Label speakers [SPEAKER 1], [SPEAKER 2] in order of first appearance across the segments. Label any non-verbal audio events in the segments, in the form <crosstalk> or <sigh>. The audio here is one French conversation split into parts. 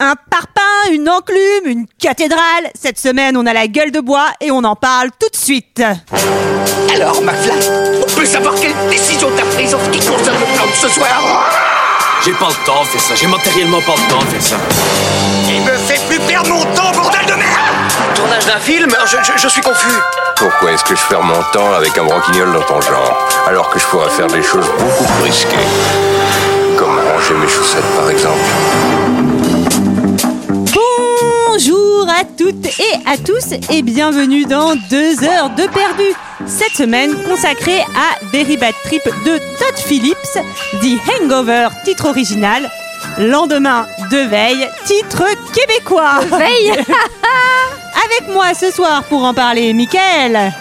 [SPEAKER 1] Un parpaing, une enclume, une cathédrale. Cette semaine, on a la gueule de bois et on en parle tout de suite.
[SPEAKER 2] Alors, McFly, on peut savoir quelle décision t'as prise en ce qui concerne le plan de ce soir
[SPEAKER 3] J'ai pas le temps de faire ça, j'ai matériellement pas le temps de faire ça.
[SPEAKER 2] Il me fait plus perdre mon temps, bordel de merde
[SPEAKER 4] Tournage d'un film je, je- je suis confus.
[SPEAKER 5] Pourquoi est-ce que je perds mon temps avec un broquignol dans ton genre, alors que je pourrais faire des choses beaucoup plus risquées Comme ranger mes chaussettes, par exemple.
[SPEAKER 1] Bonjour à toutes et à tous et bienvenue dans 2 heures de perdu. Cette semaine consacrée à Very Bad Trip de Todd Phillips, dit Hangover, titre original. Lendemain de veille, titre québécois.
[SPEAKER 6] Veille
[SPEAKER 1] <laughs> Avec moi ce soir pour en parler, Mickaël,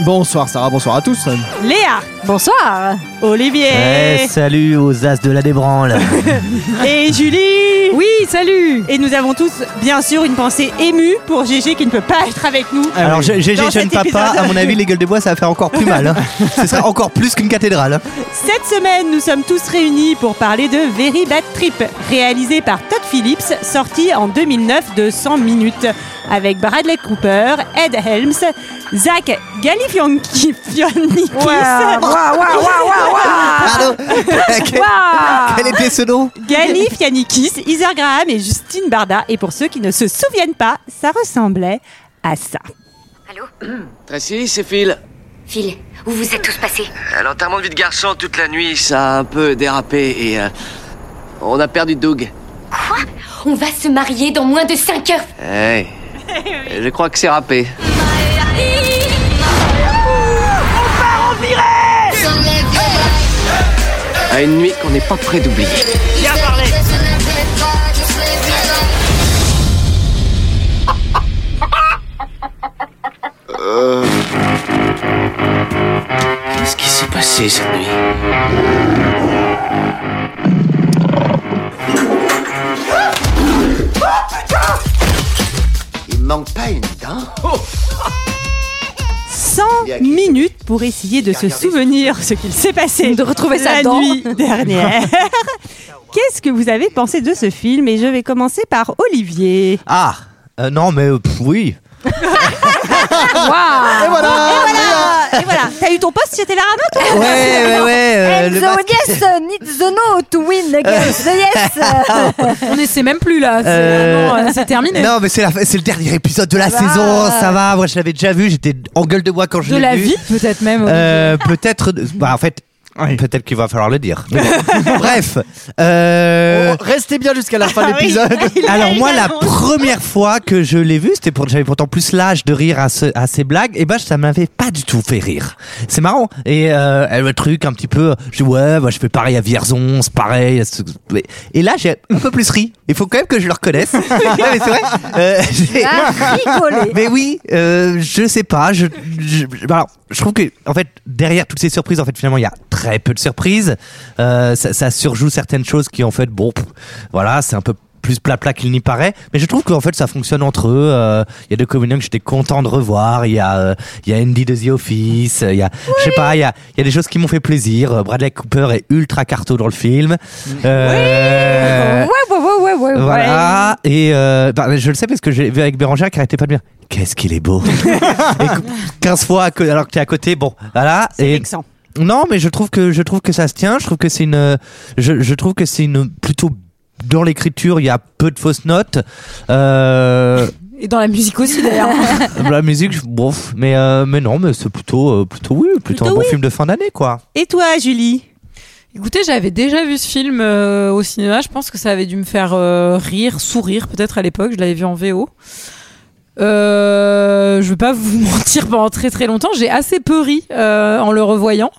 [SPEAKER 7] Bonsoir Sarah, bonsoir à tous.
[SPEAKER 1] Léa,
[SPEAKER 6] Bonsoir Eh.
[SPEAKER 1] Olivier
[SPEAKER 8] Eh, salut aux as de la
[SPEAKER 6] <laughs>
[SPEAKER 8] débranle.
[SPEAKER 6] Ah
[SPEAKER 1] et Julie.
[SPEAKER 6] Oui, salut
[SPEAKER 1] Et nous avons tous, bien sûr, une pensée émue pour Gégé qui ne peut pas être avec nous.
[SPEAKER 8] Alors, G- GG
[SPEAKER 1] Dans
[SPEAKER 8] jeune
[SPEAKER 1] cet
[SPEAKER 8] papa,
[SPEAKER 1] épisode.
[SPEAKER 8] à mon avis, les gueules de bois, ça va faire encore plus
[SPEAKER 6] <laughs>
[SPEAKER 8] mal. hein. Ce sera encore plus qu'une cathédrale.
[SPEAKER 1] Cette semaine, nous sommes tous réunis pour parler de Very Bad Trip, réalisé par Todd Phillips, sorti en 2009 de 100 minutes, avec Bradley Cooper, Ed Helms, Zach Galifianakis, <laughs>
[SPEAKER 8] Pardon. quel, quel était ce nom
[SPEAKER 1] Galifianakis, Isar Graham et Justine Barda. Et pour ceux qui ne se souviennent pas, ça ressemblait à ça.
[SPEAKER 9] Allô
[SPEAKER 4] Tracy, c'est Phil. Euh,
[SPEAKER 9] Phil, où vous êtes tous passés
[SPEAKER 4] À L'enterrement de vie de garçon toute la nuit, ça a un peu dérapé et. euh, on a perdu Doug.
[SPEAKER 9] Quoi On va se marier dans moins de 5 heures <laughs>
[SPEAKER 4] Hey. Je crois que c'est râpé. À une nuit qu'on n'est pas prêt d'oublier. Euh. Qu'est-ce qui s'est passé cette nuit
[SPEAKER 2] Oh, Il manque pas une dent
[SPEAKER 4] Oh.
[SPEAKER 1] 100 minutes pour essayer de se souvenir ce qu'il s'est passé
[SPEAKER 6] De retrouver sa
[SPEAKER 1] la
[SPEAKER 6] dent.
[SPEAKER 1] nuit dernière. Qu'est-ce que vous avez pensé de ce film Et je vais commencer par Olivier.
[SPEAKER 8] Ah, euh, non, mais euh, pff, oui.
[SPEAKER 6] Waouh
[SPEAKER 1] Et voilà, <laughs> t'as eu ton poste chez Télérama, toi
[SPEAKER 8] Ouais, ouais, ouais. euh, le masque-
[SPEAKER 6] yes needs the no to win against the yes
[SPEAKER 8] <laughs>
[SPEAKER 6] On ne sait même plus là, c'est
[SPEAKER 8] Euh,
[SPEAKER 6] vraiment, euh, c'est terminé.
[SPEAKER 8] Non, mais c'est la- c'est le dernier épisode de la
[SPEAKER 6] va.
[SPEAKER 8] saison. Ça va. Moi, je l'avais déjà vu. J'étais en gueule de bois quand je
[SPEAKER 6] De
[SPEAKER 8] l'ai
[SPEAKER 6] la
[SPEAKER 8] vu.
[SPEAKER 6] vie peut-être même.
[SPEAKER 8] Euh, peut-être. Bah, en fait, peut-être qu'il va falloir le dire. Mais
[SPEAKER 6] <laughs>
[SPEAKER 8] bon. Bref. Euh,
[SPEAKER 7] Restez bien jusqu'à la
[SPEAKER 10] Ah
[SPEAKER 7] fin de l'épisode.
[SPEAKER 10] <laughs>
[SPEAKER 7] <laughs>
[SPEAKER 8] Alors moi, la
[SPEAKER 1] annonce.
[SPEAKER 8] première fois que je l'ai vu, c'était pour j'avais pourtant plus l'âge de rire à, ce- à ces blagues. Et bah ça m'avait pas du tout fait rire. C'est marrant. Et euh, le truc un petit peu, je dis ouais, bah, je fais pareil à Vierzon, c'est pareil. à ce- mais- Et là j'ai un peu plus ri. Il faut quand même que je le reconnaisse. <laughs> <laughs> Non, mais c'est vrai. Euh, j'ai- mais oui, euh, je sais pas. Je, je, je- bah, alors, je trouve que en fait derrière toutes ces surprises, en fait finalement il y a très peu de surprises. Euh, ça, ça surjoue certaines choses qui en fait bon, pff, voilà, c'est un peu plus plat-plat qu'il n'y paraît, mais je trouve qu'en fait ça fonctionne entre eux. Euh, Il y a deux comédiens que j'étais content de revoir. Il y a euh, il y a Andy de The Office. euh, Il y a je sais pas. Il y a il y a des choses qui m'ont fait plaisir. Euh, Bradley Cooper est ultra carto dans le film. Euh,
[SPEAKER 6] ouais, ouais, ouais, ouais, ouais.
[SPEAKER 8] voilà. Et euh, bah, je le sais parce que j'ai vu avec Bérangère qui arrêtait pas de dire Qu'est-ce qu'il est
[SPEAKER 10] <laughs>
[SPEAKER 8] beau Et qu- 15 fois à co- alors que t'es à côté, bon, voilà.
[SPEAKER 1] C'est
[SPEAKER 8] Et
[SPEAKER 1] vexant.
[SPEAKER 8] non, mais je trouve que je trouve que ça se tient. Je trouve que c'est une, je, je trouve que c'est une plutôt dans l'écriture, il y a peu de fausses notes. Euh,
[SPEAKER 6] Et dans la musique aussi d'ailleurs.
[SPEAKER 8] <laughs> la musique, je- bon, mais euh, mais non, mais c'est plutôt euh, plutôt oui, plutôt, un
[SPEAKER 1] Plutôt
[SPEAKER 8] bon
[SPEAKER 1] oui.
[SPEAKER 8] film de fin d'année quoi.
[SPEAKER 1] Et toi, Julie
[SPEAKER 10] Écoutez, j'avais déjà vu ce film euh, au cinéma. Je pense que ça avait dû me faire euh, rire, sourire peut-être à l'époque. Je l'avais vu en VO. Euh, je vais pas vous <laughs> mentir pendant très très longtemps. J'ai assez peu ri euh, en le revoyant.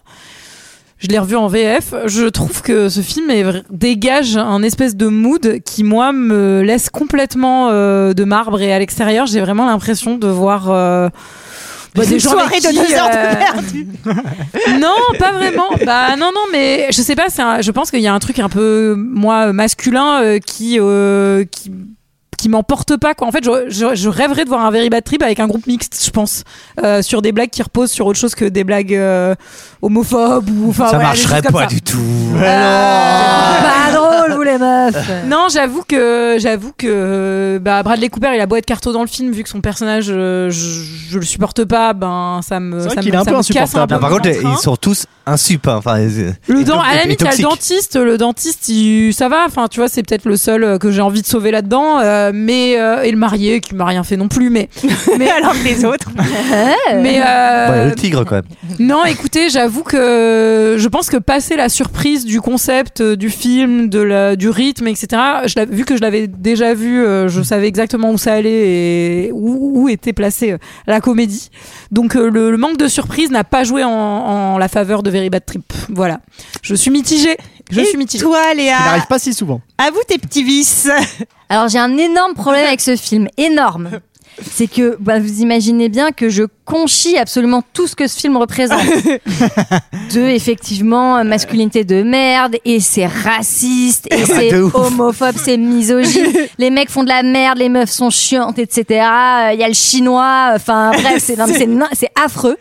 [SPEAKER 10] Je l'ai revu en VF. Je trouve que ce film est vra- dégage un espèce de mood qui, moi, me laisse complètement euh, de marbre. Et à l'extérieur, j'ai vraiment l'impression de voir euh, bah,
[SPEAKER 1] Une
[SPEAKER 10] des gens
[SPEAKER 1] soirée
[SPEAKER 10] avec
[SPEAKER 1] de
[SPEAKER 10] qui,
[SPEAKER 1] deux heures de
[SPEAKER 10] euh,
[SPEAKER 8] Ah,
[SPEAKER 1] perdu.
[SPEAKER 10] non, pas vraiment. Bah non, non, mais je sais pas. c'est un- je pense qu'il y a un truc un peu moi masculin euh, qui euh, qui qui m'emporte pas quoi. En fait, je, je- je rêverais de voir un very bad trip avec un groupe mixte, je pense, euh, sur des blagues qui reposent sur autre chose que des blagues euh, homophobes ou enfin
[SPEAKER 8] ça
[SPEAKER 10] voilà, des choses
[SPEAKER 8] marcherait
[SPEAKER 10] comme
[SPEAKER 8] pas
[SPEAKER 10] ça.
[SPEAKER 8] du tout.
[SPEAKER 10] Euh,
[SPEAKER 6] Pas drôle drôle, vous les meufs.
[SPEAKER 10] Non, j'avoue que j'avoue que bah, Bradley Cooper, il a beau être carto dans le film, vu que son personnage, euh, je, je le supporte pas, ben ça me
[SPEAKER 7] C'est vrai
[SPEAKER 10] ça me-
[SPEAKER 7] qu'il est un
[SPEAKER 10] ça
[SPEAKER 7] peu
[SPEAKER 10] me casse
[SPEAKER 7] insupportable.
[SPEAKER 10] un
[SPEAKER 8] Non,
[SPEAKER 10] peu
[SPEAKER 8] par contre,
[SPEAKER 10] le train.
[SPEAKER 8] ils sont tous insup. hein. Enfin, euh,
[SPEAKER 10] Le
[SPEAKER 8] et
[SPEAKER 10] dent,
[SPEAKER 8] to-
[SPEAKER 10] à la
[SPEAKER 8] et
[SPEAKER 10] limite, il y a le
[SPEAKER 8] toxiques.
[SPEAKER 10] dentiste. Le dentiste, il- ça va. Enfin, tu vois, c'est peut-être le seul euh, que j'ai envie de sauver là-dedans. euh, mais euh, et le marié qui m'a rien fait non plus.
[SPEAKER 1] <laughs>
[SPEAKER 10] Mais mais
[SPEAKER 1] alors que les autres.
[SPEAKER 10] <laughs> mais
[SPEAKER 8] Ouais,
[SPEAKER 10] euh,
[SPEAKER 8] le tigre, quand même.
[SPEAKER 10] <laughs> non, écoutez, j'avoue que je pense que passer la surprise du concept, euh, du film, de la, du rythme, etc. Je l'avais- vu que je l'avais déjà vu, euh, je savais exactement où ça allait et où, où était placée euh, la comédie. Donc euh, le, le manque de surprise n'a pas joué en, en la faveur de Very Bad Trip. Voilà, je suis mitigée. Je
[SPEAKER 1] Et
[SPEAKER 10] suis mitigée.
[SPEAKER 1] Toi,
[SPEAKER 7] Il
[SPEAKER 1] Léa,
[SPEAKER 7] n'arrive pas si souvent.
[SPEAKER 1] à vous tes petits vices. <laughs>
[SPEAKER 6] Alors j'ai un énorme problème avec ce film, énorme. C'est que bah, vous imaginez bien que je conchis absolument tout ce que ce film
[SPEAKER 1] <laughs>
[SPEAKER 6] représente. de effectivement masculinité de merde et c'est raciste
[SPEAKER 1] <laughs>
[SPEAKER 6] et c'est
[SPEAKER 8] de ouf.
[SPEAKER 6] homophobe, c'est misogyne. les mecs font de la merde, les meufs sont chiantes, etc. Il y a le chinois, enfin bref, c'est non,
[SPEAKER 1] <laughs>
[SPEAKER 6] mais c'est na- c'est affreux.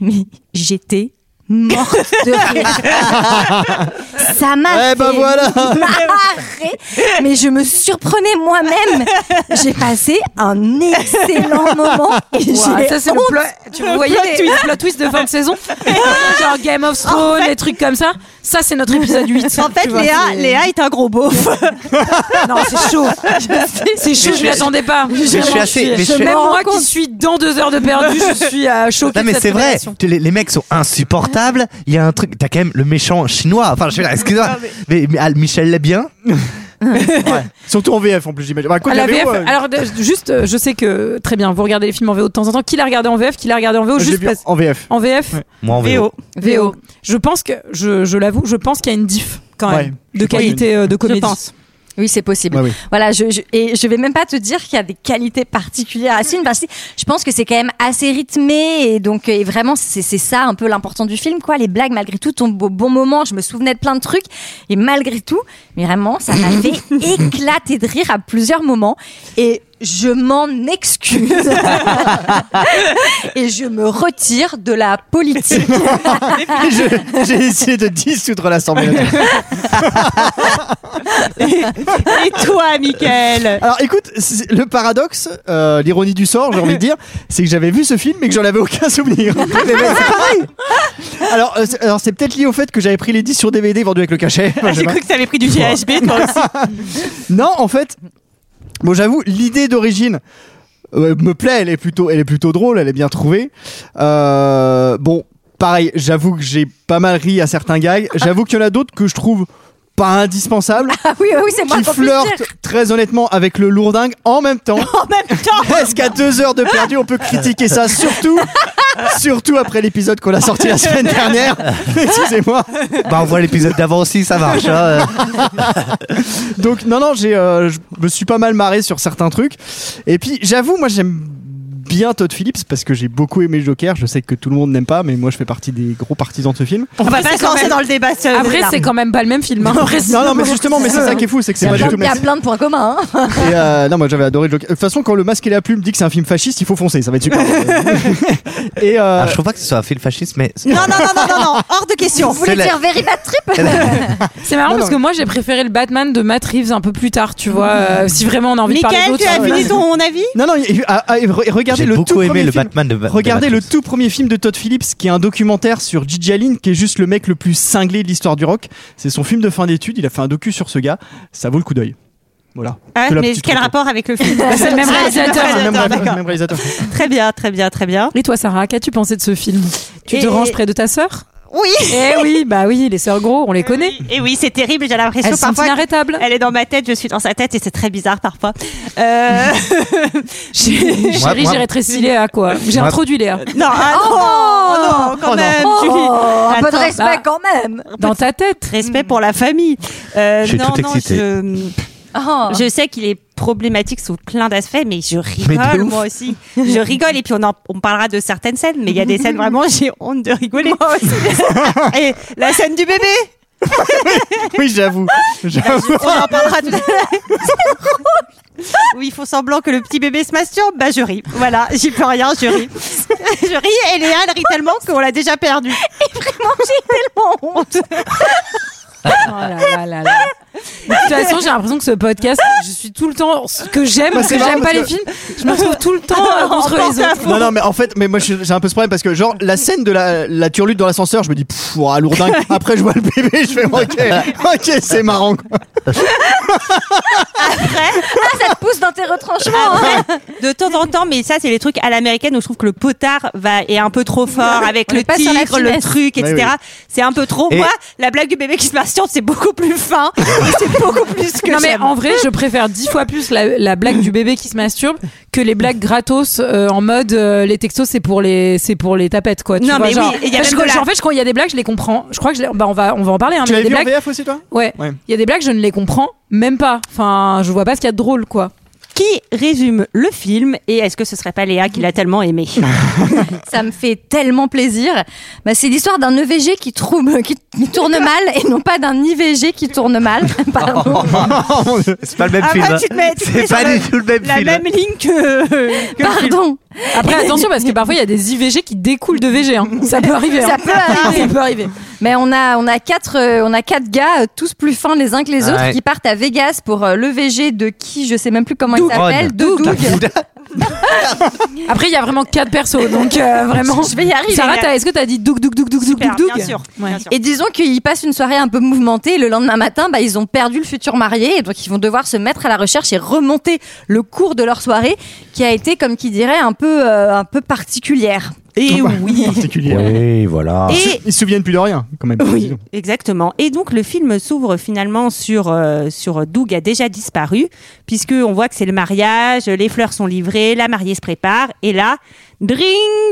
[SPEAKER 6] Mais j'étais morte de
[SPEAKER 8] <laughs>
[SPEAKER 6] rire.
[SPEAKER 1] <laughs>
[SPEAKER 6] Ça m'a
[SPEAKER 7] Eh ben
[SPEAKER 6] fait
[SPEAKER 7] voilà.
[SPEAKER 6] marrer, mais je me surprenais moi-même. J'ai passé un excellent
[SPEAKER 10] <laughs>
[SPEAKER 6] moment et
[SPEAKER 10] Ouah,
[SPEAKER 6] j'ai
[SPEAKER 10] ça c'est le plot. Tu vous voyez les, les plot twists de fin de
[SPEAKER 1] <laughs>
[SPEAKER 10] saison, genre Game of Thrones, les trucs comme ça. Ça c'est notre épisode 8
[SPEAKER 1] <laughs> En fait,
[SPEAKER 10] tu vois,
[SPEAKER 1] Léa,
[SPEAKER 10] c'est-
[SPEAKER 1] Léa est un gros beauf.
[SPEAKER 10] <laughs> Non, c'est
[SPEAKER 1] <laughs>
[SPEAKER 10] chaud. C'est chaud, je m'y attendais pas.
[SPEAKER 8] suis
[SPEAKER 10] Vraiment,
[SPEAKER 8] assez- mais je suis-
[SPEAKER 10] Même
[SPEAKER 6] Je me
[SPEAKER 10] moi
[SPEAKER 6] rends compte.
[SPEAKER 10] qui suis dans deux heures de perdu, je suis euh, choquée.
[SPEAKER 8] Non, mais
[SPEAKER 10] de cette
[SPEAKER 8] c'est vrai,
[SPEAKER 10] révélation.
[SPEAKER 8] tu- les, les mecs sont insupportables. Il y a un truc, t'as quand même le méchant chinois. Enfin, je suis là, excuse-moi. Mais, mais, ah, Michel l'a bien.
[SPEAKER 7] Surtout en VF en plus, j'imagine. Bah, quoi,
[SPEAKER 10] À la
[SPEAKER 7] la
[SPEAKER 10] VF,
[SPEAKER 7] VO, euh,
[SPEAKER 10] alors de- juste, euh, je sais que très bien, vous regardez les films en VO de temps en temps. Qui l'a regardé en VF Qui l'a regardé en VO
[SPEAKER 7] j'ai
[SPEAKER 10] Juste
[SPEAKER 7] vu
[SPEAKER 10] parce-
[SPEAKER 7] en VF.
[SPEAKER 10] en VF
[SPEAKER 8] Moi, en vélo.
[SPEAKER 10] VO. Je pense que, je, je l'avoue, je pense qu'il y a une diff quand même
[SPEAKER 7] Ouais,
[SPEAKER 10] de
[SPEAKER 7] je pense
[SPEAKER 10] qualité euh, de comédie.
[SPEAKER 1] pense.
[SPEAKER 6] Oui, c'est possible.
[SPEAKER 7] Ouais, Ah oui.
[SPEAKER 6] Voilà, je, je- et je vais même pas te dire qu'il y a des qualités particulières à ce film, parce que je pense que c'est quand même assez rythmé, et donc, euh, et vraiment, c'est c'est ça un peu l'important du film, quoi. Les blagues, malgré tout, tombent au bon moment, je me souvenais de plein de trucs, et malgré tout, mais vraiment, ça m'a
[SPEAKER 7] <laughs>
[SPEAKER 6] fait éclater de rire à plusieurs moments, et je m'en
[SPEAKER 7] <laughs>
[SPEAKER 6] excuse. et je me retire de la politique.
[SPEAKER 7] <laughs> <laughs> Je- J'ai essayé de dissoudre l'Assemblée
[SPEAKER 10] <laughs>
[SPEAKER 7] nationale.
[SPEAKER 1] Et toi, Mickaël
[SPEAKER 7] <laughs> Alors écoute, c'est- le paradoxe, euh, l'ironie du sort, j'ai envie de dire, c'est que j'avais vu ce film mais que j'en avais aucun
[SPEAKER 10] <laughs>
[SPEAKER 7] souvenir. Mais mec, c'est pareil Alors, euh, c'est- alors, c'est peut-être lié au fait que j'avais pris les 10 sur DVD vendus avec le cachet.
[SPEAKER 1] Ah, J'ai
[SPEAKER 7] Je-
[SPEAKER 1] cru que t'avais pris du GHB, toi aussi.
[SPEAKER 7] <laughs> Non, en fait, bon, j'avoue, l'idée d'origine euh, me plaît. Elle est plutôt, elle est plutôt drôle. Elle est bien trouvée. Euh, bon, pareil, j'avoue que j'ai pas mal ri à certains gags. J'avoue qu'il y en a d'autres que je trouve pas indispensables,
[SPEAKER 6] <laughs> ah oui, oui, c'est moi
[SPEAKER 7] qui
[SPEAKER 6] qu'on puisse dire.
[SPEAKER 7] flirtent très honnêtement avec le lourdingue en même
[SPEAKER 6] <laughs>
[SPEAKER 7] temps.
[SPEAKER 1] En même temps,
[SPEAKER 7] Est-ce qu'à deux heures de perdu, on peut critiquer ça surtout, surtout après l'épisode qu'on a sorti la semaine
[SPEAKER 8] <laughs>
[SPEAKER 1] <laughs>
[SPEAKER 7] dernière. Excusez-moi.
[SPEAKER 8] Bah, on voit l'épisode d'avant aussi, ça marche. hein, euh.
[SPEAKER 7] <laughs> Donc non non, j'ai euh, je me suis pas mal marré sur certains trucs. Et puis j'avoue, moi j'aime bien Todd Phillips parce que j'ai beaucoup aimé Joker. Je sais que tout le monde n'aime pas, mais moi je fais partie des gros partisans de ce film.
[SPEAKER 1] on va pas se
[SPEAKER 10] quand
[SPEAKER 1] lancer
[SPEAKER 10] même-
[SPEAKER 1] dans le débat. ce-
[SPEAKER 10] Après,
[SPEAKER 1] là.
[SPEAKER 10] c'est quand même pas le même film.
[SPEAKER 1] <laughs>
[SPEAKER 10] hein.
[SPEAKER 7] Non non, mais justement, mais c'est ça qui est fou, c'est que c'est pas du tout. le
[SPEAKER 6] Il y
[SPEAKER 7] même
[SPEAKER 6] a
[SPEAKER 7] film.
[SPEAKER 6] plein de points communs. hein.
[SPEAKER 7] Et, euh, non, moi j'avais adoré Joker. De toute façon, quand le masque et la plume dit que c'est un film fasciste, il faut foncer, ça va
[SPEAKER 8] <laughs>
[SPEAKER 7] être super. et euh,
[SPEAKER 8] Ah, je trouve pas que ce soit un film fasciste, mais.
[SPEAKER 1] Non, non, non, non,
[SPEAKER 7] <laughs>
[SPEAKER 1] non, non, hors de question.
[SPEAKER 6] Vous voulez
[SPEAKER 8] la-
[SPEAKER 6] dire Very Bad Trip
[SPEAKER 10] <laughs> C'est marrant parce que moi, j'ai préféré le Batman de Matt Reeves un peu plus tard, tu vois. euh, si vraiment on a envie de parler
[SPEAKER 1] Mickaël,
[SPEAKER 10] d'autres.
[SPEAKER 1] Ah. tu as
[SPEAKER 10] euh,
[SPEAKER 1] fini ton avis
[SPEAKER 7] non non, et- ah, ah, et re- regardez
[SPEAKER 8] J'ai
[SPEAKER 7] le tout
[SPEAKER 8] beaucoup aimé
[SPEAKER 7] premier
[SPEAKER 8] le
[SPEAKER 7] film.
[SPEAKER 8] Batman de Ba- de
[SPEAKER 7] Regardez le
[SPEAKER 8] Matrix.
[SPEAKER 7] tout premier film de Todd Phillips, qui est un documentaire sur Gigi Allen, qui est juste le mec le plus cinglé de l'histoire du rock. C'est son film de fin d'études. Il a fait un docu sur ce gars. Ça vaut le coup d'œil. Voilà.
[SPEAKER 1] Ah,
[SPEAKER 7] Que la
[SPEAKER 1] Mais
[SPEAKER 7] petite
[SPEAKER 1] quel
[SPEAKER 7] photo.
[SPEAKER 1] rapport avec le film
[SPEAKER 10] C'est le même
[SPEAKER 1] Ah,
[SPEAKER 10] réalisateur.
[SPEAKER 1] c'est
[SPEAKER 7] C'est le
[SPEAKER 1] le
[SPEAKER 7] même,
[SPEAKER 1] réalisateur,
[SPEAKER 7] ré-
[SPEAKER 1] d'accord.
[SPEAKER 7] même réalisateur.
[SPEAKER 1] Très bien, très bien, très bien.
[SPEAKER 10] Et toi, Sarah, qu'as-tu pensé de ce film Tu te
[SPEAKER 1] Et-
[SPEAKER 10] ranges près de ta sœur
[SPEAKER 1] Oui
[SPEAKER 10] Eh oui, bah oui, les sœurs gros, on
[SPEAKER 7] Eh
[SPEAKER 10] les connaît.
[SPEAKER 1] Et Eh oui, c'est terrible, j'ai l'impression
[SPEAKER 10] Elles sont
[SPEAKER 1] parfois que-
[SPEAKER 10] inarrêtables.
[SPEAKER 1] Elle est dans ma tête, je suis dans sa tête et c'est très bizarre parfois. Euh... <laughs> j'ai-
[SPEAKER 8] Moi-
[SPEAKER 10] <laughs> Chérie,
[SPEAKER 8] moi-
[SPEAKER 10] j'ai rétréci Léa, quoi. J'ai
[SPEAKER 8] Moi-
[SPEAKER 10] introduit Léa. Oh
[SPEAKER 1] Non, ah non, non, Oh, quand même, Julie.
[SPEAKER 6] Oh, Un peu de
[SPEAKER 1] Attends,
[SPEAKER 6] respect
[SPEAKER 10] bah.
[SPEAKER 6] quand même.
[SPEAKER 10] Dans ta tête.
[SPEAKER 1] Respect pour la famille. Euh,
[SPEAKER 8] Je suis
[SPEAKER 1] non,
[SPEAKER 8] tout
[SPEAKER 1] non,
[SPEAKER 8] excité.
[SPEAKER 1] je,
[SPEAKER 10] Ah.
[SPEAKER 6] Oh.
[SPEAKER 1] je sais qu'il est problématique sous plein d'aspects, mais je rigole
[SPEAKER 8] Mais de ouf.
[SPEAKER 1] moi aussi. Je rigole et puis on en, on parlera de certaines scènes, mais il y a des scènes vraiment <laughs> j'ai honte de rigoler. et la scène du bébé,
[SPEAKER 7] <laughs> Oui, j'avoue. J'avoue.
[SPEAKER 1] on en parlera tout à l'heure. Où ils font semblant que le petit bébé se masturbe, bah je ris. Voilà, j'y peux rien,
[SPEAKER 6] <laughs>
[SPEAKER 1] je ris. je ris et Léa elle rit tellement qu'on l'a déjà perdu.
[SPEAKER 6] J'ai tellement honte.
[SPEAKER 10] Oh là là là là. De toute façon, j'ai l'impression que ce podcast, je suis tout le temps ce que j'aime,
[SPEAKER 7] Bah,
[SPEAKER 10] ce
[SPEAKER 7] c'est
[SPEAKER 10] que
[SPEAKER 7] marrant
[SPEAKER 10] j'aime pas
[SPEAKER 7] parce
[SPEAKER 10] les
[SPEAKER 7] que-
[SPEAKER 10] films. Je me retrouve tout le temps
[SPEAKER 1] <laughs>
[SPEAKER 7] <laughs>
[SPEAKER 10] euh, contre les autres.
[SPEAKER 7] Non, non, mais en fait, mais moi je- j'ai un peu ce problème parce que, genre, la scène de la, la turlute dans l'ascenseur, je me dis, pfff, ouah,
[SPEAKER 1] <laughs>
[SPEAKER 7] lourdingue. Après, je vois le bébé, je fais, ok, ok, c'est marrant. quoi.
[SPEAKER 6] Ah, Ça te pousse dans tes retranchements. hein.
[SPEAKER 1] Après, de temps en temps, mais ça, c'est les trucs à l'américaine où je trouve que le potard va, est un peu trop fort avec
[SPEAKER 6] On
[SPEAKER 1] le
[SPEAKER 6] est pas sur la
[SPEAKER 1] tigre, le
[SPEAKER 6] finesse.
[SPEAKER 1] truc, etc.
[SPEAKER 7] Ouais,
[SPEAKER 1] C'est un peu trop.
[SPEAKER 8] Et-
[SPEAKER 1] Moi, la blague du bébé qui se masturbe, c'est beaucoup plus fin. et c'est beaucoup plus que
[SPEAKER 10] non mais
[SPEAKER 1] j'aime.
[SPEAKER 10] en vrai, je préfère dix fois plus la, la blague du bébé qui se masturbe que les blagues gratos euh, en mode euh, les textos c'est pour les c'est pour les tapettes quoi. Tu
[SPEAKER 1] Non,
[SPEAKER 10] vois,
[SPEAKER 1] mais
[SPEAKER 10] genre,
[SPEAKER 1] oui, et il y a
[SPEAKER 10] parce
[SPEAKER 1] même
[SPEAKER 10] que
[SPEAKER 1] de la-
[SPEAKER 10] en fait, je- quand il y a des blagues, je les comprends. Je crois que je les- bah, on va on va en parler. Hein,
[SPEAKER 7] Tu
[SPEAKER 10] mais
[SPEAKER 7] l'avais
[SPEAKER 10] des
[SPEAKER 7] vu en
[SPEAKER 10] blagues,
[SPEAKER 7] VF aussi, toi
[SPEAKER 10] ouais.
[SPEAKER 7] Ouais.
[SPEAKER 10] Il y a des blagues, je ne les comprends même pas. Enfin, je vois pas ce qu'il y a de drôle quoi.
[SPEAKER 1] Qui résume le film et est-ce que ce serait pas Léa qui l'a tellement
[SPEAKER 8] <laughs>
[SPEAKER 1] aimé
[SPEAKER 6] Ça me fait tellement plaisir. Bah, c'est l'histoire d'un EVG qui, trouble, qui, qui <laughs> tourne mal et non pas d'un IVG qui tourne mal. <laughs> Pardon.
[SPEAKER 8] Oh,
[SPEAKER 7] <laughs> Oh,
[SPEAKER 8] C'est pas le même
[SPEAKER 1] Après,
[SPEAKER 8] film.
[SPEAKER 1] tu te mets- tu te mets
[SPEAKER 8] C'est
[SPEAKER 1] sur
[SPEAKER 8] pas
[SPEAKER 1] le-
[SPEAKER 8] du tout le même
[SPEAKER 1] La
[SPEAKER 8] film.
[SPEAKER 1] même ligne
[SPEAKER 7] <laughs>
[SPEAKER 1] que. que le film.
[SPEAKER 6] Pardon.
[SPEAKER 10] Après attention parce que parfois il y a des IVG qui découlent de VG. hein. Ça peut arriver.
[SPEAKER 6] Ça
[SPEAKER 10] hein.
[SPEAKER 6] peut arriver.
[SPEAKER 10] Ça peut arriver.
[SPEAKER 6] Mais on a, on a quatre, euh, on a quatre gars, euh, tous plus fins les uns que les autres,
[SPEAKER 8] Ouais.
[SPEAKER 6] qui partent à Vegas pour euh, le VG de qui, je sais même plus comment
[SPEAKER 8] Doug.
[SPEAKER 6] il s'appelle, de
[SPEAKER 8] Doug.
[SPEAKER 6] Doug.
[SPEAKER 10] <laughs> Après il y a vraiment quatre persos donc euh, vraiment.
[SPEAKER 6] Je vais y arriver.
[SPEAKER 10] Sarah, t'as- est-ce que t'as dit doug doug doug doug doug
[SPEAKER 1] Super,
[SPEAKER 10] doug doug
[SPEAKER 1] bien sûr.
[SPEAKER 10] Ouais.
[SPEAKER 1] bien sûr.
[SPEAKER 6] Et disons qu'ils passent une soirée un peu mouvementée. et Le lendemain matin, bah, ils ont perdu le futur marié. Et donc, ils vont devoir se mettre à la recherche et remonter le cours de leur soirée qui a été, comme qui dirait, un peu, euh, un peu particulière.
[SPEAKER 1] Et Eh oui.
[SPEAKER 7] Particulier.
[SPEAKER 8] Oui, voilà.
[SPEAKER 1] Et
[SPEAKER 7] Ils se souviennent plus de rien, quand même.
[SPEAKER 1] Oui, exactement. Et donc le film s'ouvre finalement sur euh, sur Doug a déjà disparu puisque on voit que c'est le mariage, les fleurs sont livrées, la mariée se prépare et là dring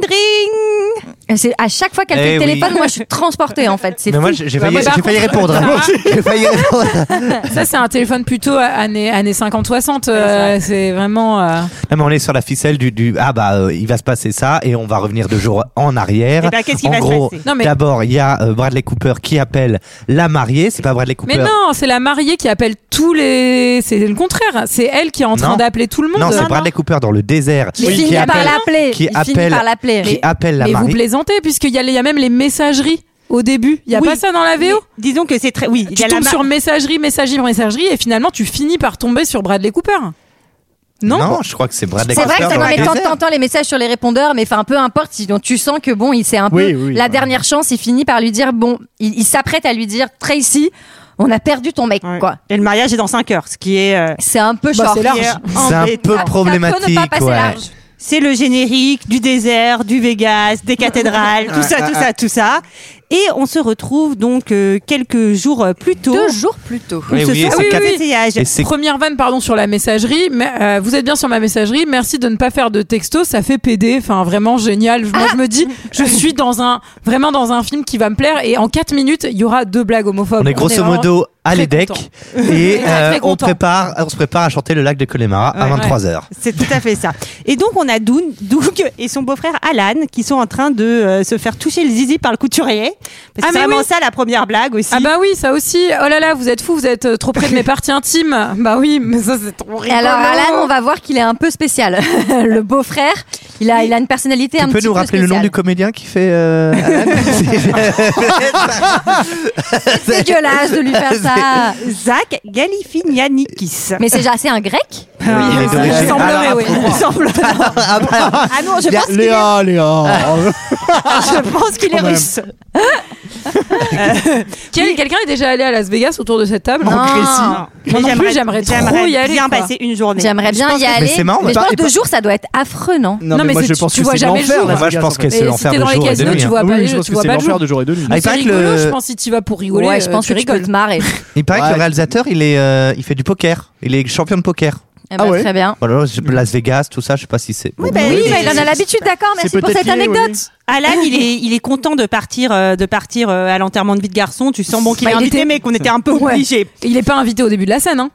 [SPEAKER 1] dring.
[SPEAKER 6] Et C'est à chaque fois qu'elle fait
[SPEAKER 8] Eh
[SPEAKER 6] le
[SPEAKER 8] oui.
[SPEAKER 6] téléphone, moi,
[SPEAKER 8] <laughs>
[SPEAKER 6] je suis transportée, en fait. C'est
[SPEAKER 8] Mais moi,
[SPEAKER 6] fou.
[SPEAKER 8] j'ai j'ai
[SPEAKER 10] Bah,
[SPEAKER 8] failli,
[SPEAKER 10] moi, par
[SPEAKER 8] j'ai failli
[SPEAKER 10] contre,
[SPEAKER 8] répondre. J'ai failli répondre.
[SPEAKER 10] <laughs> Ça, c'est un téléphone plutôt a- années, années 50-60. euh, c'est vraiment. euh,
[SPEAKER 8] Non, mais on est sur la ficelle du, du ah bah euh, il va se passer ça et on va revenir deux jours en arrière.
[SPEAKER 1] Eh ben, qu'est-ce qui
[SPEAKER 8] en
[SPEAKER 1] va se
[SPEAKER 8] gros,
[SPEAKER 1] passer
[SPEAKER 10] Non, mais-
[SPEAKER 8] d'abord il y a euh, Bradley Cooper qui appelle la mariée, c'est pas Bradley Cooper.
[SPEAKER 10] Mais non, c'est la mariée qui appelle tous les. C'est le contraire. C'est elle qui est en train
[SPEAKER 8] Non.
[SPEAKER 10] d'appeler tout le monde.
[SPEAKER 8] Non, c'est
[SPEAKER 10] Non,
[SPEAKER 8] Bradley Cooper dans le désert
[SPEAKER 6] Il
[SPEAKER 8] qui
[SPEAKER 6] finit par
[SPEAKER 8] appelle,
[SPEAKER 6] l'appeler.
[SPEAKER 8] qui
[SPEAKER 6] Il finit
[SPEAKER 8] appelle-
[SPEAKER 6] par l'appeler.
[SPEAKER 8] qui appelle la
[SPEAKER 10] Mais vous
[SPEAKER 8] mariée.
[SPEAKER 10] plaisantez, puisqu'il y, a les- il y a même les messageries au début. Il n'y a
[SPEAKER 1] Oui.
[SPEAKER 10] pas ça dans la VO.
[SPEAKER 1] Mais Disons que c'est très oui. il y
[SPEAKER 10] Tu
[SPEAKER 1] a la
[SPEAKER 10] tombes
[SPEAKER 1] ma-
[SPEAKER 10] sur messagerie, messagerie, messagerie, et finalement, tu finis par tomber sur Bradley Cooper. Non,
[SPEAKER 8] je crois que c'est Bradley
[SPEAKER 6] C'est
[SPEAKER 8] Cooper.
[SPEAKER 6] vrai que ça
[SPEAKER 8] dans
[SPEAKER 6] non,
[SPEAKER 8] le
[SPEAKER 6] mais quand
[SPEAKER 8] désert.
[SPEAKER 6] t'entends les messages sur les répondeurs, mais enfin peu importe, si- donc tu sens que bon, il c'est un peu
[SPEAKER 7] Oui, oui,
[SPEAKER 6] la
[SPEAKER 7] ouais.
[SPEAKER 6] dernière chance. Il finit par lui dire bon, il, il s'apprête à lui dire Tracy, on a perdu ton mec,
[SPEAKER 1] Ouais.
[SPEAKER 6] quoi.
[SPEAKER 1] Et le mariage est dans 5 heures, ce qui est euh,
[SPEAKER 6] C'est un peu
[SPEAKER 10] Bah,
[SPEAKER 6] genre.
[SPEAKER 10] c'est large.
[SPEAKER 1] qui est
[SPEAKER 8] C'est un peu
[SPEAKER 6] Ça peut
[SPEAKER 1] embêtant.
[SPEAKER 6] ne pas
[SPEAKER 8] problématique.
[SPEAKER 6] passer
[SPEAKER 8] ouais.
[SPEAKER 6] large.
[SPEAKER 1] C'est le générique du désert, du Vegas,
[SPEAKER 8] <laughs>
[SPEAKER 1] des cathédrales, tout ça, tout ça, tout ça. Et on se retrouve donc euh, quelques jours euh, plus tôt.
[SPEAKER 6] Deux jours plus tôt.
[SPEAKER 8] Oui,
[SPEAKER 1] Ce
[SPEAKER 8] oui,
[SPEAKER 1] sont
[SPEAKER 8] et c'est
[SPEAKER 1] en
[SPEAKER 8] quatre-
[SPEAKER 1] embouteillage.
[SPEAKER 8] Et c'est
[SPEAKER 10] Première vanne, pardon, sur la messagerie. Mais, euh, vous êtes bien sur ma messagerie. Merci de ne pas faire de texto. Ça fait PD. Enfin, vraiment génial. Moi,
[SPEAKER 1] Ah
[SPEAKER 10] je me dis,
[SPEAKER 1] <laughs>
[SPEAKER 10] je suis dans un, vraiment dans un film qui va me plaire. Et en 4 minutes, il y aura deux blagues homophobes.
[SPEAKER 8] on est grosso
[SPEAKER 10] vraiment-
[SPEAKER 8] modo à
[SPEAKER 10] très
[SPEAKER 8] l'EDEC
[SPEAKER 10] content.
[SPEAKER 8] et
[SPEAKER 10] <laughs> Très,
[SPEAKER 8] euh,
[SPEAKER 10] très
[SPEAKER 8] on
[SPEAKER 10] content.
[SPEAKER 8] prépare on se prépare à chanter le lac de Connemara à
[SPEAKER 1] Ouais.
[SPEAKER 8] 23h.
[SPEAKER 1] C'est tout à fait ça. Et donc on a Doug, Doug et son beau-frère Alan qui sont en train de euh, se faire toucher le zizi par le couturier. Parce
[SPEAKER 10] Ah,
[SPEAKER 1] que c'est
[SPEAKER 10] mais
[SPEAKER 1] vraiment
[SPEAKER 10] oui.
[SPEAKER 1] ça la première blague aussi.
[SPEAKER 10] Ah bah oui, ça aussi. Oh là là, vous êtes fous, vous êtes euh, trop près de mes parties
[SPEAKER 1] <laughs>
[SPEAKER 10] intimes. Bah oui, mais ça c'est trop
[SPEAKER 6] Et
[SPEAKER 10] rigolo.
[SPEAKER 6] alors
[SPEAKER 10] <laughs>
[SPEAKER 6] Alan, on va voir qu'il est un peu spécial. <laughs> le beau-frère, il a, il a une personnalité un
[SPEAKER 8] Tu peux
[SPEAKER 6] petit
[SPEAKER 8] nous
[SPEAKER 6] peu
[SPEAKER 8] rappeler le nom
[SPEAKER 6] spéciale.
[SPEAKER 8] du comédien qui fait euh, <laughs>
[SPEAKER 6] C'est dégueulasse de lui faire ça.
[SPEAKER 1] Zach Galifianakis.
[SPEAKER 6] Mais c'est assez un grec
[SPEAKER 8] Oui, il est
[SPEAKER 10] Il
[SPEAKER 8] d'origine-
[SPEAKER 10] semblerait, oui.
[SPEAKER 1] Il semble-
[SPEAKER 8] Ah, bah,
[SPEAKER 1] Ah non, je
[SPEAKER 8] Il y a
[SPEAKER 1] pense qu'il est,
[SPEAKER 7] Léa, Léa.
[SPEAKER 1] Ah, <laughs> je pense qu'il est
[SPEAKER 7] Quand même.
[SPEAKER 1] russe.
[SPEAKER 10] <laughs> Quel- Quelqu'un est déjà allé à Las Vegas autour de cette table
[SPEAKER 6] Non.
[SPEAKER 1] Non. Mais
[SPEAKER 10] Moi non plus, j'aimerais
[SPEAKER 1] j'aimerais-
[SPEAKER 10] trop
[SPEAKER 1] j'aimerais
[SPEAKER 10] y aller,
[SPEAKER 1] bien
[SPEAKER 10] quoi.
[SPEAKER 1] passer une journée.
[SPEAKER 6] J'aimerais
[SPEAKER 8] Je
[SPEAKER 6] bien
[SPEAKER 8] pense
[SPEAKER 6] y
[SPEAKER 8] que- mais
[SPEAKER 6] aller.
[SPEAKER 8] c'est marrant, on va
[SPEAKER 6] mais je
[SPEAKER 8] pas-
[SPEAKER 6] pense deux jours, ça doit être affreux, non
[SPEAKER 10] Non, mais
[SPEAKER 7] moi
[SPEAKER 10] c'est-
[SPEAKER 7] je pense
[SPEAKER 10] tu
[SPEAKER 7] que
[SPEAKER 10] vois
[SPEAKER 7] c'est
[SPEAKER 10] jamais le
[SPEAKER 7] l'enfer,
[SPEAKER 10] jour.
[SPEAKER 7] Las
[SPEAKER 8] Moi, je
[SPEAKER 7] Vegas,
[SPEAKER 8] pense
[SPEAKER 7] en
[SPEAKER 8] que
[SPEAKER 7] fait.
[SPEAKER 10] Et
[SPEAKER 8] c'est l'enfer
[SPEAKER 10] c'était
[SPEAKER 8] de
[SPEAKER 10] dans les
[SPEAKER 8] jour et de
[SPEAKER 10] casinos,
[SPEAKER 8] nuit. hein.
[SPEAKER 10] tu vois
[SPEAKER 7] Ah
[SPEAKER 10] pas,
[SPEAKER 7] oui,
[SPEAKER 10] les-
[SPEAKER 7] je pense
[SPEAKER 10] tu
[SPEAKER 7] que
[SPEAKER 10] vois
[SPEAKER 7] c'est
[SPEAKER 10] pas le
[SPEAKER 7] l'enfer
[SPEAKER 10] jour.
[SPEAKER 7] de jour et de nuit.
[SPEAKER 8] Ah, il
[SPEAKER 10] C'est
[SPEAKER 8] paraît que
[SPEAKER 10] rigolo,
[SPEAKER 8] le-
[SPEAKER 10] je pense si tu vas pour rigoler.
[SPEAKER 6] Ouais, je
[SPEAKER 10] euh,
[SPEAKER 6] pense
[SPEAKER 10] tu
[SPEAKER 6] que tu peux
[SPEAKER 10] rigoles. <laughs>
[SPEAKER 6] te marrer.
[SPEAKER 8] Il paraît que
[SPEAKER 7] Ouais.
[SPEAKER 8] le réalisateur, il est, euh, il fait du poker. Il est champion de poker.
[SPEAKER 6] Eh ben,
[SPEAKER 7] Ah ouais.
[SPEAKER 6] Très bien.
[SPEAKER 8] Voilà, je- Las Vegas, tout ça, je sais pas si c'est. Bon.
[SPEAKER 1] Oui, bah
[SPEAKER 6] Oui,
[SPEAKER 1] oui,
[SPEAKER 6] mais il en a l'habitude, d'accord,
[SPEAKER 7] C'est
[SPEAKER 6] merci pour
[SPEAKER 7] peut-être
[SPEAKER 6] cette
[SPEAKER 7] lié, oui.
[SPEAKER 6] anecdote.
[SPEAKER 1] Alan, il est, il est content de partir, euh, de partir euh, à l'enterrement de vie de garçon. Tu sens bon qu'il
[SPEAKER 10] Bah,
[SPEAKER 1] est
[SPEAKER 10] il
[SPEAKER 1] invité,
[SPEAKER 10] était-
[SPEAKER 1] mais qu'on était un peu
[SPEAKER 10] Ouais.
[SPEAKER 1] obligé. <laughs>
[SPEAKER 10] Il est pas invité au début de la scène, hein.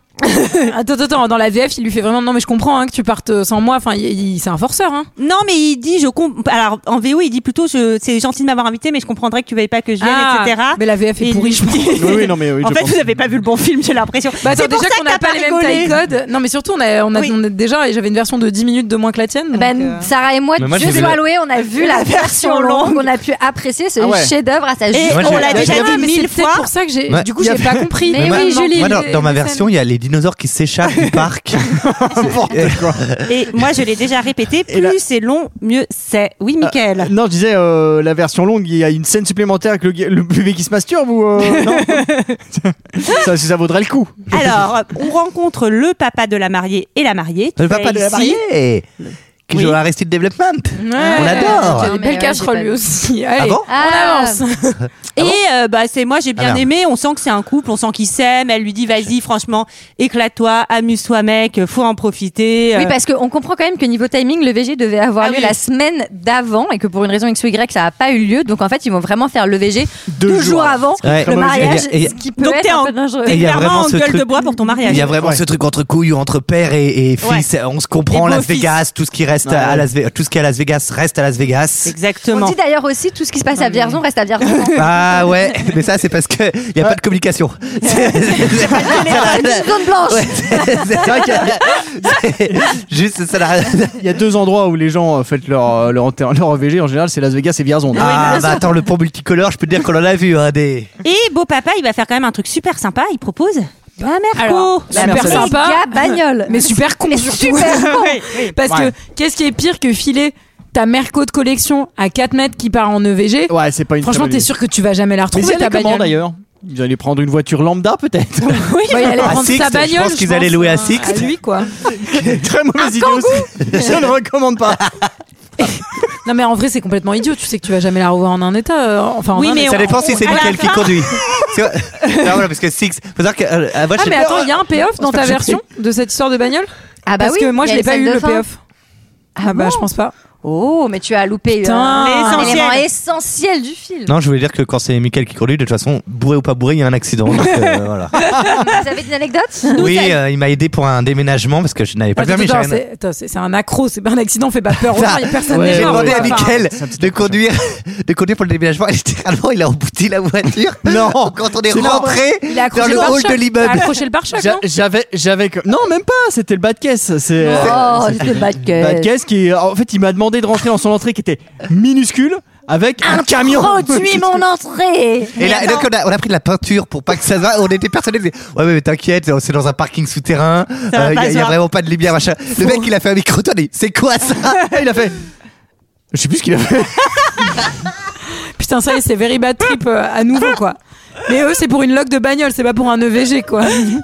[SPEAKER 10] Attends, attends, attends, dans la VF, il lui fait vraiment non, mais je comprends hein, que tu partes sans moi. Enfin, il- il- c'est un forceur. Hein.
[SPEAKER 1] Non, mais il dit, je comprends. Alors, en VO, il dit plutôt, je... c'est gentil de m'avoir invité, mais je comprendrais que tu veuilles pas que je vienne,
[SPEAKER 10] Ah,
[SPEAKER 1] etc.
[SPEAKER 10] Mais la VF est
[SPEAKER 1] Et-
[SPEAKER 10] pourrie, je pense.
[SPEAKER 7] Oui, oui, non, mais oui,
[SPEAKER 1] en
[SPEAKER 7] je
[SPEAKER 1] fait,
[SPEAKER 7] pense.
[SPEAKER 1] vous avez pas vu le bon film, j'ai l'impression.
[SPEAKER 10] Bah attends,
[SPEAKER 1] C'est pour
[SPEAKER 10] déjà
[SPEAKER 1] ça
[SPEAKER 10] qu'on
[SPEAKER 1] que
[SPEAKER 10] n'a
[SPEAKER 1] t'as
[SPEAKER 10] pas
[SPEAKER 1] pas
[SPEAKER 10] les mêmes
[SPEAKER 1] rigolé.
[SPEAKER 10] taille codes. Non, mais surtout, on a, on a,
[SPEAKER 1] Oui.
[SPEAKER 10] on a déjà, et j'avais une version de 10 minutes de moins que la tienne.
[SPEAKER 6] Ben,
[SPEAKER 10] donc, euh,
[SPEAKER 6] Sarah et moi,
[SPEAKER 8] Mais moi,
[SPEAKER 6] Dieu
[SPEAKER 8] j'ai vu
[SPEAKER 6] soit
[SPEAKER 8] la-
[SPEAKER 6] loué, on a vu la version longue, on a pu apprécier ce
[SPEAKER 7] Ah ouais.
[SPEAKER 6] chef-d'œuvre à sa
[SPEAKER 1] Et
[SPEAKER 6] juste
[SPEAKER 8] Moi,
[SPEAKER 1] on
[SPEAKER 8] j'ai-
[SPEAKER 1] l'a
[SPEAKER 8] Ah,
[SPEAKER 1] déjà
[SPEAKER 10] ah,
[SPEAKER 1] dit
[SPEAKER 10] mais
[SPEAKER 1] mille
[SPEAKER 10] c'est peut-être
[SPEAKER 1] fois.
[SPEAKER 10] pour ça que j'ai,
[SPEAKER 8] Ouais.
[SPEAKER 10] du coup,
[SPEAKER 6] <laughs>
[SPEAKER 10] j'ai pas compris.
[SPEAKER 6] Mais
[SPEAKER 8] moi-
[SPEAKER 6] oui, je l'ai
[SPEAKER 8] moi, dans,
[SPEAKER 6] lu,
[SPEAKER 8] dans ma
[SPEAKER 6] les
[SPEAKER 8] version, il y a les dinosaures qui s'échappent du
[SPEAKER 6] <laughs>
[SPEAKER 8] parc.
[SPEAKER 7] N'importe quoi.
[SPEAKER 1] Et moi, je l'ai déjà répété,
[SPEAKER 7] Et
[SPEAKER 1] plus
[SPEAKER 7] là-
[SPEAKER 1] c'est long, mieux c'est. Oui, Michael.
[SPEAKER 7] Euh, non, je disais euh, la version longue, il y a une scène supplémentaire avec le, gu- le bébé qui se masturbe ou
[SPEAKER 1] <laughs>
[SPEAKER 7] euh, non ça, ça vaudrait le coup.
[SPEAKER 1] Alors, on rencontre le papa de la mariée et la mariée. qui
[SPEAKER 8] Le papa
[SPEAKER 1] fait
[SPEAKER 8] de la
[SPEAKER 1] ici-
[SPEAKER 8] mariée qui
[SPEAKER 1] Oui.
[SPEAKER 8] joue à Arrested Development.
[SPEAKER 10] Ouais.
[SPEAKER 8] On adore.
[SPEAKER 10] Il y a
[SPEAKER 6] Non,
[SPEAKER 10] des
[SPEAKER 6] Ah, mais
[SPEAKER 10] belles
[SPEAKER 6] ouais,
[SPEAKER 10] casseroles
[SPEAKER 6] j'ai pas
[SPEAKER 10] lui
[SPEAKER 6] vu.
[SPEAKER 10] aussi.
[SPEAKER 8] Ah
[SPEAKER 10] Allez,
[SPEAKER 8] bon <laughs>
[SPEAKER 10] on avance.
[SPEAKER 1] Et euh, bah c'est moi j'ai bien
[SPEAKER 8] Ah, merde.
[SPEAKER 1] aimé, on sent que c'est un couple, on sent qu'ils s'aiment, elle lui dit vas-y franchement, éclate-toi, amuse-toi mec, faut en profiter.
[SPEAKER 6] Oui,
[SPEAKER 1] Euh,
[SPEAKER 6] parce qu'on comprend quand même que niveau timing, le VG devait avoir
[SPEAKER 1] Ah
[SPEAKER 6] lieu
[SPEAKER 1] oui.
[SPEAKER 6] la semaine d'avant et que pour une raison X ou Y, ça n'a pas eu lieu. Donc en fait, ils vont vraiment faire le VG deux,
[SPEAKER 7] Deux
[SPEAKER 6] jours.
[SPEAKER 7] jours.
[SPEAKER 6] avant
[SPEAKER 8] Ouais.
[SPEAKER 6] le mariage,
[SPEAKER 8] Et- et-
[SPEAKER 6] ce qui peut
[SPEAKER 1] Donc, t'es
[SPEAKER 6] être
[SPEAKER 1] en-
[SPEAKER 6] un peu dangereux.
[SPEAKER 8] Et
[SPEAKER 1] T'es
[SPEAKER 8] il y a
[SPEAKER 1] clairement
[SPEAKER 8] vraiment
[SPEAKER 1] en
[SPEAKER 8] ce
[SPEAKER 1] gueule
[SPEAKER 8] truc-
[SPEAKER 1] de bois pour ton
[SPEAKER 6] euh,
[SPEAKER 1] mariage.
[SPEAKER 8] Il y a vraiment
[SPEAKER 7] Ouais.
[SPEAKER 8] ce truc entre couilles, entre père et, et fils. On se comprend,
[SPEAKER 1] Les
[SPEAKER 8] Las
[SPEAKER 1] beaux-fils.
[SPEAKER 8] Vegas, tout ce qui reste
[SPEAKER 7] Ouais,
[SPEAKER 8] à
[SPEAKER 7] ouais.
[SPEAKER 8] Las Vegas, tout ce qui est à Las Vegas reste à Las Vegas.
[SPEAKER 6] On
[SPEAKER 1] Exactement.
[SPEAKER 6] dit d'ailleurs aussi tout ce qui se passe à Vierzon reste à Vierzon.
[SPEAKER 8] Ah ouais, mais ça c'est parce que il y a pas de
[SPEAKER 6] <laughs>
[SPEAKER 8] communication. C'est- c'est- <laughs>
[SPEAKER 6] Une zone blanche.
[SPEAKER 8] Ouais, c'est- c'est vrai qu'il y a- c'est- Juste ça. n'a-
[SPEAKER 7] <laughs> Il y a deux endroits où les gens euh, font leur, euh, leur, enterre- leur VG en général, c'est Las Vegas et Vierzon.
[SPEAKER 8] Ah bah attends le pont multicolore, je peux te dire qu'on en a vu hein, des.
[SPEAKER 1] Et beau papa, il va faire quand même un truc super sympa, il propose la merco.
[SPEAKER 10] Alors, la Super
[SPEAKER 6] Méga
[SPEAKER 10] sympa.
[SPEAKER 6] bagnole.
[SPEAKER 10] <laughs> Mais super con
[SPEAKER 6] Mais
[SPEAKER 10] surtout. <laughs>
[SPEAKER 6] super con.
[SPEAKER 1] Oui, oui.
[SPEAKER 10] Parce
[SPEAKER 7] Ouais.
[SPEAKER 10] que qu'est-ce qui est pire que filer ta merco de collection à 4 mètres qui part en EVG
[SPEAKER 7] Ouais, c'est pas une.
[SPEAKER 10] Franchement,
[SPEAKER 7] très bonne
[SPEAKER 10] t'es
[SPEAKER 7] idée.
[SPEAKER 10] sûr que tu vas jamais la
[SPEAKER 7] Mais
[SPEAKER 10] retrouver
[SPEAKER 7] c'est
[SPEAKER 10] ta
[SPEAKER 7] comment
[SPEAKER 10] bagnole.
[SPEAKER 7] d'ailleurs Vous allez prendre une voiture lambda peut-être
[SPEAKER 10] Oui, Bah, il allait
[SPEAKER 8] À
[SPEAKER 10] prendre
[SPEAKER 8] Sixte,
[SPEAKER 10] sa
[SPEAKER 8] je
[SPEAKER 10] bagnole.
[SPEAKER 8] pense qu'ils allaient louer à
[SPEAKER 10] hein,
[SPEAKER 8] Sixte.
[SPEAKER 10] À
[SPEAKER 8] <laughs>
[SPEAKER 10] lui, quoi.
[SPEAKER 7] Très mauvaise idée aussi. Je ne recommande pas.
[SPEAKER 10] <laughs> Non, mais en vrai, c'est complètement idiot. Tu sais que tu vas jamais la revoir en un état. euh, Enfin, en
[SPEAKER 1] Oui,
[SPEAKER 10] un
[SPEAKER 1] mais
[SPEAKER 10] état.
[SPEAKER 8] Ça
[SPEAKER 1] on-
[SPEAKER 8] dépend si
[SPEAKER 1] on-
[SPEAKER 8] c'est
[SPEAKER 1] à la
[SPEAKER 8] Michael qui
[SPEAKER 1] fin-
[SPEAKER 10] <laughs>
[SPEAKER 8] conduit. C'est vrai- Non, voilà, parce que Six, faut savoir que euh, à moi,
[SPEAKER 10] Ah,
[SPEAKER 8] j'ai
[SPEAKER 10] mais
[SPEAKER 8] peur.
[SPEAKER 10] attends, il y a un payoff dans ta version de cette histoire de bagnole
[SPEAKER 6] Ah bah
[SPEAKER 10] Parce
[SPEAKER 6] oui.
[SPEAKER 10] que moi,
[SPEAKER 6] il y
[SPEAKER 10] je
[SPEAKER 6] a
[SPEAKER 10] l'ai
[SPEAKER 6] une
[SPEAKER 10] pas
[SPEAKER 6] scène
[SPEAKER 10] eu
[SPEAKER 6] de
[SPEAKER 10] le
[SPEAKER 6] fin.
[SPEAKER 10] payoff. Ah bah,
[SPEAKER 6] bon
[SPEAKER 10] je pense pas.
[SPEAKER 6] Oh, mais tu as loupé
[SPEAKER 10] Putain,
[SPEAKER 6] un
[SPEAKER 1] l'essentiel.
[SPEAKER 6] élément
[SPEAKER 10] <laughs>
[SPEAKER 6] essentiel du film. Oh,
[SPEAKER 8] Non, je voulais dire que quand c'est Michael qui conduit, de toute façon, bourré ou pas bourré, il y a un accident. donc,
[SPEAKER 10] <laughs>
[SPEAKER 8] euh, voilà.
[SPEAKER 6] Vous avez une anecdote
[SPEAKER 8] Oui, euh, il m'a aidé pour un déménagement parce que je n'avais pas le
[SPEAKER 10] Attends,
[SPEAKER 8] permis.
[SPEAKER 10] attends,
[SPEAKER 8] j'avais-
[SPEAKER 10] c'est- attends, c'est c'est un accro, c'est pas un accident, fais pas peur aux gens, y a personne
[SPEAKER 7] Ouais.
[SPEAKER 10] n'est
[SPEAKER 8] J'ai
[SPEAKER 10] mort,
[SPEAKER 8] demandé
[SPEAKER 10] quoi.
[SPEAKER 8] à
[SPEAKER 10] Enfin,
[SPEAKER 8] Michael
[SPEAKER 7] c'est un petit
[SPEAKER 8] de
[SPEAKER 7] peu
[SPEAKER 8] conduire, de conduire pour le déménagement et littéralement il a embouti la voiture. Non, quand on est rentré
[SPEAKER 10] Il a accroché
[SPEAKER 8] dans le
[SPEAKER 10] pare-choc.
[SPEAKER 8] hall de
[SPEAKER 10] Il
[SPEAKER 8] l'immeuble.
[SPEAKER 10] a accroché le pare-choc, hein.
[SPEAKER 8] hein.
[SPEAKER 7] J'a-
[SPEAKER 10] non
[SPEAKER 7] J'avais, j'avais que- non même pas. C'était le bas de caisse. C'est
[SPEAKER 6] Oh, c'était bad guess.
[SPEAKER 7] bas de caisse qui, en fait, il m'a demandé de rentrer dans son entrée qui était minuscule avec un, camion.
[SPEAKER 6] Produis
[SPEAKER 7] <laughs>
[SPEAKER 6] mon entrée.
[SPEAKER 8] Et, là, et donc on a, on a pris de la peinture pour pas que ça se voit. On était persuadés. de- Ouais mais t'inquiète, c'est dans un parking souterrain. Il
[SPEAKER 1] va pas
[SPEAKER 8] y, a-
[SPEAKER 1] se
[SPEAKER 8] y a
[SPEAKER 1] voir.
[SPEAKER 8] vraiment pas de lumière machin. Le mec il a fait un micro tourné. C'est quoi
[SPEAKER 7] <laughs>
[SPEAKER 8] ça
[SPEAKER 7] il a fait. Je sais plus ce qu'il a fait.
[SPEAKER 10] Putain, ça y est, c'est very bad trip euh, à nouveau, quoi. Mais eux, c'est pour une log de bagnole, c'est pas pour un EVG, quoi.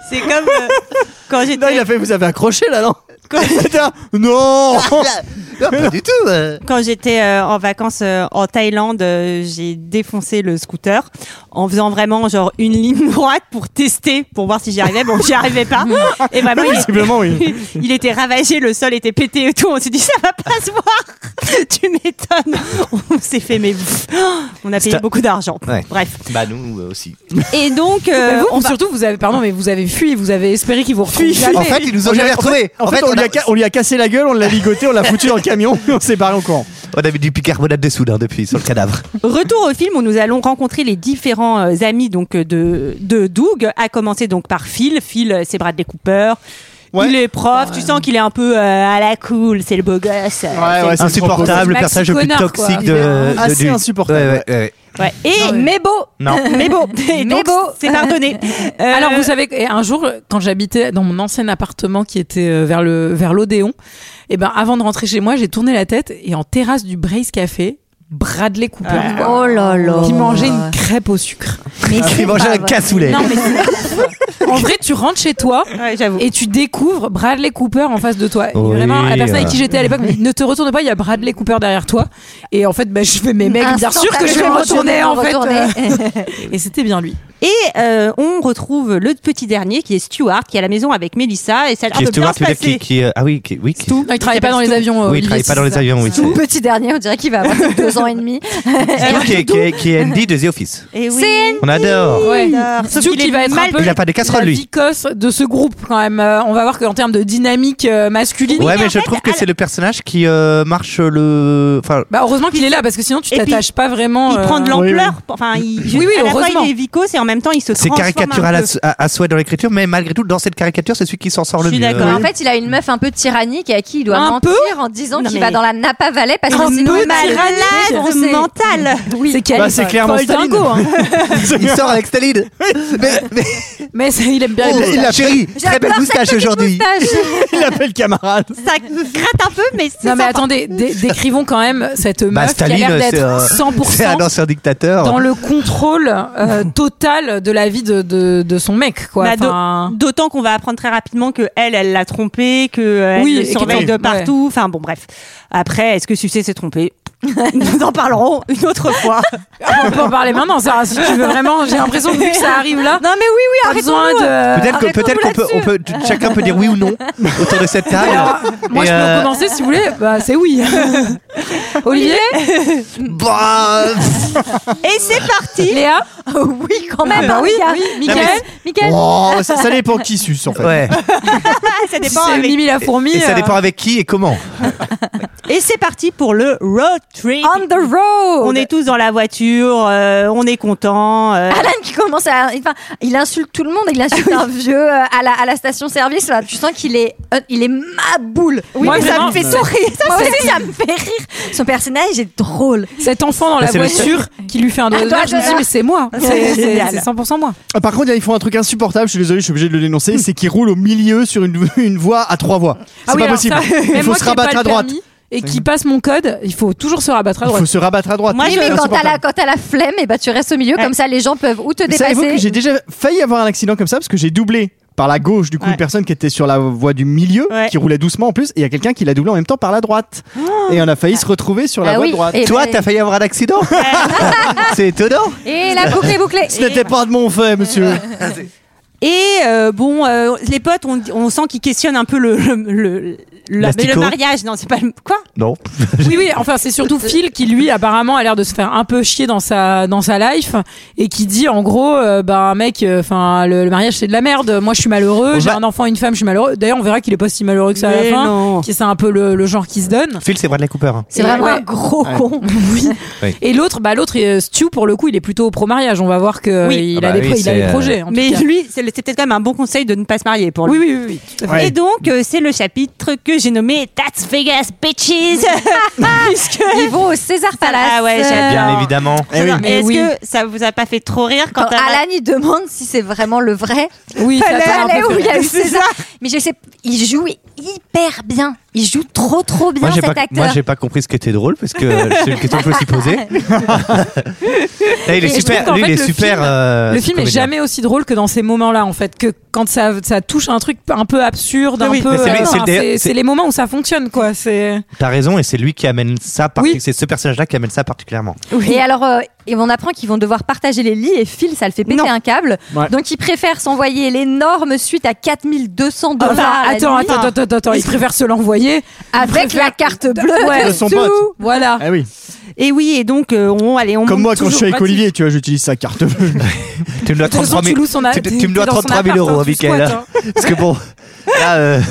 [SPEAKER 1] C'est comme euh, quand j'étais
[SPEAKER 7] Non, il a fait. Vous avez accroché là, non J'étais
[SPEAKER 10] Euh,
[SPEAKER 7] là, Ah, Non.
[SPEAKER 8] Non pas du tout. euh.
[SPEAKER 1] quand j'étais euh, en vacances euh, en Thaïlande, euh, j'ai défoncé le scooter en faisant vraiment genre une ligne droite pour tester, pour voir si j'y arrivais. Bon, j'y arrivais pas. Et vraiment, il était,
[SPEAKER 7] Visiblement, oui.
[SPEAKER 1] <laughs> il était ravagé, le sol était pété et tout. On s'est dit, ça va pas se voir. <laughs> tu m'étonnes. On s'est fait, mais pff, on a payé
[SPEAKER 8] C'était-
[SPEAKER 1] beaucoup d'argent.
[SPEAKER 8] Ouais.
[SPEAKER 1] Bref.
[SPEAKER 8] Bah nous euh, aussi.
[SPEAKER 1] Et donc, euh,
[SPEAKER 10] Mais Bah, vous,
[SPEAKER 1] on va-
[SPEAKER 10] surtout, vous avez, pardon, mais vous avez fui, vous avez espéré qu'ils vous retrouvent
[SPEAKER 7] Fui.
[SPEAKER 10] jamais.
[SPEAKER 8] En fait ils nous ont jamais retrouvés.
[SPEAKER 7] En fait, on, lui a, <laughs> ca- on lui a cassé la gueule, on l'a ligoté, on l'a foutu dans le camion, <laughs> et on s'est barré en courant.
[SPEAKER 8] on avait du bicarbonate de soude hein, depuis sur le cadavre.
[SPEAKER 1] Retour au film où nous allons rencontrer les différents euh, amis donc euh, de de Doug, à commencer donc par Phil. Phil, euh, c'est Bradley Cooper.
[SPEAKER 7] Ouais.
[SPEAKER 1] Il est prof, tu sens qu'il est un peu euh, à la cool, c'est le beau gosse. euh, c'est-
[SPEAKER 7] Ah ouais,
[SPEAKER 8] Insupportable, le
[SPEAKER 10] Maxi
[SPEAKER 8] personnage le plus
[SPEAKER 10] Connard, quoi.
[SPEAKER 8] toxique
[SPEAKER 10] Il
[SPEAKER 8] de.
[SPEAKER 7] est assez
[SPEAKER 8] de- du-
[SPEAKER 7] Ah, insupportable,
[SPEAKER 8] Ouais, ouais, ouais.
[SPEAKER 1] ouais.
[SPEAKER 7] Eh,
[SPEAKER 1] Et mais,
[SPEAKER 6] Mais beau.
[SPEAKER 7] <laughs>
[SPEAKER 8] Non.
[SPEAKER 10] <laughs>
[SPEAKER 1] mais beau, Et donc,
[SPEAKER 6] beau.
[SPEAKER 1] c'est pardonné. Euh,
[SPEAKER 10] Alors vous savez, et un jour, quand j'habitais dans mon ancien appartement qui était euh, vers le vers l'Odéon, et ben avant de rentrer chez moi, j'ai tourné la tête et en terrasse du Brace Café, Bradley Cooper
[SPEAKER 6] Oh là là.
[SPEAKER 10] qui mangeait une crêpe au sucre.
[SPEAKER 6] Mais
[SPEAKER 8] Il
[SPEAKER 6] c'est
[SPEAKER 8] mangeait
[SPEAKER 6] pas
[SPEAKER 8] un
[SPEAKER 6] vrai.
[SPEAKER 8] cassoulet.
[SPEAKER 10] Non mais c'est- en vrai, tu rentres chez toi
[SPEAKER 1] ouais, j'avoue.
[SPEAKER 10] et tu découvres Bradley Cooper en face de toi. Et
[SPEAKER 8] Oui,
[SPEAKER 10] vraiment, la personne avec
[SPEAKER 8] euh.
[SPEAKER 10] qui j'étais à l'époque m'a dit ne te retourne pas, il y a Bradley Cooper derrière toi. bah, Et en fait, ben je fais mes mecs, bien sûr que je vais me retourner en fait.
[SPEAKER 6] Instantanément retourné.
[SPEAKER 10] Et c'était bien lui.
[SPEAKER 1] Et euh, on retrouve le petit dernier qui est Stewart, qui est à la maison avec Mélissa et ça
[SPEAKER 8] Qui est
[SPEAKER 1] peut bien
[SPEAKER 8] Stewart,
[SPEAKER 1] se
[SPEAKER 8] tu veux dire,
[SPEAKER 1] passer.
[SPEAKER 8] qui, qui, euh, ah oui, qui, oui, qui-
[SPEAKER 10] Non, il travaille pas dans les avions. euh,
[SPEAKER 8] oui, il travaille pas
[SPEAKER 10] Olivier,
[SPEAKER 8] dans
[SPEAKER 10] c'est
[SPEAKER 8] les
[SPEAKER 10] ça.
[SPEAKER 8] avions, oui.
[SPEAKER 6] Tout petit dernier, on dirait qu'il va avoir deux ans et demi. <laughs>
[SPEAKER 10] Euh,
[SPEAKER 8] Stewart qui, est- qui est- qui est Andy de The Office.
[SPEAKER 1] Et Eh oui.
[SPEAKER 8] <laughs> On adore.
[SPEAKER 10] Ouais.
[SPEAKER 1] Sauf
[SPEAKER 10] Stu
[SPEAKER 1] qu'il
[SPEAKER 10] qui
[SPEAKER 1] est
[SPEAKER 10] va être
[SPEAKER 1] mal-
[SPEAKER 10] un peu
[SPEAKER 8] Il a pas de casserole,
[SPEAKER 10] la
[SPEAKER 8] lui.
[SPEAKER 10] Vicos de ce groupe quand même. Euh, on va voir qu'en termes de dynamique euh, masculine,
[SPEAKER 8] Ouais,
[SPEAKER 1] mais en
[SPEAKER 8] mais je
[SPEAKER 1] fait,
[SPEAKER 8] trouve
[SPEAKER 1] à
[SPEAKER 8] que
[SPEAKER 1] la-
[SPEAKER 8] c'est le personnage qui euh, marche le. Enfin,
[SPEAKER 10] bah heureusement qu'il est là parce que sinon tu
[SPEAKER 1] Et puis,
[SPEAKER 10] t'attaches pas vraiment.
[SPEAKER 1] Il
[SPEAKER 10] euh,
[SPEAKER 1] prend
[SPEAKER 7] Oui,
[SPEAKER 1] de l'ampleur. Enfin, il,
[SPEAKER 10] Oui, oui,
[SPEAKER 1] à la fois
[SPEAKER 10] heureusement.
[SPEAKER 1] il est vicose et en même temps il se
[SPEAKER 8] c'est
[SPEAKER 1] transforme.
[SPEAKER 8] caricatural
[SPEAKER 1] un
[SPEAKER 8] à,
[SPEAKER 1] peu.
[SPEAKER 8] à- à souhait dans l'écriture, mais malgré tout, dans cette caricature, c'est celui qui s'en sort
[SPEAKER 1] Je
[SPEAKER 8] le
[SPEAKER 1] suis
[SPEAKER 8] mieux.
[SPEAKER 1] d'accord.
[SPEAKER 6] Bah,
[SPEAKER 1] Oui.
[SPEAKER 6] En fait, il a une meuf un peu tyrannique et à qui il doit
[SPEAKER 10] Un
[SPEAKER 6] mentir en disant
[SPEAKER 1] Non,
[SPEAKER 6] qu'il
[SPEAKER 1] mais-
[SPEAKER 6] va dans la Napa Valley parce
[SPEAKER 1] Un
[SPEAKER 6] que sinon
[SPEAKER 1] peu
[SPEAKER 6] il va aller
[SPEAKER 1] malade
[SPEAKER 6] défoncer.
[SPEAKER 1] mental.
[SPEAKER 10] Oui. C'est quel
[SPEAKER 7] Bah, c'est clairement
[SPEAKER 10] Paul
[SPEAKER 7] Staline.
[SPEAKER 10] Dingo, hein.
[SPEAKER 7] <laughs>
[SPEAKER 8] Il sort avec Staline. mais, mais-
[SPEAKER 10] Mais ça, il aime bien.
[SPEAKER 8] oh,
[SPEAKER 10] les blagues.
[SPEAKER 8] chérie, très belle
[SPEAKER 6] J'adore cette
[SPEAKER 8] moustache
[SPEAKER 6] petite
[SPEAKER 8] aujourd'hui.
[SPEAKER 6] moustache.
[SPEAKER 7] <laughs> Il appelle camarade.
[SPEAKER 1] Ça gratte un peu, mais c'est
[SPEAKER 10] Non mais
[SPEAKER 1] sympa.
[SPEAKER 10] attendez, dé- décrivons quand même cette meuf
[SPEAKER 8] Bah,
[SPEAKER 10] qui a
[SPEAKER 8] Staline,
[SPEAKER 10] l'air
[SPEAKER 8] c'est
[SPEAKER 10] d'être
[SPEAKER 8] un,
[SPEAKER 10] 100%
[SPEAKER 8] <laughs> c'est un ancien dictateur.
[SPEAKER 10] dans le contrôle
[SPEAKER 8] <laughs>
[SPEAKER 10] euh, total de la vie de, de, de son mec quoi.
[SPEAKER 1] Bah, d'au-
[SPEAKER 10] Enfin,
[SPEAKER 1] D'autant qu'on va apprendre très rapidement que elle, elle l'a trompé, que euh, elle
[SPEAKER 10] Oui,
[SPEAKER 1] le
[SPEAKER 10] et qu'elle-
[SPEAKER 1] surveille de
[SPEAKER 10] ouais.
[SPEAKER 1] partout. Enfin bon, bref. Après, est-ce que Sucé
[SPEAKER 10] <laughs>
[SPEAKER 1] s'est trompé Nous en parlerons une autre fois.
[SPEAKER 10] Ah, on peut en parler maintenant Sarah si tu veux vraiment. J'ai l'impression que vu que ça arrive là,
[SPEAKER 1] non mais oui, oui,
[SPEAKER 10] t'as besoin de.
[SPEAKER 8] Peut-être que- peut-être qu'on peut, on peut, chacun peut dire oui ou
[SPEAKER 10] <laughs>
[SPEAKER 8] non autour de cette table.
[SPEAKER 10] Alors, moi
[SPEAKER 8] Et,
[SPEAKER 10] je
[SPEAKER 8] euh,
[SPEAKER 10] peux commencer si vous voulez. Bah c'est oui. Olivier,
[SPEAKER 8] bah, pff,
[SPEAKER 10] <laughs>
[SPEAKER 1] Et c'est parti. <laughs>
[SPEAKER 10] Léa,
[SPEAKER 6] oui, quand même.
[SPEAKER 10] Bah
[SPEAKER 6] hein,
[SPEAKER 10] oui,
[SPEAKER 6] Mika.
[SPEAKER 10] oui.
[SPEAKER 6] Mickaël, Mickaël.
[SPEAKER 7] Oh, ça,
[SPEAKER 10] <laughs>
[SPEAKER 7] ça dépend qui suce en fait.
[SPEAKER 8] ouais.
[SPEAKER 1] <laughs> ça dépend
[SPEAKER 10] c'est
[SPEAKER 1] avec-
[SPEAKER 10] Mimi la fourmi.
[SPEAKER 8] Et ça
[SPEAKER 10] euh,
[SPEAKER 8] dépend avec qui et comment.
[SPEAKER 1] Et c'est parti pour le road trip.
[SPEAKER 6] On the road.
[SPEAKER 1] On est tous dans la voiture, euh, on est content. euh,
[SPEAKER 6] Alan qui commence à. Enfin, il insulte tout le monde, il insulte
[SPEAKER 1] <laughs>
[SPEAKER 6] un vieux euh, à la, à la station service. Là. Tu sens qu'il est, euh, il est ma boule.
[SPEAKER 10] Moi,
[SPEAKER 6] mais ça
[SPEAKER 10] vraiment,
[SPEAKER 6] me fait
[SPEAKER 10] euh,
[SPEAKER 6] sourire. Moi aussi, ça me fait rire. Son personnage est drôle. Ah,
[SPEAKER 10] Cet enfant dans la
[SPEAKER 8] Bah, c'est le
[SPEAKER 10] voiture qui lui fait un doigt
[SPEAKER 6] Un doigt
[SPEAKER 10] d'honneur, je me
[SPEAKER 6] d'honneur.
[SPEAKER 10] dis mais c'est moi,
[SPEAKER 1] C'est
[SPEAKER 10] c'est c'est-
[SPEAKER 1] génial.
[SPEAKER 10] c'est 100% moi.
[SPEAKER 7] Ah, Par contre, là, ils font un truc insupportable, je suis désolé, je suis obligé de le dénoncer, c'est qu'ils roulent au milieu sur une, une voie à trois voies. C'est
[SPEAKER 10] Ah oui,
[SPEAKER 7] pas
[SPEAKER 10] alors
[SPEAKER 7] possible.
[SPEAKER 10] ça,
[SPEAKER 7] il
[SPEAKER 10] même
[SPEAKER 7] faut
[SPEAKER 10] moi
[SPEAKER 7] se
[SPEAKER 10] qui ai pas
[SPEAKER 7] rabattre
[SPEAKER 10] le
[SPEAKER 7] à droite.
[SPEAKER 10] permis Et qui passe mon code, il faut toujours se rabattre à
[SPEAKER 7] Il
[SPEAKER 10] droite.
[SPEAKER 7] faut se rabattre à droite.
[SPEAKER 1] Moi,
[SPEAKER 6] Oui,
[SPEAKER 1] je-
[SPEAKER 8] Ah,
[SPEAKER 6] mais quand t'as la,
[SPEAKER 7] Insupportable.
[SPEAKER 6] quand t'as la flemme, et bah, tu restes au milieu,
[SPEAKER 1] Ouais.
[SPEAKER 6] comme ça les gens peuvent ou te
[SPEAKER 7] Mais savez-vous que
[SPEAKER 6] dépasser.
[SPEAKER 7] j'ai déjà failli avoir un accident comme ça parce que j'ai doublé par la gauche du coup
[SPEAKER 1] Ouais.
[SPEAKER 7] une personne qui était sur la voie du milieu
[SPEAKER 1] Ouais.
[SPEAKER 7] qui roulait doucement en plus et il y a quelqu'un qui l'a doublé en même temps par la droite et on a failli se retrouver sur la
[SPEAKER 6] Ah
[SPEAKER 7] voie
[SPEAKER 6] oui,
[SPEAKER 7] droite.
[SPEAKER 6] Et
[SPEAKER 8] Toi,
[SPEAKER 6] ben-
[SPEAKER 8] t'as failli avoir un
[SPEAKER 7] <laughs>
[SPEAKER 8] accident. c'est étonnant.
[SPEAKER 6] Et la boucle est bouclée.
[SPEAKER 7] Ce n'était pas de mon fait, Eh, monsieur.
[SPEAKER 1] Et euh, bon, euh, les potes, on, on sent qu'ils questionnent un peu le, le, le, la- mais le
[SPEAKER 8] L'astico.
[SPEAKER 1] mariage. Non, c'est pas le... Quoi
[SPEAKER 8] Non.
[SPEAKER 10] Oui, oui, enfin, c'est surtout Phil qui, lui, apparemment, a l'air de se faire un peu chier dans sa, dans sa life et qui dit, en gros, euh, bah, mec, enfin, le, le mariage, c'est de la merde. Moi, je suis malheureux.
[SPEAKER 8] On
[SPEAKER 10] J'ai
[SPEAKER 8] va-
[SPEAKER 10] un enfant, une femme, je suis malheureux. D'ailleurs, on verra qu'il est pas si malheureux que ça à la
[SPEAKER 1] Mais
[SPEAKER 10] fin.
[SPEAKER 1] non.
[SPEAKER 10] Qui, c'est un peu le, le genre qui se donne.
[SPEAKER 8] Phil, c'est Bradley Cooper. hein.
[SPEAKER 6] C'est vraiment
[SPEAKER 10] Ouais.
[SPEAKER 6] un gros con.
[SPEAKER 10] Oui.
[SPEAKER 8] Oui.
[SPEAKER 10] Et l'autre, bah, l'autre, euh, Stu, pour le coup, il est plutôt pro mariage. On va voir que
[SPEAKER 1] Oui.
[SPEAKER 10] il,
[SPEAKER 8] Ah
[SPEAKER 10] a
[SPEAKER 8] bah
[SPEAKER 10] des
[SPEAKER 8] oui,
[SPEAKER 10] pro- il
[SPEAKER 8] c'est,
[SPEAKER 10] a des
[SPEAKER 8] euh,
[SPEAKER 10] projets. en tout
[SPEAKER 1] Mais
[SPEAKER 10] cas.
[SPEAKER 1] lui, c'est le- c'est peut-être quand même un bon conseil de ne pas se marier pour lui.
[SPEAKER 10] Oui, oui, oui, oui. tout à fait.
[SPEAKER 7] Ouais.
[SPEAKER 1] Et donc, euh, c'est le chapitre que j'ai nommé That's Vegas Bitches. <laughs> Puisque-
[SPEAKER 6] Ils vont au César Palace.
[SPEAKER 1] Ah ouais,
[SPEAKER 6] euh,
[SPEAKER 1] j'adore.
[SPEAKER 8] Bien
[SPEAKER 1] Alors-
[SPEAKER 8] évidemment.
[SPEAKER 7] Eh oui.
[SPEAKER 10] Mais
[SPEAKER 1] Est-ce
[SPEAKER 10] oui.
[SPEAKER 1] que ça vous a pas fait trop rire quand,
[SPEAKER 6] Quand
[SPEAKER 1] t'as-
[SPEAKER 6] Alan il demande si c'est vraiment le vrai
[SPEAKER 10] Oui, ça t'a un
[SPEAKER 6] palais
[SPEAKER 10] peu
[SPEAKER 6] où
[SPEAKER 10] fait- <laughs>
[SPEAKER 6] il y a eu
[SPEAKER 1] C'est
[SPEAKER 6] César. Mais je sais, il joue hyper bien. Il joue trop trop bien
[SPEAKER 8] Moi, j'ai
[SPEAKER 6] cet
[SPEAKER 8] pas,
[SPEAKER 6] acteur.
[SPEAKER 8] moi, j'ai pas compris ce qui était drôle parce que euh, c'est une question que je me suis posée.
[SPEAKER 6] <laughs>
[SPEAKER 8] Là, il
[SPEAKER 10] Et je
[SPEAKER 8] est
[SPEAKER 10] trouve
[SPEAKER 8] super.
[SPEAKER 10] qu'en
[SPEAKER 8] Lui,
[SPEAKER 10] fait,
[SPEAKER 8] il
[SPEAKER 10] le
[SPEAKER 8] est super.
[SPEAKER 10] film-
[SPEAKER 8] euh,
[SPEAKER 10] Le film est
[SPEAKER 8] comédien.
[SPEAKER 10] jamais aussi drôle que dans ces moments-là, en fait, que quand ça, ça touche un truc un peu absurde, un
[SPEAKER 8] oui,
[SPEAKER 10] peu.
[SPEAKER 8] mais c'est-
[SPEAKER 10] euh,
[SPEAKER 8] c'est-
[SPEAKER 10] enfin,
[SPEAKER 8] c'est-
[SPEAKER 10] c'est c'est les moments où ça fonctionne, quoi.
[SPEAKER 6] euh,
[SPEAKER 10] C'est.
[SPEAKER 8] T'as raison, et c'est lui qui amène ça. parti-
[SPEAKER 10] Oui.
[SPEAKER 8] C'est ce personnage-là qui amène ça particulièrement.
[SPEAKER 6] Et alors, euh, et on apprend qu'ils vont devoir partager les lits et Phil, ça le fait péter
[SPEAKER 1] Non.
[SPEAKER 6] un câble.
[SPEAKER 7] Ouais.
[SPEAKER 6] Donc, il préfère s'envoyer l'énorme suite à 4200 dollars.
[SPEAKER 10] Enfin,
[SPEAKER 6] Ah, la
[SPEAKER 10] Ah, bah, attends,
[SPEAKER 6] nuit,
[SPEAKER 10] attends, attends, attends, attends, il préfère se l'envoyer.
[SPEAKER 6] Avec la carte bleue
[SPEAKER 10] Ouais.
[SPEAKER 7] De son pote.
[SPEAKER 10] Voilà.
[SPEAKER 7] Eh oui.
[SPEAKER 1] Et oui, et donc, euh, on, allez, on
[SPEAKER 7] Comme
[SPEAKER 1] monte
[SPEAKER 7] moi quand je
[SPEAKER 1] toujours-
[SPEAKER 7] suis avec
[SPEAKER 10] Vas-y.
[SPEAKER 7] Olivier, tu vois, j'utilise sa carte bleue.
[SPEAKER 8] <laughs> Tu me dois
[SPEAKER 10] De toute façon,
[SPEAKER 8] 33
[SPEAKER 10] tu
[SPEAKER 8] 000,
[SPEAKER 10] loues son a-
[SPEAKER 8] tu- tu
[SPEAKER 10] t'es
[SPEAKER 8] me dois
[SPEAKER 10] dans son
[SPEAKER 8] 33 000
[SPEAKER 10] appart,
[SPEAKER 8] euros,
[SPEAKER 10] hein, tu
[SPEAKER 8] Michael.
[SPEAKER 10] squattes, hein.
[SPEAKER 8] <laughs> Parce que bon, là. euh,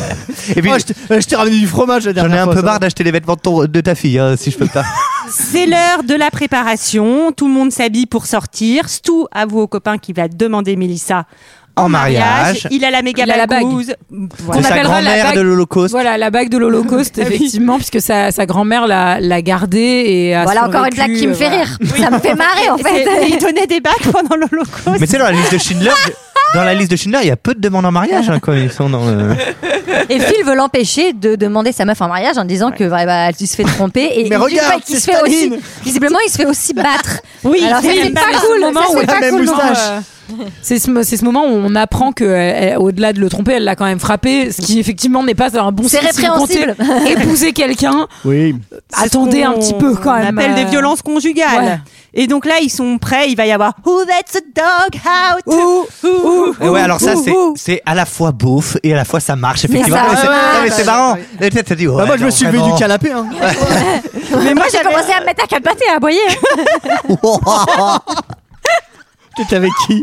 [SPEAKER 8] Et puis,
[SPEAKER 7] Oh, je t'ai- euh, je t'ai ramené du fromage la
[SPEAKER 8] j'en
[SPEAKER 7] dernière
[SPEAKER 8] ai un
[SPEAKER 7] fois,
[SPEAKER 8] peu
[SPEAKER 7] ça.
[SPEAKER 8] marre d'acheter les vêtements de, ton- de ta fille, hein, si je peux pas.
[SPEAKER 1] C'est l'heure de la préparation. Tout le monde s'habille pour sortir. Stu avoue au copain qu'il va demander Mélissa
[SPEAKER 8] En mariage.
[SPEAKER 1] Il a la méga
[SPEAKER 10] Il a la bague.
[SPEAKER 1] <laughs>
[SPEAKER 10] <laughs>
[SPEAKER 1] bagouze.
[SPEAKER 10] On
[SPEAKER 8] De
[SPEAKER 1] Voilà.
[SPEAKER 8] sa
[SPEAKER 10] appellera la
[SPEAKER 8] grand-mère
[SPEAKER 10] bague-
[SPEAKER 8] de l'Holocauste. Ah
[SPEAKER 10] Voilà, la bague
[SPEAKER 8] <laughs>
[SPEAKER 10] de l'Holocauste, effectivement, puisque sa, sa grand-mère l'a, l'a gardée et a euh,
[SPEAKER 6] Voilà encore une blague qui me fait rire. Ça
[SPEAKER 1] <laughs>
[SPEAKER 6] me fait
[SPEAKER 10] <laughs>
[SPEAKER 6] marrer en fait.
[SPEAKER 1] C'est- Il donnait des bagues pendant l'Holocauste.
[SPEAKER 8] Mais c'est dans la liste de Schindler. je- Dans la liste de Schindler, il y a peu de demandes en mariage hein, quand ils sont dans. le-
[SPEAKER 6] Et Phil veut l'empêcher de demander sa meuf en mariage en disant que bah, bah, elle se fait tromper. Et
[SPEAKER 7] <laughs> Mais
[SPEAKER 6] il-
[SPEAKER 7] regarde,
[SPEAKER 6] il
[SPEAKER 7] c'est
[SPEAKER 6] se fait aussi,
[SPEAKER 7] Staline.
[SPEAKER 6] <laughs> visiblement il se fait aussi battre.
[SPEAKER 1] Oui,
[SPEAKER 6] Alors ça
[SPEAKER 1] c'est
[SPEAKER 6] c'est
[SPEAKER 1] même
[SPEAKER 6] pas
[SPEAKER 1] pas
[SPEAKER 6] cool.
[SPEAKER 1] le moment
[SPEAKER 6] ça,
[SPEAKER 1] où
[SPEAKER 6] c'est
[SPEAKER 1] elle a
[SPEAKER 6] pas
[SPEAKER 7] la
[SPEAKER 6] cool,
[SPEAKER 7] même
[SPEAKER 6] non. <laughs>
[SPEAKER 7] moustache.
[SPEAKER 10] C'est ce, mo- c'est ce moment où on apprend que, elle- elle- au-delà de le tromper, elle l'a quand même frappé, ce qui effectivement n'est pas un bon
[SPEAKER 6] C'est
[SPEAKER 10] signe. Si vous
[SPEAKER 6] répréhensible.
[SPEAKER 10] comptez <laughs>
[SPEAKER 6] <laughs>
[SPEAKER 10] Épouser quelqu'un,
[SPEAKER 7] Oui.
[SPEAKER 10] attendez un petit peu quand même.
[SPEAKER 1] On appelle des
[SPEAKER 10] euh,
[SPEAKER 1] violences conjugales.
[SPEAKER 10] Ouais.
[SPEAKER 1] Et donc là, ils sont prêts. Il va y avoir Who lets a dog out? Who-
[SPEAKER 8] Et ouais, alors ça,
[SPEAKER 1] Ouh, <laughs>
[SPEAKER 8] c'est-
[SPEAKER 1] ouh.
[SPEAKER 8] c'est à la fois beauf et à la fois ça marche, effectivement.
[SPEAKER 6] ça
[SPEAKER 8] Mais c'est-
[SPEAKER 6] marche.
[SPEAKER 8] non, mais c'est marrant. Et t'as- t'as dit, ouais,
[SPEAKER 7] Bah, moi, je
[SPEAKER 8] non,
[SPEAKER 7] me suis levé
[SPEAKER 8] vraiment.
[SPEAKER 7] du canapé. Hein.
[SPEAKER 1] Mais moi,
[SPEAKER 6] J'ai
[SPEAKER 1] j'avais-
[SPEAKER 6] commencé à me mettre à capoter, à aboyer.
[SPEAKER 7] <laughs> <laughs> T'étais avec qui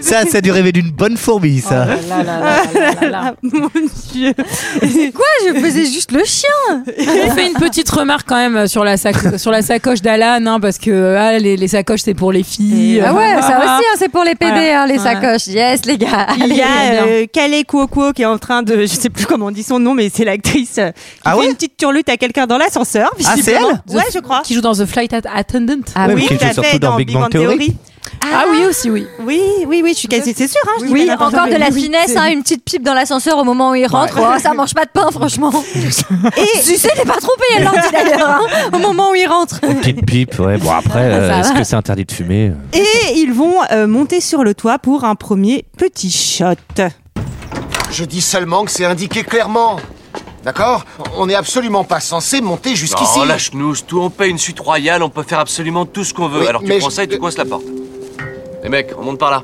[SPEAKER 8] Ça, c'est du rêver d'une bonne fourmi, ça.
[SPEAKER 10] là, là, là, là, là, là.
[SPEAKER 1] <laughs> Ah, mon Dieu.
[SPEAKER 6] Quoi Je faisais juste le chien.
[SPEAKER 10] On fait une petite remarque quand même sur la, sac- sur la sacoche d'Alan, hein, parce que ah, les, les sacoches c'est pour les filles. euh,
[SPEAKER 6] Ah ouais, ça aussi, hein, c'est pour les PD,
[SPEAKER 10] Voilà.
[SPEAKER 6] hein, les
[SPEAKER 10] Voilà.
[SPEAKER 6] sacoches. Yes, les gars.
[SPEAKER 1] Il y
[SPEAKER 10] allez,
[SPEAKER 1] a
[SPEAKER 10] bien.
[SPEAKER 1] euh, Kale Cuoco qui est en train de, je sais plus comment on dit son nom, mais c'est l'actrice euh, qui
[SPEAKER 8] Ah
[SPEAKER 1] fait
[SPEAKER 8] ouais
[SPEAKER 1] une petite turlute à quelqu'un dans l'ascenseur.
[SPEAKER 8] Ah, c'est
[SPEAKER 1] visiblement.
[SPEAKER 8] elle
[SPEAKER 1] Ouais, je crois.
[SPEAKER 10] Qui joue dans The Flight At- Attendant.
[SPEAKER 6] Ah
[SPEAKER 8] Ouais,
[SPEAKER 6] oui.
[SPEAKER 8] mais qui
[SPEAKER 1] tout
[SPEAKER 8] joue
[SPEAKER 1] à
[SPEAKER 8] surtout
[SPEAKER 1] fait,
[SPEAKER 8] dans Big Bang Theory.
[SPEAKER 10] Ah oui aussi, oui.
[SPEAKER 1] Oui, oui, oui, je suis quasi, c'est sûr. Hein, je dis
[SPEAKER 6] Oui,
[SPEAKER 1] pas n'importe
[SPEAKER 6] encore de
[SPEAKER 1] quoi.
[SPEAKER 6] la
[SPEAKER 10] Oui,
[SPEAKER 6] finesse,
[SPEAKER 10] c'est-
[SPEAKER 6] hein, une petite pipe dans l'ascenseur au moment où il rentre. Oh, ça mange pas de pain, franchement.
[SPEAKER 7] <laughs>
[SPEAKER 6] <laughs> Et Suzette n'est pas trompée, elle leur dit d'ailleurs, hein, au moment où il rentre.
[SPEAKER 8] Petite pipe, ouais. Bon, après, euh,
[SPEAKER 6] Ça
[SPEAKER 8] est-ce
[SPEAKER 6] va.
[SPEAKER 8] que c'est interdit de fumer euh
[SPEAKER 1] Et ils vont euh, monter sur le toit pour un premier petit shot.
[SPEAKER 11] Je dis seulement que c'est indiqué clairement. D'accord On n'est absolument pas censé monter jusqu'ici.
[SPEAKER 3] Non, lâche-nous, c'est tout, on paye une suite royale, on peut faire absolument tout ce qu'on veut.
[SPEAKER 11] Oui,
[SPEAKER 3] Alors tu
[SPEAKER 11] mais
[SPEAKER 3] prends
[SPEAKER 11] je-
[SPEAKER 3] ça et tu coinces la porte. Les mecs, on monte par là.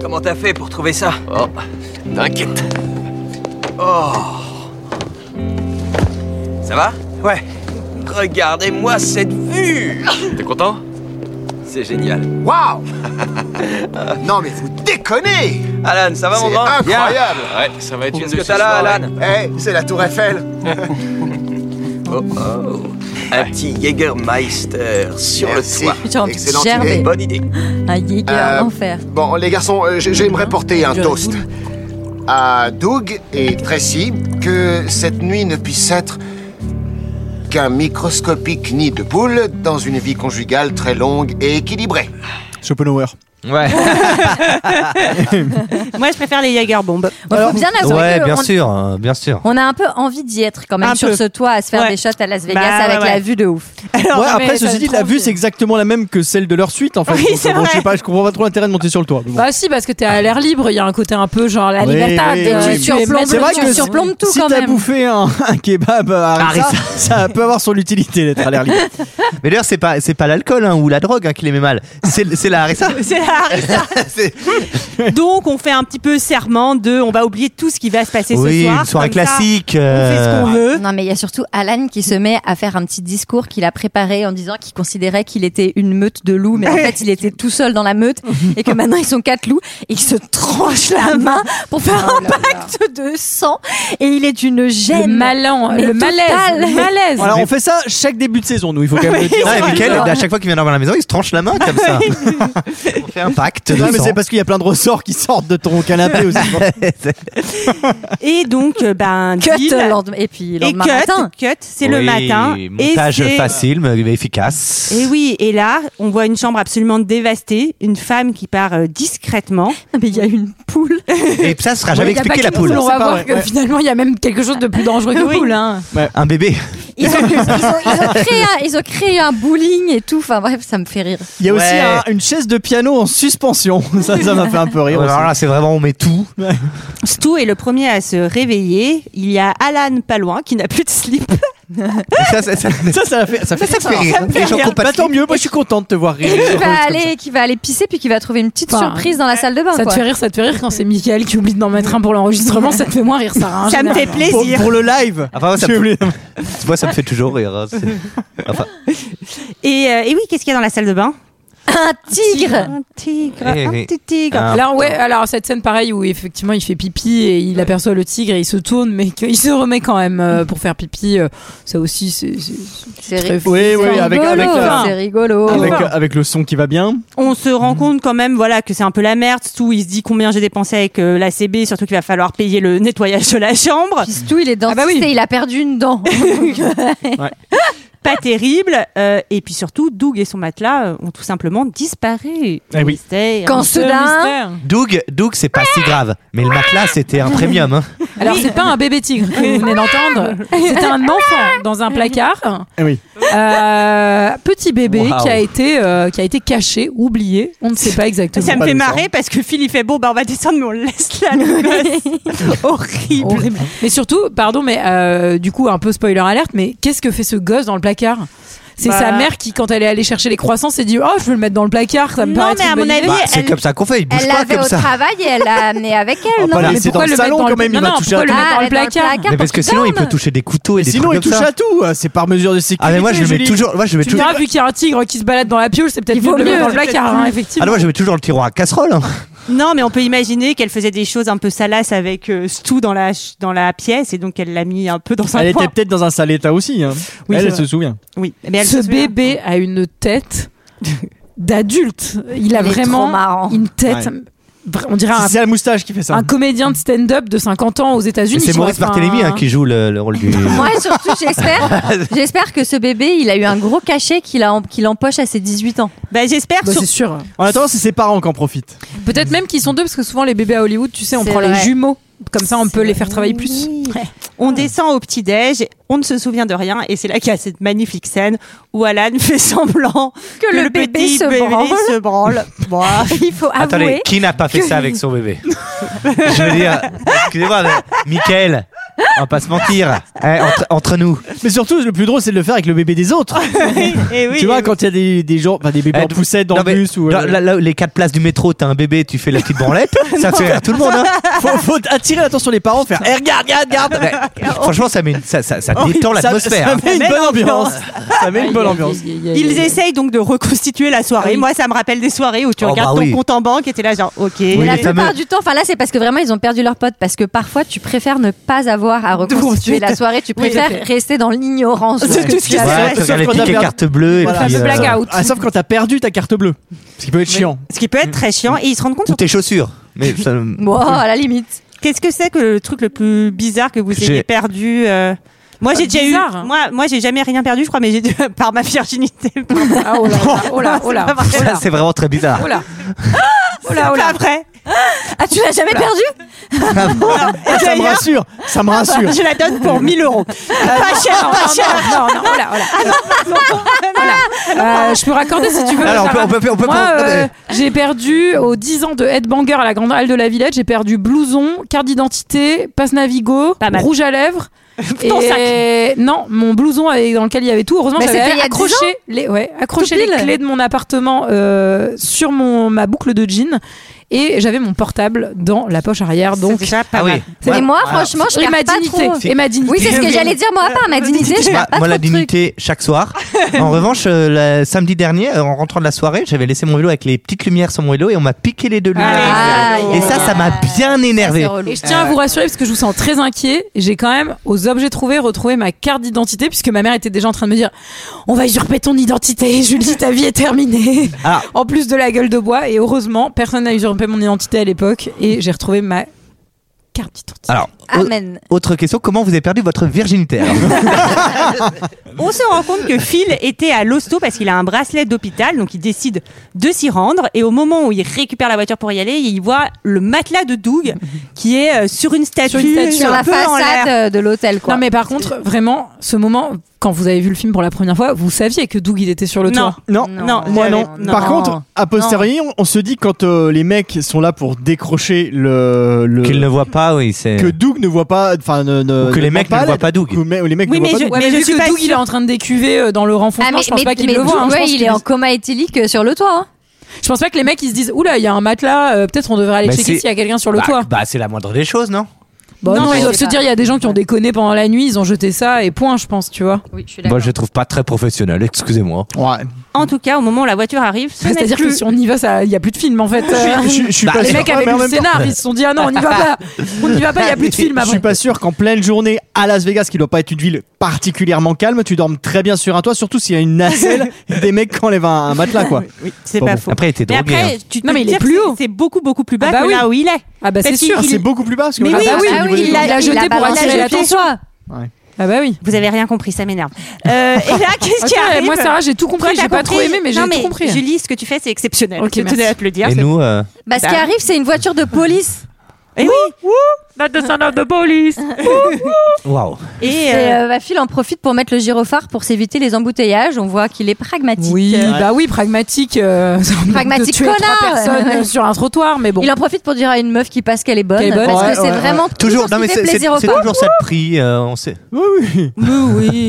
[SPEAKER 4] Comment t'as fait pour trouver ça
[SPEAKER 3] Oh, t'inquiète.
[SPEAKER 2] Oh.
[SPEAKER 4] Ça va Ouais. Regardez-moi cette vue
[SPEAKER 3] T'es content
[SPEAKER 4] C'est génial. <laughs>
[SPEAKER 11] Waouh Non mais vous déconnez
[SPEAKER 4] Alan, ça va
[SPEAKER 11] C'est
[SPEAKER 4] mon grand Bien.
[SPEAKER 11] incroyable
[SPEAKER 3] Ouais, ça va être une
[SPEAKER 4] Qu'est-ce
[SPEAKER 3] de
[SPEAKER 4] que
[SPEAKER 3] ces
[SPEAKER 4] t'as là,
[SPEAKER 3] soirées.
[SPEAKER 4] Alan
[SPEAKER 11] Eh, c'est la
[SPEAKER 4] <laughs>
[SPEAKER 11] tour Eiffel
[SPEAKER 4] Oh, Un petit Jägermeister sur
[SPEAKER 11] Merci.
[SPEAKER 4] le toit.
[SPEAKER 6] J'ai envie de
[SPEAKER 11] Excellente
[SPEAKER 6] gerber.
[SPEAKER 11] idée.
[SPEAKER 4] Bonne idée.
[SPEAKER 6] Un Jäger
[SPEAKER 11] Euh,
[SPEAKER 6] enfer.
[SPEAKER 11] Bon, les garçons, euh, j'ai- j'aimerais porter un toast à Doug et Tracy que cette nuit ne puisse être qu'un microscopique nid de poule dans une vie conjugale très longue et équilibrée.
[SPEAKER 7] Schopenhauer.
[SPEAKER 8] Ouais.
[SPEAKER 1] Moi, je préfère les Jaeger bombes.
[SPEAKER 6] Bon, faut bien avouer
[SPEAKER 8] Ouais,
[SPEAKER 6] que
[SPEAKER 8] bien
[SPEAKER 6] on-
[SPEAKER 8] sûr, euh, bien sûr.
[SPEAKER 6] On a un peu envie d'y être quand même
[SPEAKER 1] Un
[SPEAKER 6] sur
[SPEAKER 1] peu.
[SPEAKER 6] ce toit à se faire
[SPEAKER 1] Ouais.
[SPEAKER 6] des shots à Las Vegas
[SPEAKER 1] Bah, ouais,
[SPEAKER 6] avec
[SPEAKER 1] ouais.
[SPEAKER 6] la vue de ouf.
[SPEAKER 7] ouais,
[SPEAKER 10] mais
[SPEAKER 7] après,
[SPEAKER 10] ça
[SPEAKER 7] ceci
[SPEAKER 10] me
[SPEAKER 7] dit, la
[SPEAKER 10] trompe.
[SPEAKER 7] vue, c'est exactement la même que celle de leur suite, en fait.
[SPEAKER 1] Oui,
[SPEAKER 7] Donc,
[SPEAKER 1] c'est
[SPEAKER 7] bon,
[SPEAKER 1] vrai.
[SPEAKER 7] Je sais pas, je comprends pas trop l'intérêt de monter sur le toit. mais bon.
[SPEAKER 10] Bah si, parce que t'es à l'air libre, il y a un côté un peu genre la
[SPEAKER 7] Oui,
[SPEAKER 10] liberté.
[SPEAKER 7] oui,
[SPEAKER 10] de-
[SPEAKER 7] oui.
[SPEAKER 10] tu es
[SPEAKER 6] Tu surplombes-
[SPEAKER 10] maître-
[SPEAKER 7] C'est vrai
[SPEAKER 6] tu
[SPEAKER 7] que
[SPEAKER 6] surplombes tout
[SPEAKER 7] si
[SPEAKER 6] quand
[SPEAKER 7] t'as
[SPEAKER 6] même.
[SPEAKER 7] bouffé un,
[SPEAKER 8] <laughs>
[SPEAKER 7] un kebab
[SPEAKER 8] euh,
[SPEAKER 7] à Harissa, ça peut avoir son utilité d'être à l'air libre.
[SPEAKER 8] Mais d'ailleurs, c'est pas, c'est pas l'alcool hein, ou la drogue hein, qui les met mal. C'est c'est la harissa.
[SPEAKER 1] <laughs> C'est la harissa.
[SPEAKER 8] <laughs> C'est-
[SPEAKER 1] Donc, on fait un petit peu serment de on va oublier tout ce qui va se passer ce
[SPEAKER 8] oui,
[SPEAKER 1] soir.
[SPEAKER 8] une soirée
[SPEAKER 1] Comme ça,
[SPEAKER 8] classique.
[SPEAKER 1] on fait ce
[SPEAKER 8] euh,
[SPEAKER 1] qu'on veut.
[SPEAKER 6] Non mais il y a surtout Alan qui se met à faire un petit discours qu'il a préparé en disant qu'il considérait qu'il était une meute de loups mais
[SPEAKER 1] <laughs>
[SPEAKER 6] en fait il était tout seul dans la meute et que maintenant ils sont quatre loups et il se tranche
[SPEAKER 1] <laughs>
[SPEAKER 6] la main pour faire un pacte de sang et il est d'une
[SPEAKER 10] Oh Le
[SPEAKER 6] gêne.
[SPEAKER 10] malin,
[SPEAKER 6] Mais
[SPEAKER 10] le
[SPEAKER 6] total.
[SPEAKER 10] malaise, le
[SPEAKER 1] <laughs>
[SPEAKER 10] malaise.
[SPEAKER 7] Alors, on fait ça chaque début de saison, nous, il faut <laughs> quand même le dire.
[SPEAKER 8] Ah, et Mickaël, à chaque fois qu'il vient dans la maison, il se tranche la main comme ça. On fait un pacte. de
[SPEAKER 7] Non, mais
[SPEAKER 8] sang.
[SPEAKER 7] c'est parce qu'il y a plein de ressorts qui sortent de ton canapé aussi.
[SPEAKER 1] Et donc, euh, ben,
[SPEAKER 6] Cut
[SPEAKER 1] deal.
[SPEAKER 6] le lendemain et puis le
[SPEAKER 1] et
[SPEAKER 6] lendemain
[SPEAKER 1] cut,
[SPEAKER 6] matin.
[SPEAKER 1] cut, c'est le
[SPEAKER 8] Oui,
[SPEAKER 1] matin.
[SPEAKER 8] Montage
[SPEAKER 1] et c'est-
[SPEAKER 8] facile, mais efficace.
[SPEAKER 1] Et oui, et là, on voit une chambre absolument dévastée, une femme qui part euh, discrètement.
[SPEAKER 6] Mais il y a une poule.
[SPEAKER 8] Et ça sera jamais
[SPEAKER 10] Il y a pas
[SPEAKER 8] expliqué la
[SPEAKER 10] qu'une poule,
[SPEAKER 8] poule.
[SPEAKER 10] On va
[SPEAKER 7] pas
[SPEAKER 10] voir
[SPEAKER 7] vrai,
[SPEAKER 10] que
[SPEAKER 7] ouais.
[SPEAKER 10] finalement il y a même quelque chose de plus dangereux que
[SPEAKER 1] Oui.
[SPEAKER 10] poule. Hein.
[SPEAKER 8] Un bébé.
[SPEAKER 6] Ils ont, ils ont- ils ont créé un, ils ont créé un bowling et tout. Enfin bref, ça me fait rire.
[SPEAKER 7] Il y a aussi
[SPEAKER 8] Ouais.
[SPEAKER 7] un- une chaise de piano en suspension. <laughs> Ça, ça m'a fait un peu rire. aussi.
[SPEAKER 8] Alors là, c'est vraiment on met tout.
[SPEAKER 1] <laughs> Stu est le premier à se réveiller. Il y a Alan pas loin qui n'a plus de slip.
[SPEAKER 8] Et ça, ça, ça-
[SPEAKER 7] Ça, ça fait, ça fait,
[SPEAKER 8] ça fait rire.
[SPEAKER 7] Les gens
[SPEAKER 8] compatent.
[SPEAKER 7] Bah, tant mieux, moi je suis content de te voir rire.
[SPEAKER 6] Et qui va
[SPEAKER 7] Comme
[SPEAKER 6] aller, qui va aller pisser puis qui va trouver une petite
[SPEAKER 10] Enfin,
[SPEAKER 6] surprise dans la salle de bain.
[SPEAKER 10] Ça te
[SPEAKER 6] quoi.
[SPEAKER 10] fait rire, ça te fait rire quand c'est Michael qui oublie d'en mettre un pour l'enregistrement, ça te fait moins rire, ça. hein,
[SPEAKER 1] Ça me fait
[SPEAKER 10] généralement.
[SPEAKER 7] ça. pour,
[SPEAKER 1] plaisir.
[SPEAKER 7] pour le live.
[SPEAKER 8] Ah, Enfin, moi, ça
[SPEAKER 7] J'ai
[SPEAKER 8] me-
[SPEAKER 7] oublié.
[SPEAKER 8] moi, ça me fait toujours rire. hein. C'est- Enfin,
[SPEAKER 1] Et, euh, et oui, qu'est-ce qu'il y a dans la salle de bain
[SPEAKER 6] Un tigre.
[SPEAKER 1] Un tigre,
[SPEAKER 8] Eh
[SPEAKER 1] un
[SPEAKER 8] oui.
[SPEAKER 1] petit tigre.
[SPEAKER 8] Ah,
[SPEAKER 10] Alors ouais, alors cette scène pareil où effectivement il fait pipi et il aperçoit le tigre et il se tourne mais qu'il se remet quand même euh, pour faire pipi, euh, ça aussi c'est c'est-
[SPEAKER 6] C'est
[SPEAKER 10] très fou.
[SPEAKER 7] Oui, oui, avec, avec, euh,
[SPEAKER 6] rigolo.
[SPEAKER 7] la-
[SPEAKER 6] C'est rigolo.
[SPEAKER 7] avec, euh, avec le son qui va bien.
[SPEAKER 1] On se rend
[SPEAKER 7] Mhm.
[SPEAKER 1] compte quand même voilà, que c'est un peu la merde. Stu, il se dit combien j'ai dépensé avec euh, la CB, surtout qu'il va falloir payer le nettoyage de la chambre. bah <laughs>
[SPEAKER 6] Puis tout, il est dentiste
[SPEAKER 1] Ah bah
[SPEAKER 6] <laughs>
[SPEAKER 1] oui.
[SPEAKER 6] et il a perdu une dent.
[SPEAKER 1] pas terrible. Euh, et puis surtout, Doug et son matelas euh, ont tout simplement
[SPEAKER 7] Eh
[SPEAKER 1] disparu.
[SPEAKER 8] Ah oui.
[SPEAKER 1] Mystère,
[SPEAKER 6] Quand
[SPEAKER 1] un peu
[SPEAKER 6] soudain-
[SPEAKER 1] mystère.
[SPEAKER 8] Doug, Doug, c'est pas si grave. Mais le matelas, c'était un premium. Hein.
[SPEAKER 1] Oh,
[SPEAKER 10] Alors, c'est pas un bébé tigre que vous venez d'entendre. C'est un enfant dans un placard.
[SPEAKER 7] Eh oui.
[SPEAKER 10] Euh, petit bébé
[SPEAKER 8] Wow.
[SPEAKER 10] qui, a été, euh, qui a été caché, oublié. On ne sait pas exactement.
[SPEAKER 1] Ça me
[SPEAKER 7] Pas
[SPEAKER 1] fait
[SPEAKER 7] longtemps.
[SPEAKER 1] marrer parce que Phil il fait bon bah on va descendre mais on laisse là le gosse. <laughs> Horrible.
[SPEAKER 10] Horrible. Mais surtout, pardon, mais euh, du coup, un peu spoiler alerte, mais qu'est-ce que fait ce gosse dans le placard C'est
[SPEAKER 1] Bah.
[SPEAKER 10] sa mère qui, quand elle est allée chercher les croissants, s'est dit Oh, je veux le mettre dans le placard, ça me
[SPEAKER 1] Non
[SPEAKER 10] paraît être
[SPEAKER 1] mais à
[SPEAKER 10] une
[SPEAKER 1] mon
[SPEAKER 10] bonne idée.
[SPEAKER 1] avis
[SPEAKER 8] Bah, c'est
[SPEAKER 1] elle-
[SPEAKER 8] comme ça qu'on fait. Il bouge
[SPEAKER 6] Elle
[SPEAKER 8] pas
[SPEAKER 6] l'avait
[SPEAKER 8] comme
[SPEAKER 6] au
[SPEAKER 8] ça.
[SPEAKER 6] travail et elle l'a amené avec elle,
[SPEAKER 7] va
[SPEAKER 6] non
[SPEAKER 7] pas
[SPEAKER 10] Mais
[SPEAKER 7] laisser
[SPEAKER 10] pourquoi
[SPEAKER 7] dans le
[SPEAKER 10] mettre
[SPEAKER 7] salon, quand même, il
[SPEAKER 10] non,
[SPEAKER 7] va
[SPEAKER 10] non,
[SPEAKER 7] toucher à
[SPEAKER 10] pourquoi le
[SPEAKER 7] tout.
[SPEAKER 10] mettre dans
[SPEAKER 6] Ah,
[SPEAKER 10] le placard
[SPEAKER 8] Mais parce que sinon, il peut toucher des couteaux et des
[SPEAKER 7] Sinon, il
[SPEAKER 8] trucs comme
[SPEAKER 7] touche
[SPEAKER 8] ça.
[SPEAKER 7] à tout. euh, C'est par mesure de sécurité.
[SPEAKER 8] Ah mais moi je mets
[SPEAKER 7] Julie.
[SPEAKER 8] toujours, moi je mets
[SPEAKER 10] Tu
[SPEAKER 8] toujours.
[SPEAKER 10] verras, vu qu'il y a un tigre qui se balade dans la pioche, c'est peut-être
[SPEAKER 6] Il
[SPEAKER 10] mieux
[SPEAKER 6] vaut
[SPEAKER 10] de le mettre
[SPEAKER 6] mieux,
[SPEAKER 10] dans le placard, hein,
[SPEAKER 8] Ah non,
[SPEAKER 10] effectivement.
[SPEAKER 8] moi je mets toujours le tiroir à casserole. hein.
[SPEAKER 1] non mais on peut imaginer qu'elle faisait des choses un peu salaces avec euh, Stu dans la ch- dans la pièce et donc elle l'a mis un peu dans un
[SPEAKER 7] Elle
[SPEAKER 1] coin.
[SPEAKER 7] était peut-être dans un sale état aussi. hein.
[SPEAKER 1] Oui,
[SPEAKER 7] elle,
[SPEAKER 1] c'est
[SPEAKER 7] elle
[SPEAKER 1] vrai.
[SPEAKER 7] se souvient.
[SPEAKER 1] Oui mais elle
[SPEAKER 10] Ce
[SPEAKER 1] se souvient.
[SPEAKER 10] bébé a une tête d'adulte. Il a
[SPEAKER 6] Il est trop
[SPEAKER 10] vraiment
[SPEAKER 6] marrant.
[SPEAKER 10] une tête. vra- On dirait un,
[SPEAKER 7] C'est la moustache qui fait ça.
[SPEAKER 10] un comédien de stand-up de 50 ans aux
[SPEAKER 8] Et
[SPEAKER 10] États-Unis.
[SPEAKER 8] c'est
[SPEAKER 10] tu
[SPEAKER 8] Maurice
[SPEAKER 10] vois, enfin,
[SPEAKER 8] Barthélémy hein, qui joue le, le rôle du.
[SPEAKER 6] Moi, surtout,
[SPEAKER 7] <laughs>
[SPEAKER 6] j'espère, j'espère que ce bébé, il a eu un gros cachet qu'il a, qu'il empoche à ses 18 ans.
[SPEAKER 1] Bah j'espère
[SPEAKER 10] Bah,
[SPEAKER 1] sur-
[SPEAKER 10] c'est sûr.
[SPEAKER 7] En attendant, c'est ses parents qui en profitent.
[SPEAKER 10] Peut-être même qu'ils sont deux, parce que souvent les bébés à Hollywood, tu sais, on
[SPEAKER 6] C'est
[SPEAKER 10] prend les
[SPEAKER 6] vrai.
[SPEAKER 10] jumeaux. Comme ça, on peut les faire travailler plus. <laughs>
[SPEAKER 1] on descend au petit déj on ne se souvient de rien et c'est là qu'il y a cette magnifique scène où Alan <laughs> fait semblant que,
[SPEAKER 6] le bébé
[SPEAKER 1] petit
[SPEAKER 6] se
[SPEAKER 1] bébé
[SPEAKER 6] branle.
[SPEAKER 1] se
[SPEAKER 10] <laughs>
[SPEAKER 1] branle. Bon,
[SPEAKER 6] Il faut
[SPEAKER 8] Attendez,
[SPEAKER 6] avouer.
[SPEAKER 8] qui n'a pas fait ça avec son bébé <laughs> Je veux dire, excusez-moi, mais Michael, on va pas se mentir, hein, entre, entre nous.
[SPEAKER 7] Mais surtout, le plus drôle, c'est de le faire avec le bébé
[SPEAKER 8] <laughs>
[SPEAKER 7] des autres.
[SPEAKER 1] et oui,
[SPEAKER 7] tu
[SPEAKER 1] et
[SPEAKER 7] vois, quand il y a des, des gens, enfin, des bébés
[SPEAKER 8] Eh,
[SPEAKER 7] en poussette dans
[SPEAKER 8] non,
[SPEAKER 7] le
[SPEAKER 8] mais
[SPEAKER 7] bus ou.
[SPEAKER 8] dans-
[SPEAKER 7] euh,
[SPEAKER 8] là- là où les quatre places du métro, t'as un bébé, tu fais la petite <laughs> branlette, ça fait rire tout le monde. hein.
[SPEAKER 7] faut, faut attirer l'attention des parents, faire. Eh, regarde, regarde, regarde.
[SPEAKER 8] Mais Franchement, ça, met une- ça, ça- ça
[SPEAKER 7] Oh,
[SPEAKER 8] détend
[SPEAKER 7] ça-
[SPEAKER 8] l'atmosphère.
[SPEAKER 7] Ça,
[SPEAKER 8] hein.
[SPEAKER 7] met une
[SPEAKER 1] Belle
[SPEAKER 7] bonne ambiance. ça met une bonne ambiance.
[SPEAKER 1] Ils essayent donc de reconstituer la soirée.
[SPEAKER 10] Ah oui.
[SPEAKER 1] Moi, ça me rappelle des soirées où tu
[SPEAKER 8] Oh,
[SPEAKER 1] regardes
[SPEAKER 8] bah
[SPEAKER 1] ton
[SPEAKER 8] oui.
[SPEAKER 1] compte en banque et t'es là genre, ok.
[SPEAKER 6] Mais la
[SPEAKER 8] les fameux-
[SPEAKER 6] plupart du temps, enfin là, c'est parce que vraiment ils ont perdu leur pote. Parce que parfois, tu préfères ne pas avoir à reconstituer la soirée, tu préfères rester dans l'ignorance. de ce que tu as
[SPEAKER 7] Ouais,
[SPEAKER 6] fait.
[SPEAKER 8] Ouais, tu
[SPEAKER 7] sauf
[SPEAKER 8] regardes les
[SPEAKER 7] qu'on a
[SPEAKER 8] piquets
[SPEAKER 7] perdu-
[SPEAKER 8] cartes bleues. et
[SPEAKER 7] Voilà.
[SPEAKER 8] puis,
[SPEAKER 10] Le
[SPEAKER 8] euh,
[SPEAKER 10] blackout.
[SPEAKER 7] Ah, sauf quand t'as perdu ta carte bleue. Ce qui peut être chiant.
[SPEAKER 1] Ce qui peut être très chiant. Et ils se rendent compte
[SPEAKER 8] Ou
[SPEAKER 1] sur-
[SPEAKER 8] tes chaussures. Mais ça-
[SPEAKER 6] Bon, à la limite.
[SPEAKER 1] qu'est-ce que c'est que le truc le plus bizarre que vous
[SPEAKER 8] J'ai-
[SPEAKER 1] ayez perdu. euh, Moi j'ai déjà
[SPEAKER 10] bizarre, hein.
[SPEAKER 1] eu, moi moi j'ai jamais rien perdu je crois mais j'ai dû- <laughs> par ma virginité.
[SPEAKER 10] Ah, oh là, oh là,
[SPEAKER 1] <laughs>
[SPEAKER 10] oh là,
[SPEAKER 1] C'est pas vrai.
[SPEAKER 10] oh
[SPEAKER 8] ça,
[SPEAKER 10] là,
[SPEAKER 8] c'est vraiment très bizarre.
[SPEAKER 10] oh là.
[SPEAKER 1] C'est
[SPEAKER 10] oh
[SPEAKER 1] pas vrai.
[SPEAKER 6] Ah, tu l'as jamais perdu
[SPEAKER 1] <laughs>
[SPEAKER 7] Ah, ça me
[SPEAKER 1] D'ailleurs-
[SPEAKER 7] rassure. Ça me rassure. Euh,
[SPEAKER 1] Je la donne pour 1000 euros. Pas cher, pas cher.
[SPEAKER 10] Non, non, non, oh là, oh là. Oh là. Euh, je peux raccorder si tu veux.
[SPEAKER 8] Alors, on peut-
[SPEAKER 10] Sarah.
[SPEAKER 8] on peut- on peut-
[SPEAKER 10] Moi,
[SPEAKER 8] on peut-
[SPEAKER 10] euh, j'ai perdu aux 10 ans de Headbanger à la Grande Halle de la Villette, j'ai perdu blouson, carte d'identité, passe Navigo,
[SPEAKER 1] Pas mal.
[SPEAKER 10] rouge à lèvres.
[SPEAKER 1] Ton
[SPEAKER 10] et non, mon blouson avec- dans lequel il y avait tout. Heureusement,
[SPEAKER 6] Mais c'était il
[SPEAKER 10] j'avais
[SPEAKER 6] y a 10
[SPEAKER 10] accroché les, ouais, accroché
[SPEAKER 6] Tout
[SPEAKER 10] les
[SPEAKER 6] pile.
[SPEAKER 10] clés de mon appartement euh, sur mon ma boucle de jean et j'avais mon portable dans la poche arrière. Donc,
[SPEAKER 1] C'est déjà pas
[SPEAKER 8] Ah oui.
[SPEAKER 1] mal.
[SPEAKER 6] Mais moi,
[SPEAKER 8] Voilà.
[SPEAKER 6] franchement, je
[SPEAKER 10] et
[SPEAKER 6] perds
[SPEAKER 10] ma
[SPEAKER 6] pas
[SPEAKER 10] dignité.
[SPEAKER 6] trop.
[SPEAKER 10] Et ma dignité.
[SPEAKER 6] Oui, c'est ce que j'allais dire. Moi, à
[SPEAKER 7] <laughs>
[SPEAKER 6] part ma dignité,
[SPEAKER 7] Bah,
[SPEAKER 6] je
[SPEAKER 8] Moi,
[SPEAKER 6] perds pas
[SPEAKER 8] moi,
[SPEAKER 6] trop
[SPEAKER 8] la
[SPEAKER 6] de trucs.
[SPEAKER 8] dignité chaque
[SPEAKER 6] <laughs>
[SPEAKER 8] soir. En revanche, euh, le samedi dernier, euh, en rentrant de la soirée, j'avais laissé mon vélo avec les petites lumières sur mon vélo et on m'a piqué les deux lumières.
[SPEAKER 6] Aïe,
[SPEAKER 8] et ça, ça m'a bien énervé.
[SPEAKER 6] Ah, c'est relou.
[SPEAKER 10] Ah, Et je tiens à vous rassurer parce que je vous sens très inquiet. J'ai quand même, aux objets trouvés, retrouvé ma carte d'identité puisque ma mère était déjà en train de me dire On va usurper ton identité, Julie, ta vie est terminée.
[SPEAKER 8] Ah.
[SPEAKER 10] En plus de la gueule de bois. Et heureusement, personne n'a usurpé mon identité à l'époque et j'ai retrouvé ma carte d'identité.
[SPEAKER 8] Alors, au-
[SPEAKER 6] Amen.
[SPEAKER 8] autre question, comment vous avez perdu votre virginité alors
[SPEAKER 1] On se rend compte que Phil était à l'hosto parce qu'il a un bracelet d'hôpital, donc il décide de s'y rendre. Et au moment où il récupère la voiture pour y aller, il voit le matelas de Doug qui est euh, sur une statue,
[SPEAKER 10] Sur une statue,
[SPEAKER 6] Sur
[SPEAKER 1] un
[SPEAKER 6] la
[SPEAKER 1] peu en l'air.
[SPEAKER 6] façade euh, de l'hôtel, quoi.
[SPEAKER 10] Non, mais par contre, vraiment, ce moment, quand vous avez vu le film pour la première fois, vous saviez que Doug il était sur le
[SPEAKER 1] Non,
[SPEAKER 10] toit.
[SPEAKER 7] Non,
[SPEAKER 1] Non,
[SPEAKER 7] moi non.
[SPEAKER 1] j'avais- non.
[SPEAKER 7] Par contre, a posteriori, on, on se dit quand euh, les mecs sont là pour décrocher le, le-
[SPEAKER 8] Qu'il ne voit pas, <laughs> oui, c'est.
[SPEAKER 7] que Doug ne voit pas, enfin ne, ne-
[SPEAKER 8] Ou que les
[SPEAKER 7] ne
[SPEAKER 8] mecs
[SPEAKER 7] prend
[SPEAKER 8] ne
[SPEAKER 7] pas
[SPEAKER 8] voient
[SPEAKER 7] l'aide,
[SPEAKER 8] pas Doug.
[SPEAKER 7] ou me- ou les mecs
[SPEAKER 1] Oui,
[SPEAKER 7] ne
[SPEAKER 1] mais
[SPEAKER 7] voient
[SPEAKER 1] je-
[SPEAKER 7] pas
[SPEAKER 10] Ouais, mais
[SPEAKER 1] je
[SPEAKER 10] vu
[SPEAKER 1] suis
[SPEAKER 10] que
[SPEAKER 1] pas
[SPEAKER 10] Doug il est
[SPEAKER 1] sûre.
[SPEAKER 10] en train de décuver euh, dans le renfoncement,
[SPEAKER 6] Ah, mais,
[SPEAKER 10] je pense
[SPEAKER 6] mais-
[SPEAKER 10] pas qu'il
[SPEAKER 6] mais
[SPEAKER 10] le voit. hein.
[SPEAKER 6] Doug,
[SPEAKER 10] Je
[SPEAKER 6] ouais,
[SPEAKER 10] pense
[SPEAKER 6] il
[SPEAKER 10] qu'il-
[SPEAKER 6] est en coma éthylique euh, sur le toit. hein.
[SPEAKER 10] Je pense pas que les mecs ils se disent Oula, il y a un matelas, euh, peut-être on devrait aller
[SPEAKER 8] Bah,
[SPEAKER 10] checker
[SPEAKER 8] c'est-
[SPEAKER 10] s'il y a quelqu'un sur le
[SPEAKER 8] bah,
[SPEAKER 10] toit.
[SPEAKER 8] bah, c'est la moindre des choses, non
[SPEAKER 10] Bah
[SPEAKER 6] Non,
[SPEAKER 10] non,
[SPEAKER 6] mais
[SPEAKER 10] ils doivent
[SPEAKER 6] je
[SPEAKER 10] se
[SPEAKER 6] sais
[SPEAKER 10] dire,
[SPEAKER 6] pas.
[SPEAKER 10] il y a des gens qui ont déconné pendant la nuit, ils ont jeté ça et point, je pense, tu vois.
[SPEAKER 8] Moi, je le trouve pas très professionnel, excusez-moi.
[SPEAKER 7] Ouais.
[SPEAKER 1] En tout cas, au moment où la voiture arrive, ce n'est
[SPEAKER 10] C'est-à-dire que
[SPEAKER 1] plus-
[SPEAKER 10] si on y va, ça- il y a plus de film en fait. Euh,
[SPEAKER 7] Je, je- je suis
[SPEAKER 8] Bah,
[SPEAKER 7] pas
[SPEAKER 10] les
[SPEAKER 7] sûr.
[SPEAKER 10] mecs
[SPEAKER 7] Ouais,
[SPEAKER 10] avaient
[SPEAKER 7] mais en
[SPEAKER 10] vu le
[SPEAKER 7] même temps,
[SPEAKER 10] scénar, ils se sont dit ah non,
[SPEAKER 7] <laughs>
[SPEAKER 10] on n'y va pas, on n'y va pas, il y a plus de film.
[SPEAKER 7] Bah, Je suis pas sûr qu'en pleine journée à Las Vegas, qui doit pas être une ville particulièrement calme, tu dormes très bien sur un toit, surtout s'il y a une
[SPEAKER 10] <laughs>
[SPEAKER 7] nacelle et des mecs qui enlèvent un, un matelas quoi.
[SPEAKER 1] Oui, c'est
[SPEAKER 7] Bon,
[SPEAKER 1] pas
[SPEAKER 7] bon.
[SPEAKER 1] faux.
[SPEAKER 8] Après, il était
[SPEAKER 1] Mais
[SPEAKER 8] drogué.
[SPEAKER 1] après,
[SPEAKER 8] hein.
[SPEAKER 1] tu te
[SPEAKER 10] Non, mais il est
[SPEAKER 1] dis que
[SPEAKER 10] plus
[SPEAKER 1] c'est-
[SPEAKER 10] haut.
[SPEAKER 1] C'est beaucoup beaucoup plus bas
[SPEAKER 10] Ah bah
[SPEAKER 1] que
[SPEAKER 10] oui.
[SPEAKER 1] là où il est.
[SPEAKER 10] Ah bah c'est
[SPEAKER 1] Parce
[SPEAKER 10] sûr.
[SPEAKER 1] qu'il-
[SPEAKER 7] C'est beaucoup plus bas parce que
[SPEAKER 1] Mais
[SPEAKER 7] là,
[SPEAKER 1] oui,
[SPEAKER 7] c'est au
[SPEAKER 1] oui,
[SPEAKER 7] niveau
[SPEAKER 1] il
[SPEAKER 7] du-
[SPEAKER 1] l'a-
[SPEAKER 10] il l'a jeté pour
[SPEAKER 6] balancé
[SPEAKER 10] attirer
[SPEAKER 6] sur le
[SPEAKER 10] l'attention.
[SPEAKER 6] toit.
[SPEAKER 7] Ouais.
[SPEAKER 10] Ah bah oui.
[SPEAKER 1] Vous avez rien compris, ça m'énerve.
[SPEAKER 10] <laughs>
[SPEAKER 1] Euh, et là, qu'est-ce qui
[SPEAKER 10] Attends,
[SPEAKER 1] arrive
[SPEAKER 10] moi, Sarah, j'ai tout compris,
[SPEAKER 1] Toi, t'as
[SPEAKER 10] j'ai pas trop
[SPEAKER 1] compris
[SPEAKER 10] aimé, mais
[SPEAKER 1] Non,
[SPEAKER 10] j'ai tout compris.
[SPEAKER 1] Julie, ce que tu fais, c'est exceptionnel.
[SPEAKER 10] Ok,
[SPEAKER 1] je tenais
[SPEAKER 10] merci.
[SPEAKER 1] à te le dire.
[SPEAKER 8] Et
[SPEAKER 1] c'est-
[SPEAKER 8] nous, euh,
[SPEAKER 6] Bah, ce qui
[SPEAKER 1] Bah.
[SPEAKER 6] arrive, c'est une voiture de police.
[SPEAKER 1] Et oui.
[SPEAKER 10] Not the son of the <laughs> police.
[SPEAKER 8] waouh.
[SPEAKER 1] Et
[SPEAKER 6] Et
[SPEAKER 1] euh,
[SPEAKER 6] euh, bah, Phil en profite pour mettre le gyrophare pour s'éviter les embouteillages. On voit qu'il est pragmatique.
[SPEAKER 10] Oui,
[SPEAKER 6] Euh,
[SPEAKER 10] bah oui, pragmatique. euh, <laughs> ça manque
[SPEAKER 6] Pragmatique
[SPEAKER 10] de tuer trois
[SPEAKER 6] connard.
[SPEAKER 10] personnes euh, sur un trottoir, mais bon.
[SPEAKER 6] Il en profite pour dire à une meuf qui passe qu'elle est bonne.
[SPEAKER 10] Qu'elle est bonne.
[SPEAKER 6] Parce
[SPEAKER 7] Ouais,
[SPEAKER 6] que
[SPEAKER 7] ouais,
[SPEAKER 6] c'est
[SPEAKER 7] ouais.
[SPEAKER 6] vraiment
[SPEAKER 8] Toujours,
[SPEAKER 6] ce qui
[SPEAKER 8] non mais
[SPEAKER 6] fait
[SPEAKER 8] c'est c'est-
[SPEAKER 6] plaisir aux
[SPEAKER 8] c'est
[SPEAKER 6] femmes.
[SPEAKER 8] toujours ça le prix. euh, on sait.
[SPEAKER 7] Oui, oui.
[SPEAKER 1] oui,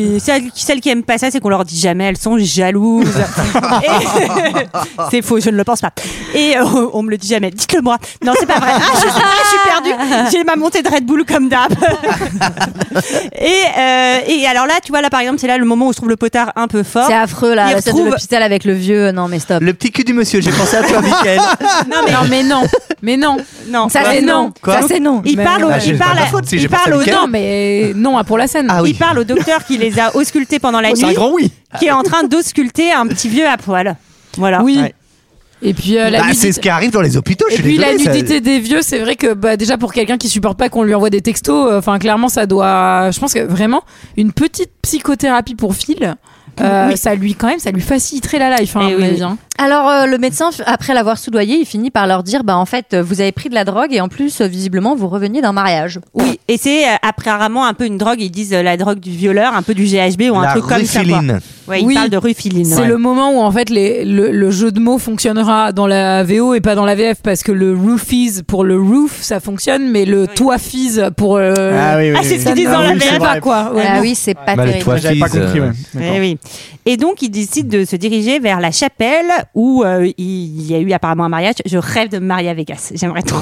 [SPEAKER 1] oui. Celles, celles qui aiment pas ça, c'est qu'on leur dit jamais, elles sont jalouses. Et- <laughs> c'est faux, je ne le pense pas. Et euh, on me le dit jamais. Dites-le moi. Non, c'est pas vrai. Ah, je, sais pas, je suis perdue. J'ai ma montée de Red Bull comme d'hab. et, euh, et alors là, tu vois, là par exemple, c'est là le moment où je trouve le potard un peu fort.
[SPEAKER 6] C'est affreux
[SPEAKER 1] Il
[SPEAKER 6] là, c'est de
[SPEAKER 1] retrouve-
[SPEAKER 6] l'hôpital avec le vieux. Non mais stop.
[SPEAKER 8] Le petit cul du monsieur. J'ai pensé à <laughs> toi, Michael.
[SPEAKER 10] Non, mais non. Mais non. Mais non.
[SPEAKER 1] Non,
[SPEAKER 6] Ça
[SPEAKER 10] Quoi
[SPEAKER 6] c'est non.
[SPEAKER 8] Quoi
[SPEAKER 6] Ça c'est non.
[SPEAKER 1] il
[SPEAKER 10] Mais-
[SPEAKER 1] parle, au-
[SPEAKER 8] Ah, j'ai
[SPEAKER 1] il
[SPEAKER 8] pas
[SPEAKER 1] parle,
[SPEAKER 8] ma faute si
[SPEAKER 1] il
[SPEAKER 8] j'ai pensé
[SPEAKER 1] parle
[SPEAKER 8] à
[SPEAKER 1] au
[SPEAKER 8] Michael.
[SPEAKER 10] Non, mais non, ah, pour la scène.
[SPEAKER 8] Ah oui.
[SPEAKER 1] Il parle au docteur qui les a auscultés pendant la
[SPEAKER 7] C'est un
[SPEAKER 1] nuit,
[SPEAKER 7] grand oui.
[SPEAKER 1] qui est en train d'ausculter un petit vieux à poil. Voilà.
[SPEAKER 10] Oui.
[SPEAKER 7] Ouais.
[SPEAKER 10] Et puis euh, la
[SPEAKER 8] Bah,
[SPEAKER 10] nudité-
[SPEAKER 8] c'est ce qui arrive dans les hôpitaux. je
[SPEAKER 10] Et
[SPEAKER 8] suis
[SPEAKER 10] puis la
[SPEAKER 8] désolé, ça-
[SPEAKER 10] nudité des vieux, c'est vrai que bah, déjà pour quelqu'un qui supporte pas qu'on lui envoie des textos, euh, enfin clairement ça doit, je pense que vraiment une petite psychothérapie pour Phil, euh, ça lui quand même, ça lui faciliterait la life. Hein,
[SPEAKER 1] Eh
[SPEAKER 10] à mon
[SPEAKER 1] oui.
[SPEAKER 10] avis, hein.
[SPEAKER 6] Alors euh, le médecin, f- après l'avoir soudoyé, il finit par leur dire, bah en fait, euh, vous avez pris de la drogue et en plus, euh, visiblement, vous reveniez d'un mariage.
[SPEAKER 1] Oui, et c'est euh, apparemment un peu une drogue, ils disent euh, la drogue du violeur, un peu du GHB ou un
[SPEAKER 8] La
[SPEAKER 1] truc comme ça. quoi.
[SPEAKER 8] ruffiline.
[SPEAKER 1] Ouais, ils
[SPEAKER 10] Oui.
[SPEAKER 1] parlent de rufiline.
[SPEAKER 10] C'est
[SPEAKER 1] ouais.
[SPEAKER 10] le moment où en fait les, le, le jeu de mots fonctionnera dans la VO et pas dans la VF parce que le roofies pour le roof ça fonctionne, mais le toifies pour euh,
[SPEAKER 7] Ah oui, oui.
[SPEAKER 1] Ah, c'est
[SPEAKER 7] oui.
[SPEAKER 1] ce qu'ils disent dans
[SPEAKER 7] Ah
[SPEAKER 1] la
[SPEAKER 7] oui, c'est
[SPEAKER 1] VF,
[SPEAKER 7] vrai.
[SPEAKER 10] pas quoi. Ouais,
[SPEAKER 6] ah
[SPEAKER 10] non.
[SPEAKER 6] oui, c'est
[SPEAKER 8] Bah,
[SPEAKER 6] pas
[SPEAKER 8] le
[SPEAKER 6] terrible.
[SPEAKER 8] toit-
[SPEAKER 7] J'avais pas
[SPEAKER 8] Toifies,
[SPEAKER 7] compris,
[SPEAKER 8] euh,
[SPEAKER 7] ouais.
[SPEAKER 1] Eh
[SPEAKER 7] D'accord.
[SPEAKER 1] oui. Et donc, ils décident de se diriger vers la chapelle où euh, il y a eu apparemment un mariage. Je rêve de me marier à Vegas.
[SPEAKER 10] <laughs>
[SPEAKER 1] J'aimerais trop,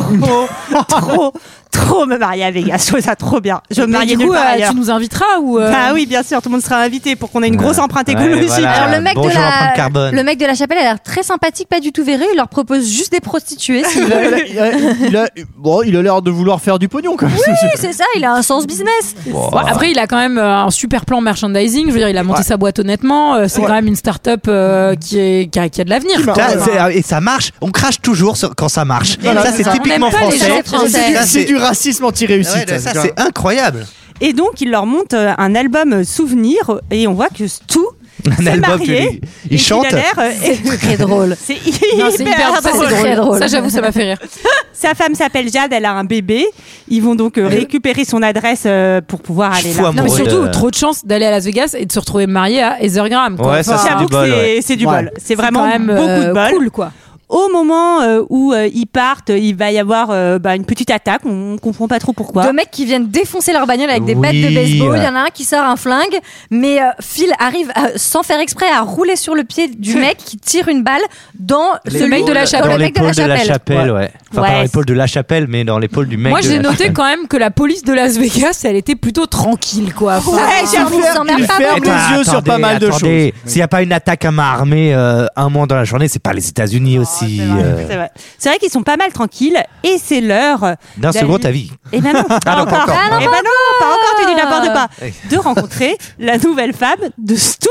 [SPEAKER 1] trop, trop me marier à Vegas. Je trouve ça trop bien. Je veux me
[SPEAKER 10] Mais
[SPEAKER 1] marier
[SPEAKER 10] du
[SPEAKER 1] nulle
[SPEAKER 10] coup,
[SPEAKER 1] part
[SPEAKER 10] euh,
[SPEAKER 1] ailleurs.
[SPEAKER 10] tu nous inviteras ou euh,
[SPEAKER 1] Bah oui, bien sûr, tout le monde sera invité pour qu'on ait une
[SPEAKER 8] Ouais.
[SPEAKER 1] grosse empreinte
[SPEAKER 8] Ouais,
[SPEAKER 1] écologique.
[SPEAKER 8] voilà.
[SPEAKER 6] Alors le mec, de
[SPEAKER 8] Bonjour,
[SPEAKER 6] la...
[SPEAKER 8] empreinte carbone.
[SPEAKER 6] Euh, le mec de la chapelle a l'air très sympathique, pas du tout véreux. Il leur propose juste des prostituées s'ils
[SPEAKER 7] <laughs> Il a- <laughs>
[SPEAKER 6] veulent.
[SPEAKER 7] il a- il a- bon, il a l'air de vouloir faire du pognon quand même.
[SPEAKER 8] <laughs>
[SPEAKER 6] Oui, c'est ça, il a un sens business.
[SPEAKER 8] Wow.
[SPEAKER 10] Ouais, après, il a quand même euh, un super plan merchandising. Je veux dire, il a monté sa boîte honnêtement. Euh, C'est quand même une start-up euh, qui, est, qui, a, qui a de l'avenir. quoi.
[SPEAKER 8] Là, c'est- euh, et ça marche. On crache toujours sur- quand ça marche.
[SPEAKER 7] Voilà,
[SPEAKER 8] ça,
[SPEAKER 7] c'est
[SPEAKER 8] c'est
[SPEAKER 7] ça.
[SPEAKER 8] typiquement
[SPEAKER 10] On aime pas les
[SPEAKER 8] français.
[SPEAKER 10] gens
[SPEAKER 6] français.
[SPEAKER 8] Ça,
[SPEAKER 7] C'est du-
[SPEAKER 8] c'est-
[SPEAKER 7] C'est du racisme
[SPEAKER 8] Ouais,
[SPEAKER 7] anti-réussite.
[SPEAKER 8] ça, c'est incroyable.
[SPEAKER 1] Et donc, il leur monte euh, un album euh, souvenir et on voit que tout
[SPEAKER 8] Un
[SPEAKER 1] s'est
[SPEAKER 8] album,
[SPEAKER 1] marié.
[SPEAKER 8] il, il
[SPEAKER 1] et qu'il
[SPEAKER 8] chante.
[SPEAKER 1] a l'air, euh,
[SPEAKER 6] C'est
[SPEAKER 1] <laughs>
[SPEAKER 6] très drôle.
[SPEAKER 1] C'est hyper,
[SPEAKER 10] Non, c'est hyper- ça, c'est
[SPEAKER 1] drôle.
[SPEAKER 6] très drôle.
[SPEAKER 10] Ça, j'avoue, ça m'a fait rire.
[SPEAKER 1] <laughs> Sa femme s'appelle Jade, elle a un bébé. Ils vont donc euh, récupérer son adresse euh, pour pouvoir
[SPEAKER 8] Je
[SPEAKER 1] aller
[SPEAKER 8] fous
[SPEAKER 1] là.
[SPEAKER 10] Non, mais
[SPEAKER 8] Amoureux
[SPEAKER 10] surtout,
[SPEAKER 8] de-
[SPEAKER 10] trop de chance d'aller à Las Vegas et de se retrouver marié à Heather Graham. quoi.
[SPEAKER 8] Ouais, ça,
[SPEAKER 10] Enfin,
[SPEAKER 8] c'est
[SPEAKER 1] J'avoue
[SPEAKER 8] du
[SPEAKER 1] que
[SPEAKER 8] bol,
[SPEAKER 1] c'est
[SPEAKER 8] ouais.
[SPEAKER 1] c'est du
[SPEAKER 7] Ouais.
[SPEAKER 1] bol. C'est
[SPEAKER 10] c'est
[SPEAKER 1] vraiment
[SPEAKER 10] quand même,
[SPEAKER 1] beaucoup
[SPEAKER 10] euh,
[SPEAKER 1] de bol.
[SPEAKER 10] Cool, quoi.
[SPEAKER 1] Au moment euh, où euh, ils partent, il va y avoir euh, bah, une petite attaque. On ne comprend pas trop pourquoi.
[SPEAKER 6] Deux mecs qui viennent défoncer leur bagnole avec des
[SPEAKER 8] Oui,
[SPEAKER 6] battes de baseball.
[SPEAKER 8] ouais.
[SPEAKER 6] Il y en a un qui sort un flingue, mais euh, Phil arrive à- sans faire exprès à rouler sur le pied du mec qui tire une balle dans
[SPEAKER 10] Les
[SPEAKER 6] le mec
[SPEAKER 10] épaules.
[SPEAKER 6] de la
[SPEAKER 10] Dans
[SPEAKER 6] chapelle.
[SPEAKER 8] Dans
[SPEAKER 6] le mec
[SPEAKER 8] l'épaule de la chapelle, ouais. Enfin, pas
[SPEAKER 1] Ouais.
[SPEAKER 8] dans l'épaule de la chapelle, mais dans l'épaule du mec. euh,
[SPEAKER 10] Moi,
[SPEAKER 8] de
[SPEAKER 10] j'ai
[SPEAKER 8] la <laughs>
[SPEAKER 10] noté
[SPEAKER 8] chapelle.
[SPEAKER 10] quand même que la police de Las Vegas, elle était plutôt tranquille, quoi. Enfin,
[SPEAKER 6] Ouais, j'avoue,
[SPEAKER 7] Il
[SPEAKER 6] on s'en
[SPEAKER 7] ferme-
[SPEAKER 6] merde
[SPEAKER 7] il
[SPEAKER 6] pas.
[SPEAKER 7] ferme
[SPEAKER 6] vraiment.
[SPEAKER 7] les yeux sur pas mal de
[SPEAKER 8] attendez.
[SPEAKER 7] choses.
[SPEAKER 8] S'il n'y a pas une attaque à main armée euh, un mois dans la journée, c'est pas les États-Unis aussi.
[SPEAKER 1] C'est vrai,
[SPEAKER 8] euh,
[SPEAKER 1] c'est vrai. C'est vrai qu'ils sont pas mal tranquilles et c'est l'heure.
[SPEAKER 8] D'un
[SPEAKER 1] La
[SPEAKER 8] second,
[SPEAKER 1] nuit.
[SPEAKER 8] ta vie. <laughs>
[SPEAKER 1] Et ben non, pas
[SPEAKER 8] Ah non, pas
[SPEAKER 1] encore.
[SPEAKER 8] encore. Eh.
[SPEAKER 1] Eh ben non, pas encore, tu dis n'importe quoi.
[SPEAKER 8] Oui.
[SPEAKER 1] De rencontrer la nouvelle femme de Stu.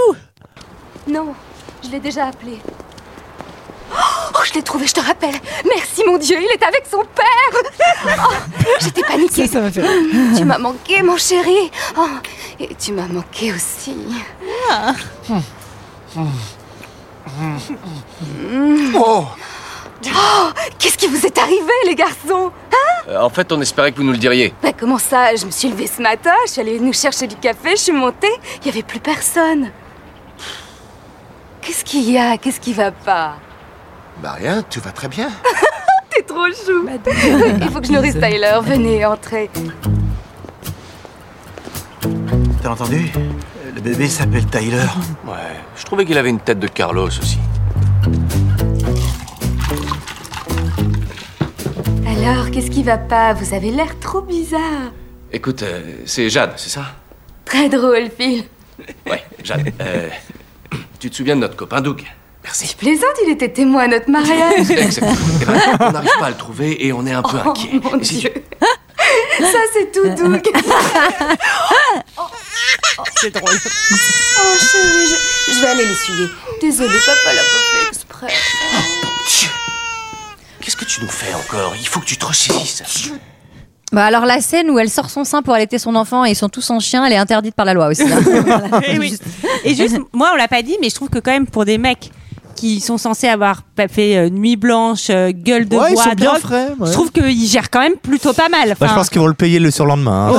[SPEAKER 9] Non, je l'ai déjà appelé. Oh, je l'ai trouvé, je te rappelle. Merci, mon Dieu, il est avec son père. Oh, J'étais paniquée.
[SPEAKER 10] ça, ça m'a fait rire.
[SPEAKER 9] Tu m'as manqué, mon chéri. Oh, et tu m'as manqué aussi.
[SPEAKER 8] Ah.
[SPEAKER 9] Hmm.
[SPEAKER 11] Oh
[SPEAKER 9] Oh, Qu'est-ce qui vous est arrivé, les garçons
[SPEAKER 3] Euh, en fait, on espérait que vous nous le diriez.
[SPEAKER 9] Bah, comment ça Je me suis levée ce matin, je suis allée nous chercher du café, je suis montée, il n'y avait plus personne. Qu'est-ce qu'il y a Qu'est-ce qui va pas
[SPEAKER 11] <laughs>
[SPEAKER 9] <laughs>
[SPEAKER 11] Bah rien, tout va très bien.
[SPEAKER 9] T'es trop <laughs> chou. Il faut que je nourrisse Tyler. Venez, entrez.
[SPEAKER 12] T'as entendu Le bébé s'appelle Tyler.
[SPEAKER 3] Ouais. Je trouvais qu'il avait une tête de Carlos aussi.
[SPEAKER 9] Alors, qu'est-ce qui va pas Vous avez l'air trop bizarre.
[SPEAKER 3] Écoute, euh, c'est Jade, c'est ça
[SPEAKER 9] Très drôle, Phil.
[SPEAKER 3] Ouais, Jade. Euh, tu te souviens de notre copain Doug Merci.
[SPEAKER 9] Je plaisante, il était témoin à notre mariage.
[SPEAKER 3] <laughs> Exactement. Eh ben, on n'arrive pas à le trouver et on est un peu
[SPEAKER 9] Oh
[SPEAKER 3] inquiet.
[SPEAKER 9] mon
[SPEAKER 3] Et si
[SPEAKER 9] Dieu. <laughs> Ça, c'est tout
[SPEAKER 3] <laughs>
[SPEAKER 9] doux. Oh,
[SPEAKER 1] C'est drôle.
[SPEAKER 9] Oh, chérie, je, je vais aller l'essuyer. Désolée, papa l'a pas fait exprès.
[SPEAKER 3] Oh, tu- Qu'est-ce que tu nous fais encore Il faut que tu te ressaisisses.
[SPEAKER 6] Bah alors la scène où elle sort son sein pour allaiter son enfant et ils sont tous en chien, elle est interdite par la loi aussi. hein.
[SPEAKER 1] Et, oui. Et juste, moi, on l'a pas dit, mais je trouve que quand même pour des mecs qui sont censés avoir pa- fait euh, nuit blanche, euh, gueule de
[SPEAKER 7] Ouais, ils
[SPEAKER 1] bois,
[SPEAKER 7] sont bien
[SPEAKER 1] drogue,
[SPEAKER 7] frais, ouais.
[SPEAKER 1] je trouve qu'ils gèrent quand même plutôt pas mal.
[SPEAKER 8] Bah, je
[SPEAKER 1] Enfin,
[SPEAKER 8] pense qu'ils vont le payer le surlendemain. hein.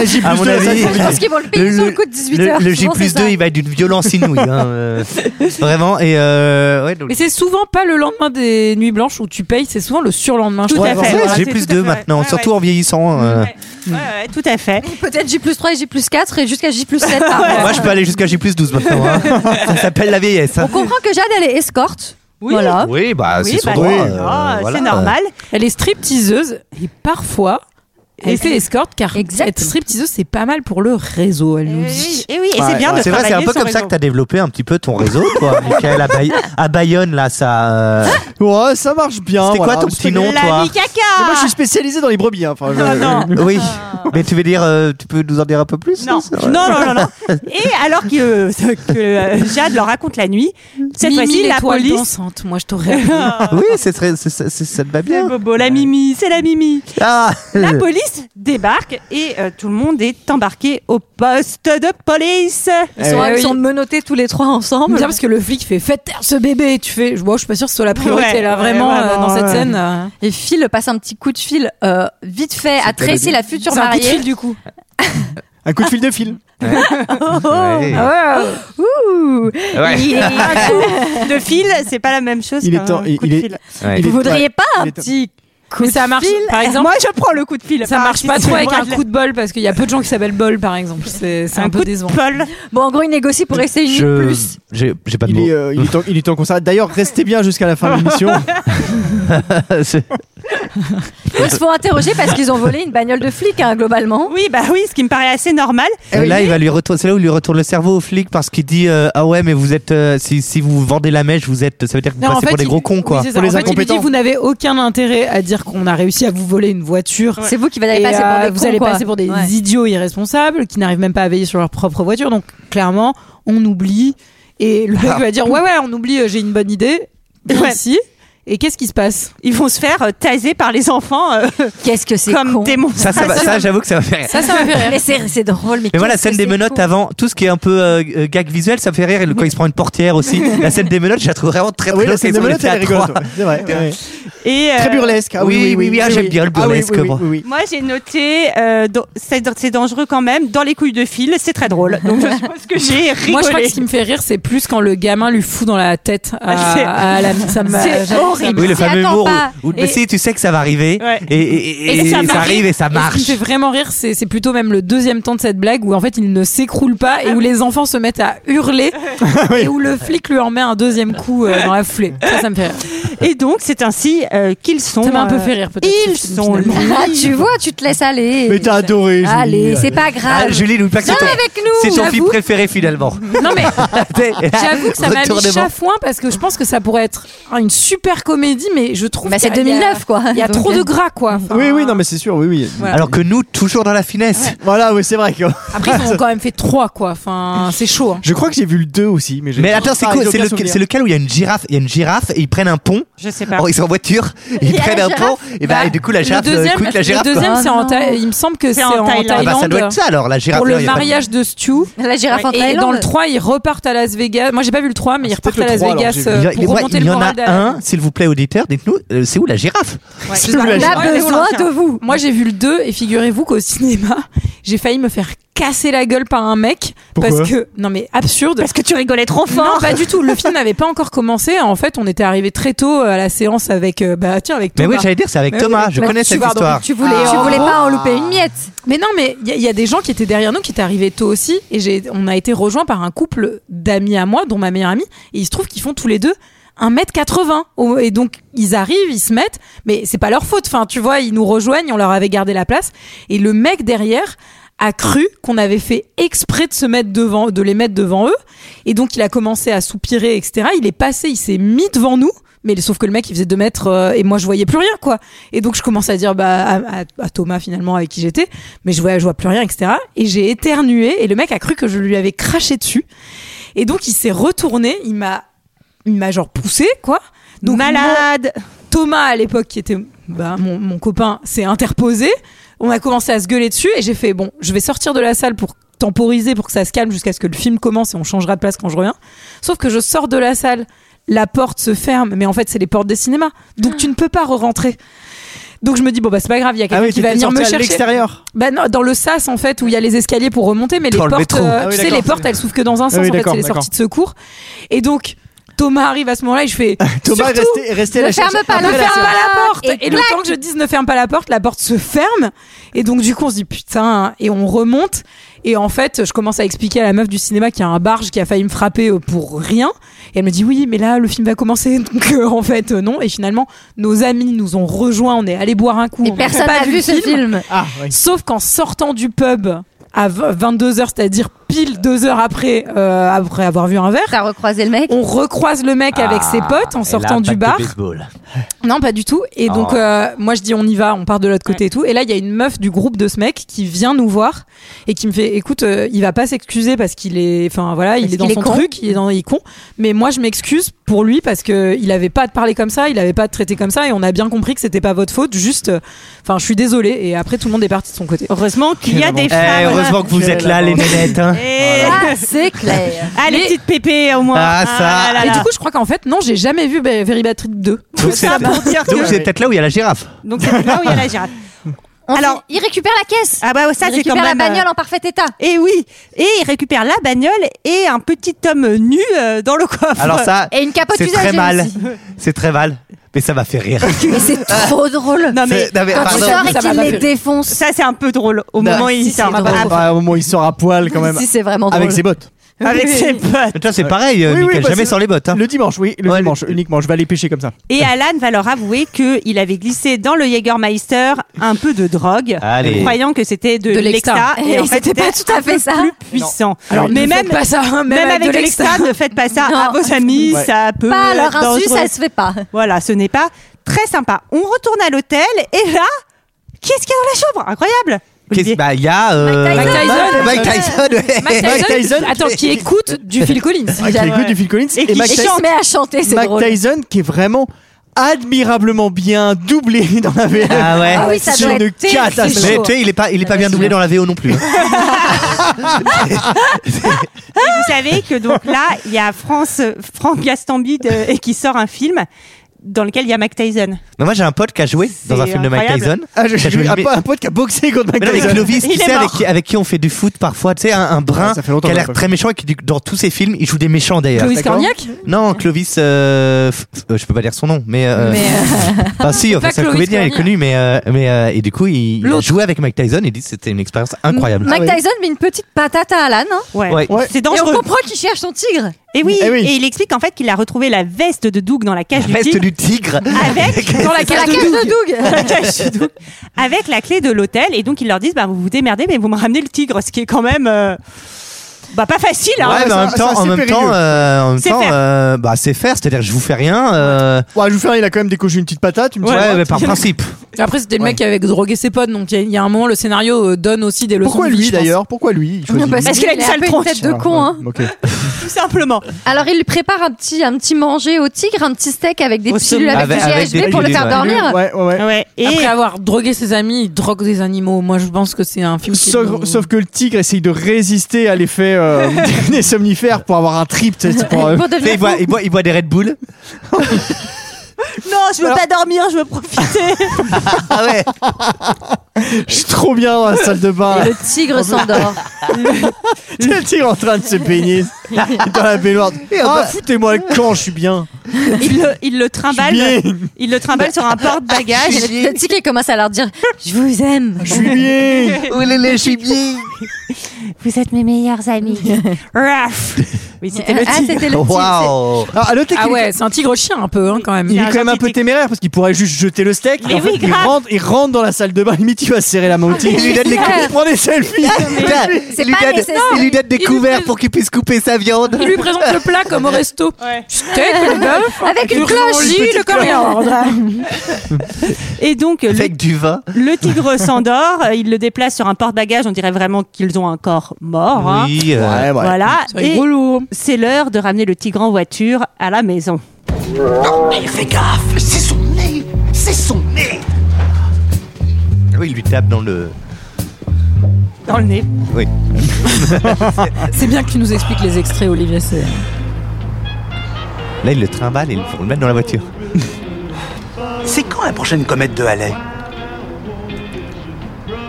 [SPEAKER 7] Ouais. J plus
[SPEAKER 8] à mon
[SPEAKER 7] deux, ça,
[SPEAKER 8] avis,
[SPEAKER 7] c'est Je pense
[SPEAKER 6] qu'ils vont le payer sur le coup de 18 heures,
[SPEAKER 8] Le, le J
[SPEAKER 6] souvent,
[SPEAKER 8] plus
[SPEAKER 6] c'est ça.
[SPEAKER 8] 2, il va être d'une violence inouïe. hein, euh, vraiment. Et euh, ouais, donc-
[SPEAKER 10] Mais c'est souvent pas le lendemain des nuits blanches où tu payes, c'est souvent le surlendemain.
[SPEAKER 1] Tout
[SPEAKER 10] je
[SPEAKER 1] à
[SPEAKER 10] crois.
[SPEAKER 1] fait,
[SPEAKER 8] Ouais,
[SPEAKER 1] voilà,
[SPEAKER 8] J'ai
[SPEAKER 1] c'est
[SPEAKER 8] plus
[SPEAKER 1] tout à
[SPEAKER 8] 2
[SPEAKER 1] fait,
[SPEAKER 8] maintenant,
[SPEAKER 1] ouais,
[SPEAKER 8] surtout en vieillissant. euh.
[SPEAKER 1] ouais, ouais, tout à fait.
[SPEAKER 6] Peut-être J plus 3 et J plus 4 et jusqu'à J plus hein. 7. par contre.
[SPEAKER 8] Moi, je peux aller jusqu'à J plus 12 maintenant.
[SPEAKER 1] <laughs>
[SPEAKER 8] hein. Ça s'appelle la vieillesse. hein.
[SPEAKER 6] On comprend que Jade elle est escorte.
[SPEAKER 1] Oui.
[SPEAKER 6] Voilà.
[SPEAKER 8] Oui, bah,
[SPEAKER 1] Oui,
[SPEAKER 8] c'est son
[SPEAKER 1] bah,
[SPEAKER 8] droit.
[SPEAKER 1] oui.
[SPEAKER 8] euh,
[SPEAKER 1] Ah,
[SPEAKER 8] voilà.
[SPEAKER 1] C'est normal.
[SPEAKER 10] Elle est stripteaseuse et parfois elle fait escorte car
[SPEAKER 6] Exact.
[SPEAKER 10] être stripteaseuse c'est pas mal pour le réseau, elle nous
[SPEAKER 1] Et
[SPEAKER 10] dit.
[SPEAKER 1] Eh oui, et oui, et c'est
[SPEAKER 7] Ouais,
[SPEAKER 1] bien de
[SPEAKER 8] C'est vrai, c'est un
[SPEAKER 1] travailler
[SPEAKER 8] peu
[SPEAKER 1] son
[SPEAKER 8] comme ça que
[SPEAKER 1] réseau.
[SPEAKER 8] t'as développé un petit peu ton réseau,
[SPEAKER 1] <laughs>
[SPEAKER 8] toi, Michael, à, Bay- à Bayonne, là, ça. euh,
[SPEAKER 7] <laughs> Ouais, ça marche bien.
[SPEAKER 8] C'était quoi
[SPEAKER 7] voilà.
[SPEAKER 8] ton
[SPEAKER 7] Je
[SPEAKER 8] petit
[SPEAKER 7] fais-
[SPEAKER 8] nom,
[SPEAKER 1] La
[SPEAKER 8] toi
[SPEAKER 1] vie
[SPEAKER 7] Mais Moi, je
[SPEAKER 1] caca
[SPEAKER 7] suis spécialisé dans les brebis. hein. Enfin, je-
[SPEAKER 10] Ah,
[SPEAKER 1] non.
[SPEAKER 8] Oui, mais tu veux dire, euh, tu peux nous en dire un peu plus
[SPEAKER 1] Ah. Non.
[SPEAKER 8] ça, c'est vrai
[SPEAKER 1] non, non, non, non. Et alors que, <laughs> euh, que, euh, Jade leur raconte la nuit, cette
[SPEAKER 10] Mimi,
[SPEAKER 1] fois-ci, la
[SPEAKER 10] l'étoile
[SPEAKER 1] police.
[SPEAKER 10] dansante, moi je
[SPEAKER 1] <laughs>
[SPEAKER 10] t'aurais.
[SPEAKER 8] <laughs> Oui, c'est très- c'est- c'est- c'est- ça te va
[SPEAKER 1] C'est
[SPEAKER 8] bien.
[SPEAKER 1] Bobo, la Mimi, c'est la Mimi.
[SPEAKER 8] Ah
[SPEAKER 1] La police débarque et euh, tout le monde est embarqué au poste de police.
[SPEAKER 6] Ils sont,
[SPEAKER 10] Eh
[SPEAKER 6] ils
[SPEAKER 10] oui.
[SPEAKER 6] sont menottés tous les trois ensemble.
[SPEAKER 10] Bien parce que le flic fait faites taire ce bébé, tu fais. Bon, je suis pas sûre que ce soit la priorité
[SPEAKER 1] Ouais,
[SPEAKER 10] là vraiment
[SPEAKER 1] ouais,
[SPEAKER 10] euh,
[SPEAKER 1] vraiment,
[SPEAKER 10] dans cette
[SPEAKER 1] ouais.
[SPEAKER 10] scène. euh.
[SPEAKER 6] Et Phil passe un petit coup de fil euh, vite fait à Tracy, la future
[SPEAKER 10] C'est un coup de
[SPEAKER 6] mariée.
[SPEAKER 10] fil, du coup.
[SPEAKER 7] Un coup de fil de fil.
[SPEAKER 6] <laughs>
[SPEAKER 8] Ouais.
[SPEAKER 6] Ah Ouh.
[SPEAKER 8] Ouais.
[SPEAKER 9] <laughs>
[SPEAKER 7] <laughs>
[SPEAKER 6] Il est-
[SPEAKER 1] Un coup de fil, c'est pas la même chose.
[SPEAKER 7] Il est
[SPEAKER 1] qu'un
[SPEAKER 7] temps- il-
[SPEAKER 1] coup de
[SPEAKER 7] il est-
[SPEAKER 1] fil.
[SPEAKER 8] Ouais.
[SPEAKER 7] Il est-
[SPEAKER 6] Vous voudriez pas un
[SPEAKER 7] Il est-
[SPEAKER 6] petit coup
[SPEAKER 10] Mais
[SPEAKER 6] de
[SPEAKER 10] ça marche.
[SPEAKER 6] fil
[SPEAKER 10] Par exemple,
[SPEAKER 1] Moi, je prends le coup de fil.
[SPEAKER 10] ça
[SPEAKER 1] Enfin,
[SPEAKER 10] marche
[SPEAKER 1] si
[SPEAKER 10] pas
[SPEAKER 1] c'est
[SPEAKER 10] trop avec
[SPEAKER 1] moi
[SPEAKER 10] un
[SPEAKER 1] de la-
[SPEAKER 10] coup de bol parce qu'il y a peu de gens qui s'appellent bol par exemple. C'est c'est un, peu
[SPEAKER 1] coup de
[SPEAKER 10] décevant.
[SPEAKER 1] bol.
[SPEAKER 6] Bon, en gros, il négocie pour essayer une
[SPEAKER 8] Je.
[SPEAKER 6] plus.
[SPEAKER 8] J'ai j'ai pas de
[SPEAKER 7] Il
[SPEAKER 8] mots.
[SPEAKER 7] est, euh, il est temps, il est temps qu'on s'arrête. D'ailleurs, restez bien jusqu'à la fin de
[SPEAKER 10] <laughs>
[SPEAKER 7] l'émission.
[SPEAKER 8] <laughs> C'est-
[SPEAKER 6] Ils se font interroger parce qu'ils ont volé une bagnole de flic, hein, globalement.
[SPEAKER 1] Oui, bah oui, ce qui me paraît assez normal.
[SPEAKER 8] là, il va lui retourner. C'est là où il lui retourne le cerveau au flic parce qu'il dit euh, ah ouais, mais vous êtes euh, si, si vous vendez la mèche, vous êtes. Ça veut dire que vous
[SPEAKER 10] Non, en
[SPEAKER 8] passez
[SPEAKER 10] fait,
[SPEAKER 8] pour des
[SPEAKER 10] il-
[SPEAKER 8] gros cons, quoi.
[SPEAKER 10] oui, c'est ça.
[SPEAKER 7] Pour les
[SPEAKER 10] En fait, il lui
[SPEAKER 7] incompétents.
[SPEAKER 10] dit, vous n'avez aucun intérêt à dire qu'on a réussi à vous voler une voiture.
[SPEAKER 6] C'est vous qui allez
[SPEAKER 10] Et,
[SPEAKER 6] passer pour
[SPEAKER 10] euh,
[SPEAKER 6] des
[SPEAKER 10] vous
[SPEAKER 6] cons,
[SPEAKER 10] allez
[SPEAKER 6] quoi.
[SPEAKER 10] passer pour des
[SPEAKER 6] Ouais.
[SPEAKER 10] idiots irresponsables qui n'arrivent même pas à veiller sur leur propre voiture. Donc clairement, on oublie. Et le mec va dire ouais ouais, on oublie. euh, J'ai une bonne idée. Viens
[SPEAKER 1] Ouais.
[SPEAKER 10] ici. Et qu'est-ce qui se passe
[SPEAKER 1] Ils vont se faire euh, taser par les enfants euh,
[SPEAKER 6] Qu'est-ce que c'est
[SPEAKER 1] comme
[SPEAKER 6] con.
[SPEAKER 1] des monstres.
[SPEAKER 8] Ça, ça, va- ça, j'avoue que ça va faire.
[SPEAKER 10] Ça, ça m'a fait rire.
[SPEAKER 6] Mais c'est c'est drôle. Mais,
[SPEAKER 8] Mais moi, la
[SPEAKER 6] qu'est-ce
[SPEAKER 8] scène
[SPEAKER 6] que
[SPEAKER 8] des
[SPEAKER 6] c'est
[SPEAKER 8] menottes hein.
[SPEAKER 6] con.
[SPEAKER 8] avant, tout ce qui est un peu euh, euh, gag visuel, ça me fait rire. Et le- quand il se prend une portière aussi, la scène des menottes, je la trouve vraiment très très
[SPEAKER 7] Ah oui, la
[SPEAKER 8] drôle,
[SPEAKER 7] scène
[SPEAKER 8] quand
[SPEAKER 7] de
[SPEAKER 8] ils
[SPEAKER 7] Menottes,
[SPEAKER 8] sont
[SPEAKER 7] elle est
[SPEAKER 8] les trois.
[SPEAKER 7] rigolote. ouais. C'est vrai. ouais.
[SPEAKER 1] Et, euh,
[SPEAKER 7] Très burlesque. Ah oui,
[SPEAKER 8] Oui,
[SPEAKER 7] oui,
[SPEAKER 8] oui,
[SPEAKER 7] oui.
[SPEAKER 8] oui, ah,
[SPEAKER 7] oui,
[SPEAKER 8] j'aime
[SPEAKER 7] oui.
[SPEAKER 8] bien le
[SPEAKER 7] Ah oui,
[SPEAKER 8] burlesque,
[SPEAKER 7] oui, oui,
[SPEAKER 8] moi.
[SPEAKER 7] oui, oui.
[SPEAKER 1] Moi, j'ai noté, euh, dans- c'est c'est dangereux quand même, dans les couilles de fil, c'est
[SPEAKER 10] <laughs>
[SPEAKER 1] très drôle. Donc, je suppose que j'ai rigolé.
[SPEAKER 10] Moi, je crois que ce qui me fait rire, c'est plus quand le gamin lui fout dans la tête
[SPEAKER 6] <laughs>
[SPEAKER 1] Ah, c'est-
[SPEAKER 10] à, à la ça m'a-
[SPEAKER 1] c'est
[SPEAKER 10] j'avoue, ça
[SPEAKER 1] horrible.
[SPEAKER 10] m'a-
[SPEAKER 8] Oui, le
[SPEAKER 6] T'y
[SPEAKER 8] fameux
[SPEAKER 6] attends
[SPEAKER 8] humour
[SPEAKER 6] pas.
[SPEAKER 8] où, où-
[SPEAKER 10] Et-
[SPEAKER 8] si tu sais que ça va arriver,
[SPEAKER 1] Ouais.
[SPEAKER 8] et, et- et-
[SPEAKER 10] Et ça
[SPEAKER 8] et ça
[SPEAKER 10] marche.
[SPEAKER 8] arrive et ça
[SPEAKER 10] Et Ce
[SPEAKER 8] marche.
[SPEAKER 10] qui me fait vraiment rire, c'est c'est plutôt même le deuxième temps de cette blague où en fait il ne s'écroule pas et où les enfants se mettent à hurler
[SPEAKER 8] <laughs>
[SPEAKER 10] et où le flic lui en met un deuxième coup euh, dans la foulée. Ça, ça me fait rire.
[SPEAKER 1] Et donc, c'est ainsi euh, qu'ils sont.
[SPEAKER 10] Ça m'a un peu
[SPEAKER 1] euh,
[SPEAKER 10] fait rire peut-être.
[SPEAKER 1] Ils
[SPEAKER 10] ce film,
[SPEAKER 1] sont
[SPEAKER 10] finalement. <laughs>
[SPEAKER 6] Ah, tu vois, tu te laisses aller.
[SPEAKER 7] Mais t'as adoré. Julie.
[SPEAKER 6] Allez, c'est pas
[SPEAKER 8] <laughs> Ah,
[SPEAKER 6] grave.
[SPEAKER 8] Julie, n'oublie pas que c'est
[SPEAKER 6] Viens
[SPEAKER 8] ton,
[SPEAKER 6] avec nous.
[SPEAKER 8] c'est ton film
[SPEAKER 6] j'avoue.
[SPEAKER 8] préféré finalement.
[SPEAKER 10] Non
[SPEAKER 8] <laughs>
[SPEAKER 10] mais j'avoue que ça m'a mis
[SPEAKER 8] Retournement.
[SPEAKER 10] chafouin parce que je pense que ça pourrait être une super comédie mais je trouve
[SPEAKER 6] Bah, c'est
[SPEAKER 10] qu'il y a-
[SPEAKER 6] 2009, quoi.
[SPEAKER 10] Il y a
[SPEAKER 6] Donc,
[SPEAKER 10] trop de
[SPEAKER 6] euh,
[SPEAKER 10] gras quoi. Enfin,
[SPEAKER 7] Oui, oui, non, mais c'est sûr, oui, oui.
[SPEAKER 10] voilà.
[SPEAKER 8] Alors que nous, toujours dans la finesse.
[SPEAKER 7] Voilà, oui, c'est vrai que.
[SPEAKER 10] Après
[SPEAKER 7] <laughs>
[SPEAKER 6] <laughs>
[SPEAKER 10] ils ont quand même fait trois quoi. Enfin c'est chaud. hein.
[SPEAKER 7] Je crois que j'ai vu le 2 aussi, mais j'ai.
[SPEAKER 8] Mais attends, c'est
[SPEAKER 7] Ah,
[SPEAKER 8] quoi
[SPEAKER 7] j'ai
[SPEAKER 8] C'est
[SPEAKER 7] aucun
[SPEAKER 8] lequel,
[SPEAKER 7] souvenir.
[SPEAKER 8] c'est lequel où il y a une girafe, il y a une girafe et ils prennent un pont.
[SPEAKER 1] Je sais pas.
[SPEAKER 8] Or, Oh, ils sont en
[SPEAKER 10] <laughs>
[SPEAKER 8] voiture, ils
[SPEAKER 6] y a
[SPEAKER 8] prennent
[SPEAKER 6] la
[SPEAKER 8] un pont et bah,
[SPEAKER 10] Bah,
[SPEAKER 8] et du coup la
[SPEAKER 10] Le
[SPEAKER 8] girafe euh,
[SPEAKER 10] deuxième,
[SPEAKER 8] coûte la
[SPEAKER 10] le
[SPEAKER 8] girafe. quoi.
[SPEAKER 10] deuxième, c'est en
[SPEAKER 6] Oh
[SPEAKER 10] Thaï-
[SPEAKER 6] non.
[SPEAKER 10] il me semble que
[SPEAKER 1] C'est
[SPEAKER 10] c'est
[SPEAKER 1] en
[SPEAKER 10] en
[SPEAKER 1] Thaïlande.
[SPEAKER 10] Thaïlande.
[SPEAKER 8] Ah bah ça doit être ça alors la girafe.
[SPEAKER 10] Pour
[SPEAKER 8] non,
[SPEAKER 10] le
[SPEAKER 8] il y a pas de-
[SPEAKER 10] mariage de Stu.
[SPEAKER 6] La girafe en
[SPEAKER 10] Et
[SPEAKER 6] Thaïlande.
[SPEAKER 10] dans le 3, ils repartent à Las Vegas. Moi, j'ai pas vu le 3, mais
[SPEAKER 7] Ah,
[SPEAKER 10] ils
[SPEAKER 7] c'est
[SPEAKER 10] repartent à
[SPEAKER 7] peut-être
[SPEAKER 10] Las
[SPEAKER 7] le 3, alors,
[SPEAKER 10] Vegas
[SPEAKER 7] j'ai
[SPEAKER 10] euh,
[SPEAKER 8] Il y, a-
[SPEAKER 10] pour
[SPEAKER 8] ouais,
[SPEAKER 10] remonter
[SPEAKER 8] il y
[SPEAKER 10] le
[SPEAKER 8] en
[SPEAKER 10] moral
[SPEAKER 8] a <laughs> un, s'il vous plaît auditeurs, dites-nous euh, c'est où la girafe
[SPEAKER 7] C'est où la
[SPEAKER 6] On
[SPEAKER 7] girafe
[SPEAKER 6] a besoin de vous.
[SPEAKER 10] Moi, j'ai vu le 2 et figurez-vous qu'au cinéma, <laughs> j'ai failli me faire casser la gueule par un mec
[SPEAKER 7] Pourquoi
[SPEAKER 10] parce que non mais absurde.
[SPEAKER 1] Parce que tu rigolais trop
[SPEAKER 10] non,
[SPEAKER 1] fort.
[SPEAKER 10] pas du tout. Le film n'avait pas encore commencé. En fait, on était arrivé très tôt à la séance avec euh, bah tiens avec
[SPEAKER 8] Mais
[SPEAKER 10] Thomas.
[SPEAKER 8] oui, j'allais dire c'est avec
[SPEAKER 10] Mais oui,
[SPEAKER 8] Thomas,
[SPEAKER 10] mais-
[SPEAKER 8] je
[SPEAKER 10] bah,
[SPEAKER 8] connais
[SPEAKER 10] tu
[SPEAKER 8] cette
[SPEAKER 10] vas-
[SPEAKER 8] histoire.
[SPEAKER 6] Tu voulais, tu voulais pas en louper une miette.
[SPEAKER 10] Ah. Mais non, mais il y, a- il y a des gens qui étaient derrière nous, qui étaient arrivés tôt aussi, et j'ai, on a été rejoints par un couple d'amis à moi, dont ma meilleure amie, et il se trouve qu'ils font tous les deux 1m80. Au- Oh, Et donc, ils arrivent, ils se mettent, mais c'est pas leur faute. Enfin, tu vois, ils nous rejoignent, on leur avait gardé la place, et le mec derrière a cru qu'on avait fait exprès de se mettre devant, de les mettre devant eux, et donc il a commencé à soupirer, etc. Il est passé, il s'est mis devant nous. Mais sauf que le mec, il faisait 2 mètres euh, et moi, je voyais plus rien, quoi. Et donc, je commençais à dire bah, à, à- à Thomas, finalement, avec qui j'étais, mais je vois, je vois plus rien, etc. Et j'ai éternué et le mec a cru que je lui avais craché dessus. Et donc, il s'est retourné, il m'a, il m'a genre poussé, quoi. Donc,
[SPEAKER 1] Malade.
[SPEAKER 10] mon- Thomas, à l'époque, qui était bah, mon, mon copain, s'est interposé. On a commencé à se gueuler dessus et j'ai fait bon, je vais sortir de la salle pour temporiser pour que ça se calme jusqu'à ce que le film commence et on changera de place quand je reviens. Sauf que je sors de la salle, la porte se ferme, mais en fait c'est les portes des cinémas, donc tu ne peux pas re-rentrer. Donc je me dis bon bah c'est pas grave, il y a quelqu'un
[SPEAKER 7] Ah oui,
[SPEAKER 10] qui va
[SPEAKER 7] t'étais
[SPEAKER 10] venir me
[SPEAKER 7] sorti à
[SPEAKER 10] chercher.
[SPEAKER 7] l'extérieur.
[SPEAKER 10] Bah non, dans le sas en fait où il y a les escaliers pour remonter, mais
[SPEAKER 7] Dans
[SPEAKER 10] les
[SPEAKER 7] le
[SPEAKER 10] portes,
[SPEAKER 7] métro.
[SPEAKER 10] euh,
[SPEAKER 7] Ah oui,
[SPEAKER 10] tu sais
[SPEAKER 7] d'accord,
[SPEAKER 10] les portes
[SPEAKER 7] c'est-
[SPEAKER 10] elles s'ouvrent que dans un
[SPEAKER 7] Ah
[SPEAKER 10] sens
[SPEAKER 7] oui,
[SPEAKER 10] en fait
[SPEAKER 7] d'accord,
[SPEAKER 10] c'est les
[SPEAKER 7] d'accord.
[SPEAKER 10] sorties de secours. Et donc Thomas arrive à ce moment-là et je fais
[SPEAKER 7] <laughs> Thomas est
[SPEAKER 10] surtout,
[SPEAKER 7] resté- est resté à la
[SPEAKER 10] ne
[SPEAKER 7] chercher
[SPEAKER 10] ferme pas, ne
[SPEAKER 7] après la
[SPEAKER 10] ferme
[SPEAKER 7] séance.
[SPEAKER 10] pas la porte.
[SPEAKER 7] Et
[SPEAKER 10] Et, le
[SPEAKER 7] clac.
[SPEAKER 10] temps que je dise ne ferme pas la porte, la porte se ferme. Et donc du coup on se dit putain et on remonte. Et en fait, je commence à expliquer à la meuf du cinéma qu'il y a un barge qui a failli me frapper euh, pour rien. Et elle me dit oui, mais là le film va commencer, <laughs> donc euh, en fait euh, non. Et finalement, nos amis nous ont rejoints, on est allés boire un coup. on n'a
[SPEAKER 6] personne
[SPEAKER 10] pas
[SPEAKER 6] n'a vu
[SPEAKER 10] le
[SPEAKER 6] ce film. Ah,
[SPEAKER 10] Sauf qu'en sortant du pub à 22h, c'est-à-dire pile deux heures après, euh, après avoir vu un verre.
[SPEAKER 6] T'as recroisé le mec
[SPEAKER 10] On recroise le mec avec ses potes en sortant du bar. Non, pas du tout.
[SPEAKER 8] Ah.
[SPEAKER 10] Et donc,
[SPEAKER 6] Oh.
[SPEAKER 10] euh, moi, je dis, on y va, on part de l'autre côté et tout. Et là, il y a une meuf du groupe de ce mec qui vient nous voir et qui me fait, écoute, euh, il va pas s'excuser parce qu'il est, enfin voilà, il
[SPEAKER 6] Parce
[SPEAKER 10] est dans
[SPEAKER 6] qu'il est
[SPEAKER 10] son
[SPEAKER 6] con.
[SPEAKER 10] truc, il est dans, il est con. Mais moi, je m'excuse pour lui parce que il avait pas à te parler comme ça, il avait pas à te traiter comme ça, et on a bien compris que c'était pas votre faute. Juste, euh, enfin, je suis désolée. Et après, tout le monde est parti de son côté.
[SPEAKER 1] Heureusement qu'il y a des
[SPEAKER 8] Eh,
[SPEAKER 1] femmes.
[SPEAKER 8] heureusement que vous êtes là, les nénettes. hein.
[SPEAKER 10] Ah, c'est clair.
[SPEAKER 1] Eh. Ah, les petites pépées, au moins.
[SPEAKER 8] Ah, ça.
[SPEAKER 1] là, là,
[SPEAKER 10] Et
[SPEAKER 1] là.
[SPEAKER 10] du coup, je crois qu'en fait, non, j'ai jamais vu bah, Be- Very Bad Trip 2.
[SPEAKER 8] Donc c'est donc c'est peut-être là où il y a la girafe.
[SPEAKER 1] Donc c'est là où
[SPEAKER 8] <laughs>
[SPEAKER 1] il y a la girafe. Alors,
[SPEAKER 6] il récupère la caisse.
[SPEAKER 1] Ah bah ça
[SPEAKER 6] Il
[SPEAKER 1] c'est quand
[SPEAKER 6] récupère la
[SPEAKER 1] même euh,
[SPEAKER 6] bagnole en parfait état.
[SPEAKER 1] Et oui, et il récupère la bagnole et un petit homme nu euh, dans le coffre.
[SPEAKER 8] Alors ça, c'est très mal. C'est très mal, <laughs> mais ça m'a fait
[SPEAKER 10] <laughs>
[SPEAKER 8] rire.
[SPEAKER 6] Mais c'est trop drôle.
[SPEAKER 1] Non mais
[SPEAKER 8] C'est- non, mais Quand tu pardon. sors et qu'il les
[SPEAKER 6] défonce.
[SPEAKER 1] Ça c'est un peu drôle au moment où il sort.
[SPEAKER 7] Bah, au moment où il sort à poil quand même.
[SPEAKER 1] Si, c'est vraiment drôle.
[SPEAKER 7] Avec ses bottes.
[SPEAKER 1] Avec ses
[SPEAKER 8] Mais toi, c'est pareil, euh,
[SPEAKER 7] Oui, oui,
[SPEAKER 8] Mickaël,
[SPEAKER 7] bah,
[SPEAKER 8] jamais
[SPEAKER 7] c'est-
[SPEAKER 8] sans les bottes. hein.
[SPEAKER 7] Le dimanche, oui, le dimanche uniquement. Je vais aller pêcher comme ça.
[SPEAKER 1] Et Alan va leur avouer qu'il avait glissé dans le Jägermeister un peu de drogue,
[SPEAKER 7] Allez.
[SPEAKER 1] croyant que c'était de,
[SPEAKER 10] De
[SPEAKER 1] l'extra.
[SPEAKER 10] l'Exta.
[SPEAKER 1] Et,
[SPEAKER 10] <laughs>
[SPEAKER 1] en
[SPEAKER 10] Et
[SPEAKER 1] fait,
[SPEAKER 10] c'était pas
[SPEAKER 1] c'était
[SPEAKER 10] tout à
[SPEAKER 1] un
[SPEAKER 10] fait
[SPEAKER 1] peu
[SPEAKER 10] ça.
[SPEAKER 1] plus puissant.
[SPEAKER 10] Alors, ne faites pas ça, hein, même avec de
[SPEAKER 1] avec,
[SPEAKER 10] l'Exta.
[SPEAKER 1] l'extra, ne faites pas ça à vos amis,
[SPEAKER 10] Ouais.
[SPEAKER 1] ça peut.
[SPEAKER 6] Pas à
[SPEAKER 1] être
[SPEAKER 6] leur insu,
[SPEAKER 1] dangereux.
[SPEAKER 6] ça se fait pas.
[SPEAKER 1] Voilà, ce n'est pas très sympa. On retourne à l'hôtel et là, qu'est-ce qu'il y a dans la chambre Incroyable
[SPEAKER 8] Qu'est-ce- bah, il y a. euh,
[SPEAKER 10] Mike Tyson.
[SPEAKER 8] Mike Tyson. ouais.
[SPEAKER 10] Mike Tyson, attends, qui écoute du Phil Collins.
[SPEAKER 7] Ah, qui écoute du Phil Collins
[SPEAKER 10] Et qui se met à chanter, c'est
[SPEAKER 7] Mac
[SPEAKER 10] drôle.
[SPEAKER 7] Tyson qui est vraiment admirablement bien doublé <laughs> dans la VF.
[SPEAKER 8] Ah ouais.
[SPEAKER 7] Ah c'est une catastrophe.
[SPEAKER 8] Mais tu sais, il est pas, il est pas bien doublé dans la VO non plus. hein.
[SPEAKER 1] Et vous savez que donc là, il y a France, Franck Gastambide euh, et qui sort un film dans lequel il y a Mac Tyson.
[SPEAKER 8] Mais moi, j'ai un pote qui a joué dans un film de Mike
[SPEAKER 1] incroyable.
[SPEAKER 8] Tyson.
[SPEAKER 7] Ah, j'ai
[SPEAKER 8] Qui a joué
[SPEAKER 7] vu un,
[SPEAKER 8] le-
[SPEAKER 7] po- un pote qui a boxé contre Mike
[SPEAKER 8] Mais non, mais
[SPEAKER 7] Tyson.
[SPEAKER 8] Clovis, tu
[SPEAKER 7] Il est
[SPEAKER 8] sais, avec
[SPEAKER 7] mort.
[SPEAKER 8] qui, avec qui on fait du foot parfois, tu sais, un, un brun
[SPEAKER 7] ça fait longtemps
[SPEAKER 8] qui a
[SPEAKER 7] qu'on
[SPEAKER 8] l'air
[SPEAKER 7] l'a pas
[SPEAKER 8] très méchant et qui, du- dans tous ses films, il joue des méchants d'ailleurs.
[SPEAKER 10] Clovis
[SPEAKER 8] D'accord.
[SPEAKER 10] Cornillac
[SPEAKER 8] Non, Clovis. euh, f- f- euh, je peux pas dire son nom, mais. euh,
[SPEAKER 10] Mais,
[SPEAKER 8] Bah si, enfin,
[SPEAKER 10] pas
[SPEAKER 8] c'est un
[SPEAKER 10] Clovis
[SPEAKER 8] comédien, il est
[SPEAKER 10] Cornillac.
[SPEAKER 8] connu, mais. euh, mais euh, et du coup, il, il a joué avec Mike Tyson et dit que c'était une expérience incroyable.
[SPEAKER 6] Mike
[SPEAKER 7] Ah
[SPEAKER 10] Ah
[SPEAKER 6] Tyson met une petite patate à Alan. hein.
[SPEAKER 8] Ouais. Ouais.
[SPEAKER 1] C'est
[SPEAKER 6] Et on
[SPEAKER 1] dangereux.
[SPEAKER 6] comprend qu'il cherche son tigre.
[SPEAKER 1] Et oui,
[SPEAKER 6] Eh oui.
[SPEAKER 1] et il explique en fait qu'il a retrouvé la veste de Doug dans la cage
[SPEAKER 8] La
[SPEAKER 1] du
[SPEAKER 8] veste
[SPEAKER 1] tigre.
[SPEAKER 8] du tigre.
[SPEAKER 1] Avec
[SPEAKER 6] Dans la cage de Doug.
[SPEAKER 1] Dans la cage de Doug. Avec la clé de l'hôtel et donc il leur disent bah vous vous démerdez mais vous me ramenez le tigre ce qui est quand même euh, bah pas facile hein.
[SPEAKER 8] Ouais, mais en même temps, en même temps, euh, en même
[SPEAKER 1] C'est
[SPEAKER 8] temps,
[SPEAKER 1] faire.
[SPEAKER 8] euh, bah c'est faire, c'est-à-dire je vous fais rien. euh,
[SPEAKER 7] Ouais, je vous fais un, il a quand même décoché une petite patate. Une
[SPEAKER 8] Ouais,
[SPEAKER 7] petite droite.
[SPEAKER 8] mais par principe.
[SPEAKER 10] Après, c'était le mec qui avait drogué ses potes, donc il y a- il y, a un moment, le scénario euh, donne aussi des leçons.
[SPEAKER 7] Pourquoi
[SPEAKER 10] de vie,
[SPEAKER 7] lui
[SPEAKER 10] je pense.
[SPEAKER 7] d'ailleurs Pourquoi lui Il choisit
[SPEAKER 6] Parce
[SPEAKER 7] lui.
[SPEAKER 6] qu'il a une
[SPEAKER 10] sale
[SPEAKER 6] une
[SPEAKER 10] tronche.
[SPEAKER 6] tête de con. hein.
[SPEAKER 7] Ok.
[SPEAKER 1] tout simplement.
[SPEAKER 6] Alors il lui prépare un petit, un petit manger au tigre, un petit steak avec des
[SPEAKER 1] Au
[SPEAKER 6] pilules
[SPEAKER 1] sommet.
[SPEAKER 8] Avec-
[SPEAKER 6] avec, du GHB
[SPEAKER 8] avec des
[SPEAKER 6] pour le faire
[SPEAKER 8] pilules,
[SPEAKER 6] dormir.
[SPEAKER 7] Ouais, ouais, ouais.
[SPEAKER 1] Ouais, et
[SPEAKER 10] Après avoir drogué ses amis, il drogue des animaux. Moi, je pense que c'est un film qui.
[SPEAKER 7] Sauf, sauf que le tigre essaye de résister à l'effet euh, <laughs> des somnifères pour avoir un trip. tu sais, c'est Pour, euh,
[SPEAKER 6] Pour
[SPEAKER 8] Tu sais,
[SPEAKER 6] devenir
[SPEAKER 8] il, boit, il, boit, il boit des Red
[SPEAKER 7] <laughs>
[SPEAKER 8] Bull.
[SPEAKER 1] non je veux pas dormir je veux profiter
[SPEAKER 8] <laughs> Ah ouais.
[SPEAKER 7] je suis trop bien dans la salle de bain.
[SPEAKER 6] fou. Le tigre s'endort.
[SPEAKER 7] <laughs> Le tigre en train de se baigner dans la baignoire. Ah, foutez-moi le camp, je suis bien.
[SPEAKER 1] il le, il le
[SPEAKER 7] Je
[SPEAKER 1] trimballe
[SPEAKER 7] suis bien.
[SPEAKER 1] il le trimballe sur un porte-bagages
[SPEAKER 6] <laughs> le le tigre commence à leur dire Je vous aime.
[SPEAKER 7] Je suis
[SPEAKER 6] <laughs>
[SPEAKER 7] bien.
[SPEAKER 1] <laughs>
[SPEAKER 8] je suis bien.
[SPEAKER 1] Vous êtes mes meilleurs amis. <laughs> Raf. Oui, c'était le
[SPEAKER 6] Ah,
[SPEAKER 1] tigre.
[SPEAKER 6] c'était le tigre.
[SPEAKER 8] Waouh.
[SPEAKER 7] Alors, à noter
[SPEAKER 10] Ah
[SPEAKER 7] qu'il est-
[SPEAKER 10] ouais, c'est un tigre chien un peu hein, quand même.
[SPEAKER 7] il est
[SPEAKER 1] un
[SPEAKER 7] quand même un
[SPEAKER 1] gentil
[SPEAKER 7] peu
[SPEAKER 1] tigre.
[SPEAKER 7] téméraire parce qu'il pourrait juste jeter le steak.
[SPEAKER 1] Mais
[SPEAKER 7] Et en fait,
[SPEAKER 1] oui,
[SPEAKER 7] il,
[SPEAKER 1] grave.
[SPEAKER 7] rentre, il rentre dans la salle de bain. <laughs> Limite, il va serrer la main
[SPEAKER 6] Ah,
[SPEAKER 7] au tigre.
[SPEAKER 8] Il lui donne des
[SPEAKER 7] Il prend des selfies.
[SPEAKER 8] Putain,
[SPEAKER 6] C'est
[SPEAKER 8] il lui
[SPEAKER 6] pas
[SPEAKER 8] donne-
[SPEAKER 6] nécessaire.
[SPEAKER 8] il lui donne des
[SPEAKER 10] Il lui
[SPEAKER 8] couverts
[SPEAKER 10] pose-
[SPEAKER 8] pour qu'il puisse couper sa viande.
[SPEAKER 10] Il lui présente le plat comme au resto.
[SPEAKER 1] Ouais.
[SPEAKER 10] Steak, le bœuf,
[SPEAKER 6] Avec une
[SPEAKER 10] du
[SPEAKER 6] cloche.
[SPEAKER 10] riz,
[SPEAKER 6] Une petite
[SPEAKER 10] le coriandre.
[SPEAKER 8] Ah
[SPEAKER 1] Et donc, le,
[SPEAKER 8] Avec du vin.
[SPEAKER 1] le tigre s'endort, euh, il le déplace sur un porte-bagages, on dirait vraiment qu'ils ont un corps mort. hein.
[SPEAKER 8] Oui. euh,
[SPEAKER 7] Ouais, ouais.
[SPEAKER 1] Voilà,
[SPEAKER 10] C'est
[SPEAKER 1] et
[SPEAKER 10] rigolo.
[SPEAKER 1] c'est l'heure de ramener le tigre en voiture à la maison.
[SPEAKER 2] Mais fais gaffe, c'est son nez, c'est son nez.
[SPEAKER 8] ouais, fois, il lui tape dans le.
[SPEAKER 10] Dans le nez.
[SPEAKER 8] Oui.
[SPEAKER 10] <laughs> C'est bien que tu nous expliques les extraits, Olivier. C'est...
[SPEAKER 8] Là, il le trimballe et il faut le mettre dans la voiture.
[SPEAKER 12] C'est quand la prochaine comète de Halley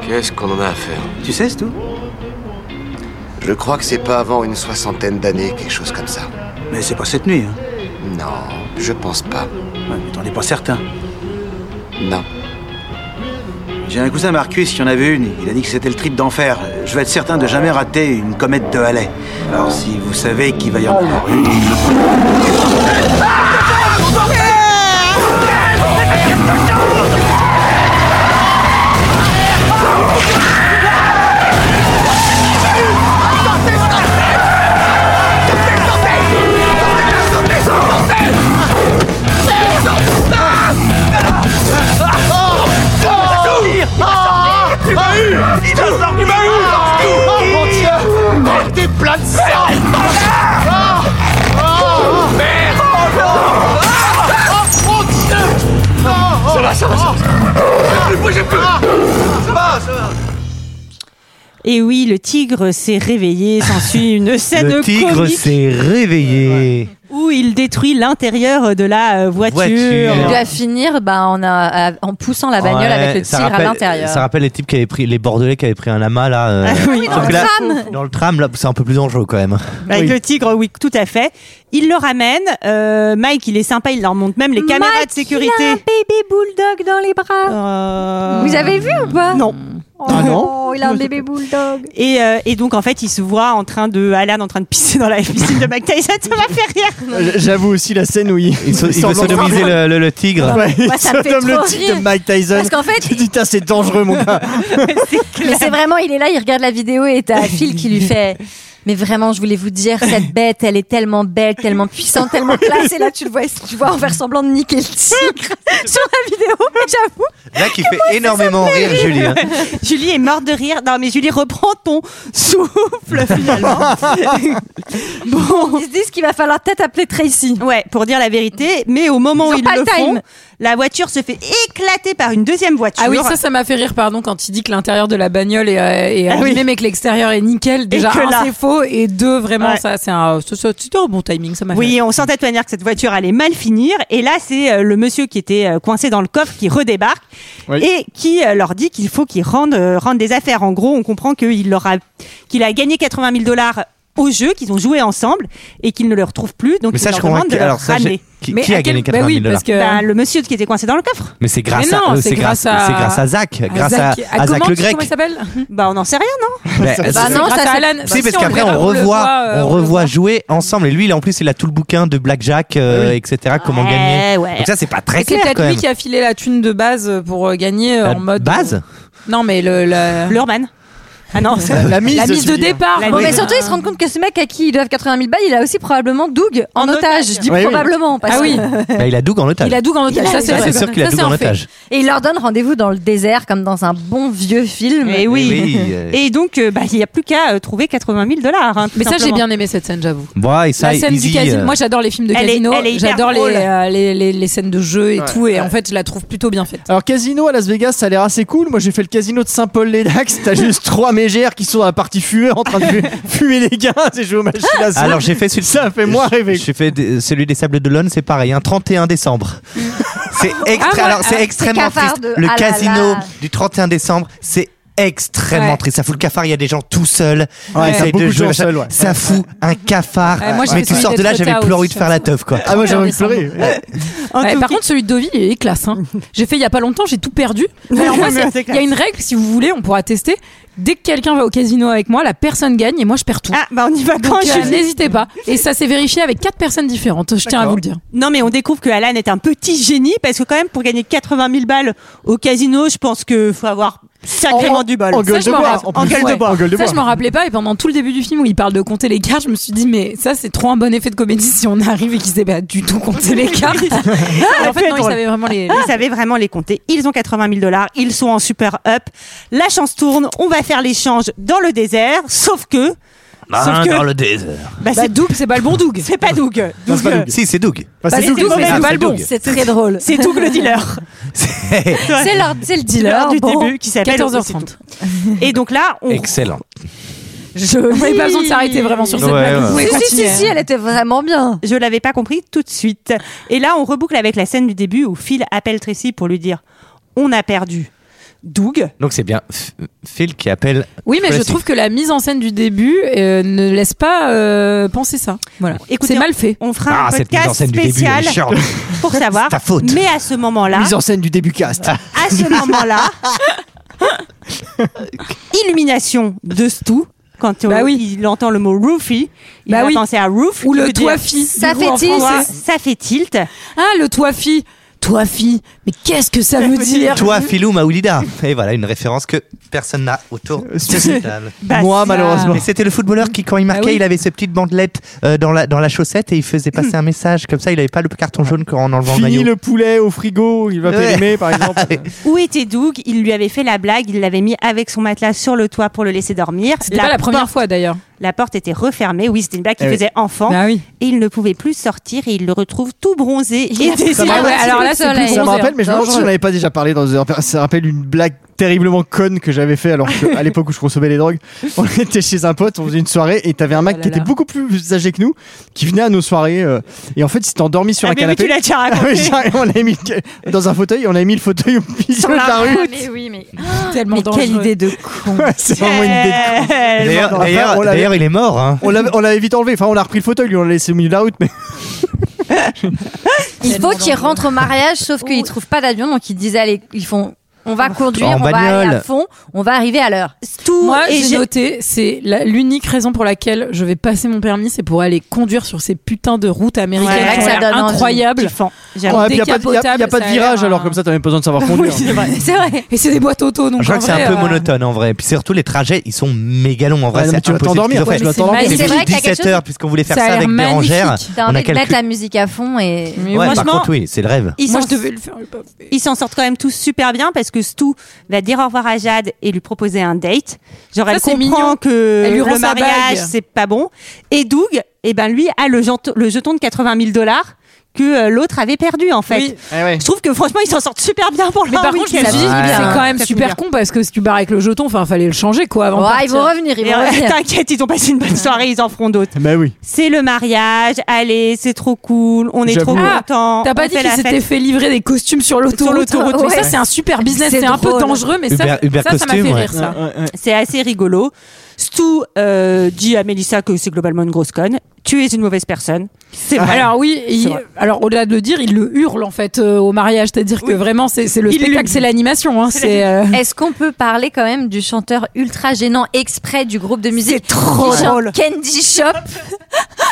[SPEAKER 3] Qu'est-ce qu'on en a à faire
[SPEAKER 12] Tu sais, c'est tout
[SPEAKER 11] Je crois que c'est pas avant une soixantaine d'années, quelque chose comme ça.
[SPEAKER 12] Mais c'est pas cette nuit, hein
[SPEAKER 11] Non, je pense pas.
[SPEAKER 12] Ouais, mais t'en es pas certain.
[SPEAKER 11] Non.
[SPEAKER 12] J'ai un cousin Marcus qui en avait une. Il a dit que c'était le trip d'enfer. Je vais être certain de jamais rater une comète de Halley. Alors si vous savez qu'il va y en avoir une...
[SPEAKER 1] Et oui, le tigre s'est réveillé, s'ensuit une
[SPEAKER 8] <laughs>
[SPEAKER 1] scène
[SPEAKER 8] le tigre
[SPEAKER 1] comique
[SPEAKER 8] s'est réveillé.
[SPEAKER 1] où il détruit l'intérieur de la euh, voiture.
[SPEAKER 6] Il
[SPEAKER 8] Voiture.
[SPEAKER 6] doit finir bah, en, a- a- en poussant la bagnole
[SPEAKER 8] Ouais,
[SPEAKER 6] avec le tir
[SPEAKER 8] ça
[SPEAKER 6] à
[SPEAKER 8] rappelle-
[SPEAKER 6] l'intérieur.
[SPEAKER 8] Ça rappelle les types qui avaient pris, les Bordelais qui avaient pris un lama là. euh,
[SPEAKER 1] Ah oui,
[SPEAKER 8] sauf
[SPEAKER 6] dans
[SPEAKER 8] que
[SPEAKER 6] le
[SPEAKER 8] là,
[SPEAKER 6] tram. Bah,
[SPEAKER 8] Dans le tram, là, c'est un peu plus dangereux quand même.
[SPEAKER 1] Avec le tigre, oui, tout à fait. Il le ramène. euh, Mike, il est sympa, il leur montre même les caméras
[SPEAKER 6] Mike,
[SPEAKER 1] de
[SPEAKER 6] Il a un
[SPEAKER 1] sécurité.
[SPEAKER 6] bébé bulldog dans les bras.
[SPEAKER 1] Euh,
[SPEAKER 6] Ah, Vous avez vu ou pas
[SPEAKER 1] Non.
[SPEAKER 6] Oh,
[SPEAKER 7] Ah non
[SPEAKER 6] il a un bébé bulldog.
[SPEAKER 1] Et, euh, et donc en fait, il se voit en train de Alan en train de pisser dans la piscine de Mike Tyson. Ça m'a fait rire.
[SPEAKER 7] J- J'avoue aussi la scène où il,
[SPEAKER 8] Il, so- il veut sodomiser le, le- le tigre.
[SPEAKER 7] Ouais, il
[SPEAKER 6] Moi, ça me fait
[SPEAKER 7] sodome
[SPEAKER 6] trop
[SPEAKER 7] le tigre
[SPEAKER 6] rire.
[SPEAKER 7] de Mike Tyson.
[SPEAKER 6] Parce qu'en fait,
[SPEAKER 7] tu dis, Tain, c'est dangereux, mon
[SPEAKER 6] <laughs>
[SPEAKER 7] gars.
[SPEAKER 6] Mais c'est vraiment, il est là, il regarde la vidéo et t'as Phil qui lui fait. Mais vraiment, je voulais vous dire, cette bête, elle est tellement belle, tellement puissante,
[SPEAKER 1] <laughs>
[SPEAKER 6] tellement classe. Et là, tu le vois, tu vois en faire semblant de niquer le tigre sur la vidéo. Mais j'avoue,
[SPEAKER 8] Là, qui fait énormément rire, Julie. hein.
[SPEAKER 1] <laughs> Julie est morte de rire. Non, mais Julie, reprends ton
[SPEAKER 8] <laughs>
[SPEAKER 1] souffle finalement. bon.
[SPEAKER 6] ils se disent qu'il va falloir peut-être appeler Tracy.
[SPEAKER 1] Ouais, pour dire la vérité, mais au moment
[SPEAKER 6] Ils
[SPEAKER 1] où
[SPEAKER 6] ont
[SPEAKER 1] ils
[SPEAKER 6] pas
[SPEAKER 1] le
[SPEAKER 6] le time.
[SPEAKER 1] font, la voiture se fait éclater par une deuxième voiture.
[SPEAKER 10] Ah oui, ça, ça m'a fait rire, pardon, quand il dit que l'intérieur de la bagnole est, euh, est
[SPEAKER 1] Ah oui.
[SPEAKER 10] abîmé, mais que l'extérieur est nickel. Déjà,
[SPEAKER 1] que
[SPEAKER 10] un,
[SPEAKER 1] là-
[SPEAKER 10] c'est faux, et deux, vraiment,
[SPEAKER 1] Ouais.
[SPEAKER 10] ça, c'est un, c'est- c'est- c'était un bon timing, ça m'a fait
[SPEAKER 1] Oui, on sentait de toute manière que cette voiture allait mal finir. Et là, c'est euh, le monsieur qui était euh, coincé dans le coffre qui redébarque
[SPEAKER 7] Oui.
[SPEAKER 1] et qui euh, leur dit qu'il faut qu'ils rendent, euh, rendent des affaires. En gros, on comprend qu'il leur a, qu'il a gagné 80 000 dollars au jeu, qu'ils ont joué ensemble et qu'il ne le retrouve plus. Donc,
[SPEAKER 8] Mais
[SPEAKER 1] il
[SPEAKER 8] ça, je
[SPEAKER 1] leur
[SPEAKER 8] comprends.
[SPEAKER 1] demande de
[SPEAKER 8] que-
[SPEAKER 1] leur
[SPEAKER 8] Alors, ça, j'ai-
[SPEAKER 1] ramener.
[SPEAKER 8] qui,
[SPEAKER 10] Mais
[SPEAKER 8] qui
[SPEAKER 10] à
[SPEAKER 8] a gagné
[SPEAKER 10] quel- bah
[SPEAKER 8] 80
[SPEAKER 10] oui,
[SPEAKER 8] 000 dollars
[SPEAKER 10] parce que-
[SPEAKER 1] Bah, le monsieur qui était coincé dans le coffre,
[SPEAKER 8] Mais c'est grâce,
[SPEAKER 10] non,
[SPEAKER 8] à, euh,
[SPEAKER 10] c'est
[SPEAKER 8] c'est
[SPEAKER 10] grâce
[SPEAKER 8] grâce,
[SPEAKER 10] à-
[SPEAKER 8] c'est grâce à Zach, grâce à,
[SPEAKER 10] Zach- à
[SPEAKER 8] à Zach
[SPEAKER 10] comment,
[SPEAKER 8] le
[SPEAKER 10] tu-
[SPEAKER 8] grec.
[SPEAKER 10] Comment il s'appelle
[SPEAKER 1] bah on n'en sait rien,
[SPEAKER 8] <laughs>
[SPEAKER 1] non
[SPEAKER 8] Bah,
[SPEAKER 7] Ça,
[SPEAKER 8] euh,
[SPEAKER 10] Bah
[SPEAKER 8] c'est-
[SPEAKER 10] non,
[SPEAKER 8] c'est-
[SPEAKER 10] ça,
[SPEAKER 8] c'est-
[SPEAKER 10] c'est- Alan.
[SPEAKER 8] Si,
[SPEAKER 10] Bah,
[SPEAKER 8] parce
[SPEAKER 10] si, on
[SPEAKER 8] qu'après on,
[SPEAKER 10] le verra, on le
[SPEAKER 8] revoit,
[SPEAKER 10] voit,
[SPEAKER 8] on
[SPEAKER 10] euh, on le
[SPEAKER 8] revoit
[SPEAKER 10] voit.
[SPEAKER 8] jouer ensemble. Et lui, il, en plus, il a tout le bouquin de Blackjack, euh, etc. Comment
[SPEAKER 1] Ouais,
[SPEAKER 8] gagner.
[SPEAKER 1] Eh ouais.
[SPEAKER 8] Donc ça, c'est pas très
[SPEAKER 10] Eh, Et C'est
[SPEAKER 8] clair quand
[SPEAKER 10] peut-être lui
[SPEAKER 8] même.
[SPEAKER 10] qui a filé la thune de base pour euh, gagner euh,
[SPEAKER 8] La
[SPEAKER 10] en
[SPEAKER 8] <laughs>
[SPEAKER 10] mode.
[SPEAKER 8] base.
[SPEAKER 10] Non, mais le, la-
[SPEAKER 1] L'Urban.
[SPEAKER 10] <laughs>
[SPEAKER 1] Ah non, c'est-
[SPEAKER 7] La mise,
[SPEAKER 10] la mise
[SPEAKER 7] tu veux
[SPEAKER 10] de
[SPEAKER 7] dire.
[SPEAKER 10] départ.
[SPEAKER 1] La
[SPEAKER 6] Bon,
[SPEAKER 1] Oui.
[SPEAKER 6] mais surtout, ils se rendent compte que ce mec à qui ils doivent 80 000 balles, il a aussi probablement Doug en,
[SPEAKER 1] En
[SPEAKER 6] otage.
[SPEAKER 1] otage.
[SPEAKER 6] Je dis
[SPEAKER 7] Oui, oui.
[SPEAKER 6] probablement. Parce
[SPEAKER 10] Ah oui,
[SPEAKER 6] que-
[SPEAKER 8] Bah, il a Doug en otage.
[SPEAKER 10] il a Doug en otage.
[SPEAKER 6] Il a-
[SPEAKER 10] Ça,
[SPEAKER 8] Ça,
[SPEAKER 10] c'est
[SPEAKER 8] c'est
[SPEAKER 10] vrai.
[SPEAKER 8] sûr qu'il a
[SPEAKER 10] Ça,
[SPEAKER 8] Doug
[SPEAKER 10] c'est
[SPEAKER 8] en
[SPEAKER 10] un fait.
[SPEAKER 8] otage.
[SPEAKER 6] Et il leur donne rendez-vous dans le désert, comme dans un bon vieux film.
[SPEAKER 1] Mais Eh oui.
[SPEAKER 8] Oui, euh.
[SPEAKER 1] Et donc, euh, bah, il n'y a plus qu'à euh, trouver 80 000 dollars. hein,
[SPEAKER 10] Mais ça, j'ai bien aimé cette scène, j'avoue.
[SPEAKER 8] Ouais, et ça,
[SPEAKER 10] la scène
[SPEAKER 8] Easy,
[SPEAKER 10] du casino.
[SPEAKER 8] euh,
[SPEAKER 10] Moi, j'adore les films de
[SPEAKER 1] elle est-
[SPEAKER 10] casino.
[SPEAKER 1] elle est hyper
[SPEAKER 10] J'adore les,
[SPEAKER 1] drôle.
[SPEAKER 10] euh, les, les, les scènes de jeu et tout. Et en fait, je la trouve plutôt bien faite.
[SPEAKER 7] Alors, casino à Las Vegas, ça a l'air assez cool. Moi, j'ai fait le casino de Saint-Paul-les-Dax. T'as juste trois mégères qui sont à la partie fumée en train de fu- <laughs> fumer les gars et jouer aux machines à sous.
[SPEAKER 8] Alors j'ai fait celui
[SPEAKER 7] Ça fait moins rêver.
[SPEAKER 8] J'ai fait des- celui des Sables de l'Olonne, c'est pareil, hein, un 31 décembre. c'est extra-
[SPEAKER 10] Ah ouais,
[SPEAKER 8] alors c'est
[SPEAKER 10] ah,
[SPEAKER 8] extrêmement
[SPEAKER 6] c'est cafard
[SPEAKER 8] triste.
[SPEAKER 6] de-
[SPEAKER 8] Le
[SPEAKER 6] ah là
[SPEAKER 8] casino
[SPEAKER 6] là.
[SPEAKER 8] du 31 décembre, c'est extrêmement
[SPEAKER 10] Ouais.
[SPEAKER 8] triste. Ça fout le cafard. Il y a des gens tout seuls. qui
[SPEAKER 7] Ouais,
[SPEAKER 8] essayent
[SPEAKER 7] ça, beaucoup de gens
[SPEAKER 8] machin.
[SPEAKER 7] seuls, ouais.
[SPEAKER 8] Ça fout un cafard.
[SPEAKER 10] Ouais, moi, j'ai
[SPEAKER 8] mais
[SPEAKER 10] fait
[SPEAKER 8] tu
[SPEAKER 10] celui
[SPEAKER 8] sors de là,
[SPEAKER 10] d'être
[SPEAKER 8] j'avais
[SPEAKER 10] tard
[SPEAKER 8] plus
[SPEAKER 10] aussi,
[SPEAKER 8] envie de faire la teuf quoi.
[SPEAKER 7] Ah, moi, j'ai envie de pleurer.
[SPEAKER 10] Ouais, par contre, celui de Deauville, il est classe.
[SPEAKER 1] <laughs>
[SPEAKER 10] hein. J'ai fait il y a pas longtemps, j'ai tout perdu.
[SPEAKER 1] Ouais,
[SPEAKER 10] Alors moi,
[SPEAKER 1] <laughs> mais
[SPEAKER 10] c'est-
[SPEAKER 1] c'est
[SPEAKER 10] il
[SPEAKER 1] classe.
[SPEAKER 10] y a une règle, si vous voulez, on pourra tester. Dès que quelqu'un va au casino avec moi, la personne gagne et moi, je perds tout.
[SPEAKER 1] Ah, bah on y va quand
[SPEAKER 10] Donc, euh,
[SPEAKER 1] Julie
[SPEAKER 10] n'hésitez pas. Et ça s'est vérifié avec quatre personnes différentes. Je tiens à vous le dire.
[SPEAKER 1] Non, mais on découvre que Alan est un petit génie parce que quand même, pour gagner 80 000 balles au casino, je pense qu'il faut avoir sacrément du bol.
[SPEAKER 7] En gueule
[SPEAKER 10] je
[SPEAKER 7] de
[SPEAKER 10] m'en
[SPEAKER 7] bois.
[SPEAKER 10] rappelle.
[SPEAKER 7] en plus.
[SPEAKER 10] En gueule de
[SPEAKER 7] Ouais.
[SPEAKER 10] bois.
[SPEAKER 7] En gueule de
[SPEAKER 10] Ça,
[SPEAKER 7] bois.
[SPEAKER 10] je m'en rappelais pas. Et pendant tout le début du film où il parle de compter les cartes, je me suis dit, mais ça, c'est trop un bon effet de comédie si on arrive et qu'ils sait pas du tout compter les cartes. Et en fait, non, ils savaient vraiment les.
[SPEAKER 1] Ils savaient vraiment les compter. Ils ont 80 000 dollars. Ils sont en super up. La chance tourne. On va faire l'échange dans le désert. Sauf que bah,
[SPEAKER 8] Marin
[SPEAKER 10] Sauf que-
[SPEAKER 8] dans le désert.
[SPEAKER 10] Bah, c'est Doug, c'est pas le bon
[SPEAKER 1] <laughs>
[SPEAKER 10] Doug. C'est pas Doug.
[SPEAKER 8] Si, c'est Doug.
[SPEAKER 10] Bah, c'est Doug, mais c'est pas le bon.
[SPEAKER 8] <laughs>
[SPEAKER 6] C'est très drôle.
[SPEAKER 1] <laughs> euh, C'est Doug
[SPEAKER 10] <laughs>
[SPEAKER 1] le dealer.
[SPEAKER 6] C'est leur- c'est le dealer,
[SPEAKER 1] du
[SPEAKER 6] bon.
[SPEAKER 1] début qui s'appelle
[SPEAKER 10] 14h30.
[SPEAKER 1] <laughs> Et donc là,
[SPEAKER 10] <laughs>
[SPEAKER 1] on
[SPEAKER 8] Excellent.
[SPEAKER 10] Je n'avais pas besoin de s'arrêter vraiment sur cette
[SPEAKER 8] Ouais,
[SPEAKER 10] blague.
[SPEAKER 8] ouais.
[SPEAKER 10] Vous pouvez
[SPEAKER 1] Si, si,
[SPEAKER 10] continuer.
[SPEAKER 1] si, si, elle était vraiment bien. Je l'avais pas compris tout de suite. Et là, on reboucle avec la scène du début où Phil appelle Tracy pour lui dire On a perdu Doug.
[SPEAKER 8] Donc c'est bien F- Phil qui appelle.
[SPEAKER 10] Oui, mais je
[SPEAKER 8] Tracy.
[SPEAKER 10] trouve que la mise en scène du début euh, ne laisse pas euh, penser ça. Voilà.
[SPEAKER 1] Écoutez,
[SPEAKER 10] C'est mal fait.
[SPEAKER 1] On fera
[SPEAKER 8] Ah,
[SPEAKER 1] un
[SPEAKER 8] cette mise en
[SPEAKER 1] podcast
[SPEAKER 8] scène du début, elle
[SPEAKER 1] spécial
[SPEAKER 8] est
[SPEAKER 7] <laughs>
[SPEAKER 8] chiante.
[SPEAKER 1] <laughs> pour savoir.
[SPEAKER 8] ta faute.
[SPEAKER 1] Ah, Mais à ce moment-là,
[SPEAKER 7] Mise en scène du début cast.
[SPEAKER 1] à
[SPEAKER 7] <laughs>
[SPEAKER 1] ce moment-là, illumination de Stu. Quand
[SPEAKER 10] Bah
[SPEAKER 1] on-
[SPEAKER 10] oui.
[SPEAKER 1] il entend le mot roofie, il
[SPEAKER 10] Bah
[SPEAKER 1] va
[SPEAKER 10] oui.
[SPEAKER 1] penser à roof.
[SPEAKER 10] Ou
[SPEAKER 1] qui
[SPEAKER 10] le
[SPEAKER 1] veut dire-
[SPEAKER 10] toifie,
[SPEAKER 6] Ça du coup, fait en tilt. français.
[SPEAKER 1] Ça fait tilt.
[SPEAKER 10] Ah, le toi fille. Toi fille. Mais qu'est-ce que ça <laughs> veut dire
[SPEAKER 8] Toi, Philou Maoulida. Et voilà une référence que personne n'a autour de <laughs>
[SPEAKER 7] <laughs>
[SPEAKER 8] cette table.
[SPEAKER 1] Bah,
[SPEAKER 7] Moi,
[SPEAKER 1] ça-
[SPEAKER 7] malheureusement.
[SPEAKER 8] Mais c'était le footballeur qui, quand il marquait,
[SPEAKER 10] Ah oui.
[SPEAKER 8] il avait ses petites bandelettes euh, dans, la, dans la chaussette et il faisait passer un message. Comme ça, il avait pas le carton jaune quand en enlevant le
[SPEAKER 7] Fini
[SPEAKER 8] maillot.
[SPEAKER 7] le poulet au frigo, il va
[SPEAKER 8] Ouais.
[SPEAKER 7] périmer, par
[SPEAKER 8] <laughs>
[SPEAKER 7] exemple.
[SPEAKER 1] Où était Doug Il lui avait fait la blague, il l'avait mis avec son matelas sur le toit pour le laisser dormir.
[SPEAKER 10] C'était pas la première
[SPEAKER 1] porte,
[SPEAKER 10] fois d'ailleurs.
[SPEAKER 1] La porte était refermée, oui, c'était une blague qui
[SPEAKER 7] Eh oui.
[SPEAKER 1] faisait enfant.
[SPEAKER 10] Bah oui.
[SPEAKER 1] Et il ne pouvait plus sortir et il le retrouve tout
[SPEAKER 7] <laughs>
[SPEAKER 1] bronzé
[SPEAKER 7] bah
[SPEAKER 1] et désiré.
[SPEAKER 10] Ah ouais, alors là, c'est plus
[SPEAKER 6] soleil.
[SPEAKER 7] Ça me
[SPEAKER 10] bronzé,
[SPEAKER 7] rappelle, mais je me
[SPEAKER 10] hein.
[SPEAKER 7] demande si on n'avait pas déjà parlé dans The Herper- Ça rappelle une blague terriblement conne que j'avais fait alors que, à <laughs> l'époque où je consommais les drogues. On <laughs> était chez un pote, on faisait une soirée et t'avais un mec
[SPEAKER 10] Oh là
[SPEAKER 7] qui était
[SPEAKER 10] là.
[SPEAKER 7] beaucoup plus âgé que nous qui venait à nos soirées euh, et en fait il s'était endormi sur
[SPEAKER 1] Ah,
[SPEAKER 7] un
[SPEAKER 1] mais oui,
[SPEAKER 7] canapé.
[SPEAKER 1] tu l'as déjà
[SPEAKER 7] <laughs> Ah ouais,
[SPEAKER 1] raconté.
[SPEAKER 7] j'ai- on l'avait mis le- dans un fauteuil, on a mis le fauteuil au milieu
[SPEAKER 1] Sur
[SPEAKER 7] de
[SPEAKER 1] la
[SPEAKER 7] la rue.
[SPEAKER 6] Ah, mais oui, mais.
[SPEAKER 10] <gasps> Tellement
[SPEAKER 6] Mais
[SPEAKER 10] dangereux.
[SPEAKER 6] quelle idée de con.
[SPEAKER 7] Ouais, C'est vraiment une idée. de con.
[SPEAKER 1] Tellement
[SPEAKER 8] D'ailleurs,
[SPEAKER 7] Après,
[SPEAKER 8] d'ailleurs-
[SPEAKER 7] on l'avait-
[SPEAKER 8] d'ailleurs, il est mort. hein.
[SPEAKER 7] On l'avait- on l'avait vite enlevé. Enfin, on a repris le fauteuil, lui, on l'a laissé au milieu de la route. Mais
[SPEAKER 6] Il
[SPEAKER 10] Tellement
[SPEAKER 6] faut qu'il
[SPEAKER 10] dangereux.
[SPEAKER 6] rentre au mariage, sauf
[SPEAKER 1] Oh.
[SPEAKER 6] qu'ils trouvent pas d'avion, donc ils disent allez, ils font. On va conduire,
[SPEAKER 8] En
[SPEAKER 6] on va aller à
[SPEAKER 8] bagnole.
[SPEAKER 6] fond, on va arriver à l'heure.
[SPEAKER 1] tout
[SPEAKER 10] Moi,
[SPEAKER 1] et
[SPEAKER 10] j'ai
[SPEAKER 1] j'ai-
[SPEAKER 10] noté, c'est la- l'unique raison pour laquelle je vais passer mon permis, c'est pour aller conduire sur ces putains de routes américaines.
[SPEAKER 1] Ouais,
[SPEAKER 10] qui ont
[SPEAKER 1] ça
[SPEAKER 10] l'air
[SPEAKER 6] donne envie.
[SPEAKER 10] incroyables.
[SPEAKER 1] kiffant. J'avoue.
[SPEAKER 10] Ouais.
[SPEAKER 7] il n'y a pas de, y a- y a pas
[SPEAKER 10] décapotable,
[SPEAKER 7] de
[SPEAKER 10] ça a
[SPEAKER 7] virage,
[SPEAKER 10] l'air
[SPEAKER 7] alors
[SPEAKER 10] un-
[SPEAKER 7] comme ça, t'as même pas besoin de savoir
[SPEAKER 10] <laughs>
[SPEAKER 1] Oui,
[SPEAKER 7] conduire.
[SPEAKER 1] c'est vrai.
[SPEAKER 6] C'est vrai.
[SPEAKER 10] Et c'est des boîtes auto, donc
[SPEAKER 8] Je crois
[SPEAKER 10] en
[SPEAKER 8] que c'est un
[SPEAKER 10] vrai,
[SPEAKER 8] peu
[SPEAKER 10] euh,
[SPEAKER 8] monotone en vrai. Puis surtout, les trajets, ils sont méga longs en vrai.
[SPEAKER 7] Ouais, non, mais
[SPEAKER 8] c'est
[SPEAKER 7] tu vas
[SPEAKER 8] impossible
[SPEAKER 7] t'endormir,
[SPEAKER 8] qu'ils
[SPEAKER 7] ouais,
[SPEAKER 8] ont
[SPEAKER 7] je dois
[SPEAKER 8] fait.
[SPEAKER 7] t'endormir.
[SPEAKER 6] Mais
[SPEAKER 8] Depuis
[SPEAKER 6] c'est vrai qu'il y a quelque
[SPEAKER 8] 17
[SPEAKER 6] chose.
[SPEAKER 8] heures, puisqu'on voulait faire
[SPEAKER 10] Ça a
[SPEAKER 8] ça,
[SPEAKER 10] l'air
[SPEAKER 8] avec Bérangère.
[SPEAKER 10] magnifique.
[SPEAKER 6] T'as
[SPEAKER 8] On a
[SPEAKER 6] envie de
[SPEAKER 8] calculé.
[SPEAKER 6] mettre la musique à fond et.
[SPEAKER 10] Mais
[SPEAKER 8] Ouais, par
[SPEAKER 1] franchement,
[SPEAKER 8] contre, oui, c'est le rêve.
[SPEAKER 1] Ils
[SPEAKER 10] Moi,
[SPEAKER 1] s'en-
[SPEAKER 10] je devais le faire. j'ai pas fait.
[SPEAKER 1] ils s'en sortent quand même tous super bien parce que Stu va dire au revoir à Jade et lui proposer un date. Genre,
[SPEAKER 10] Ça,
[SPEAKER 1] elle
[SPEAKER 10] c'est
[SPEAKER 1] comprend
[SPEAKER 10] mignon.
[SPEAKER 1] que
[SPEAKER 10] Elle lui rend
[SPEAKER 1] le
[SPEAKER 10] sa
[SPEAKER 1] mariage,
[SPEAKER 10] bague.
[SPEAKER 1] c'est pas bon. Et Doug, eh ben, lui, a le, jante- le jeton de 80 000 dollars que euh, l'autre avait perdu, en fait.
[SPEAKER 10] Oui.
[SPEAKER 7] Eh ouais.
[SPEAKER 1] Je trouve que franchement, ils s'en sortent super bien pour
[SPEAKER 10] Mais
[SPEAKER 1] leur
[SPEAKER 10] par
[SPEAKER 1] week-end.
[SPEAKER 10] contre, je me suis dit,
[SPEAKER 8] Ouais.
[SPEAKER 10] c'est quand même
[SPEAKER 1] Ça fait
[SPEAKER 10] super
[SPEAKER 1] bien.
[SPEAKER 10] con parce que si tu barres avec le jeton, enfin, fallait le changer quoi avant. de
[SPEAKER 6] Ouais, ils vont
[SPEAKER 10] partir.
[SPEAKER 6] revenir, ils
[SPEAKER 1] Mais,
[SPEAKER 6] vont
[SPEAKER 1] euh,
[SPEAKER 6] revenir.
[SPEAKER 1] T'inquiète, ils ont passé une bonne soirée, ils en feront d'autres.
[SPEAKER 7] Bah oui.
[SPEAKER 1] C'est le mariage, allez, c'est trop cool, on est
[SPEAKER 7] J'avoue.
[SPEAKER 1] trop
[SPEAKER 10] Ah,
[SPEAKER 1] contents.
[SPEAKER 10] T'as pas
[SPEAKER 1] on
[SPEAKER 10] dit
[SPEAKER 1] fait
[SPEAKER 10] qu'ils
[SPEAKER 1] la
[SPEAKER 10] s'étaient
[SPEAKER 1] fête.
[SPEAKER 10] fait livrer des costumes sur l'autoroute.
[SPEAKER 1] l'autoroute,
[SPEAKER 10] Mais ça,
[SPEAKER 6] ouais.
[SPEAKER 10] c'est un super business.
[SPEAKER 6] C'est
[SPEAKER 10] C'est un peu
[SPEAKER 6] drôle.
[SPEAKER 10] dangereux, mais ça,
[SPEAKER 8] Uber- Uber
[SPEAKER 10] ça, ça m'a fait
[SPEAKER 8] costume,
[SPEAKER 10] rire ça.
[SPEAKER 1] C'est assez rigolo. Stu euh, dit à Mélissa que c'est globalement une grosse conne. Tu es une mauvaise personne. C'est vrai.
[SPEAKER 10] Alors oui, il-
[SPEAKER 1] vrai.
[SPEAKER 10] alors au-delà de le dire, il le hurle en fait euh, au mariage, c'est-à-dire que vraiment c'est c'est le
[SPEAKER 1] Il le
[SPEAKER 10] spectacle,
[SPEAKER 1] dit.
[SPEAKER 10] c'est l'animation, hein, c'est euh,
[SPEAKER 6] Est-ce qu'on peut parler quand même du chanteur ultra gênant exprès du groupe de musique C'est
[SPEAKER 1] trop drôle.
[SPEAKER 6] Candy
[SPEAKER 1] <laughs>
[SPEAKER 6] Shop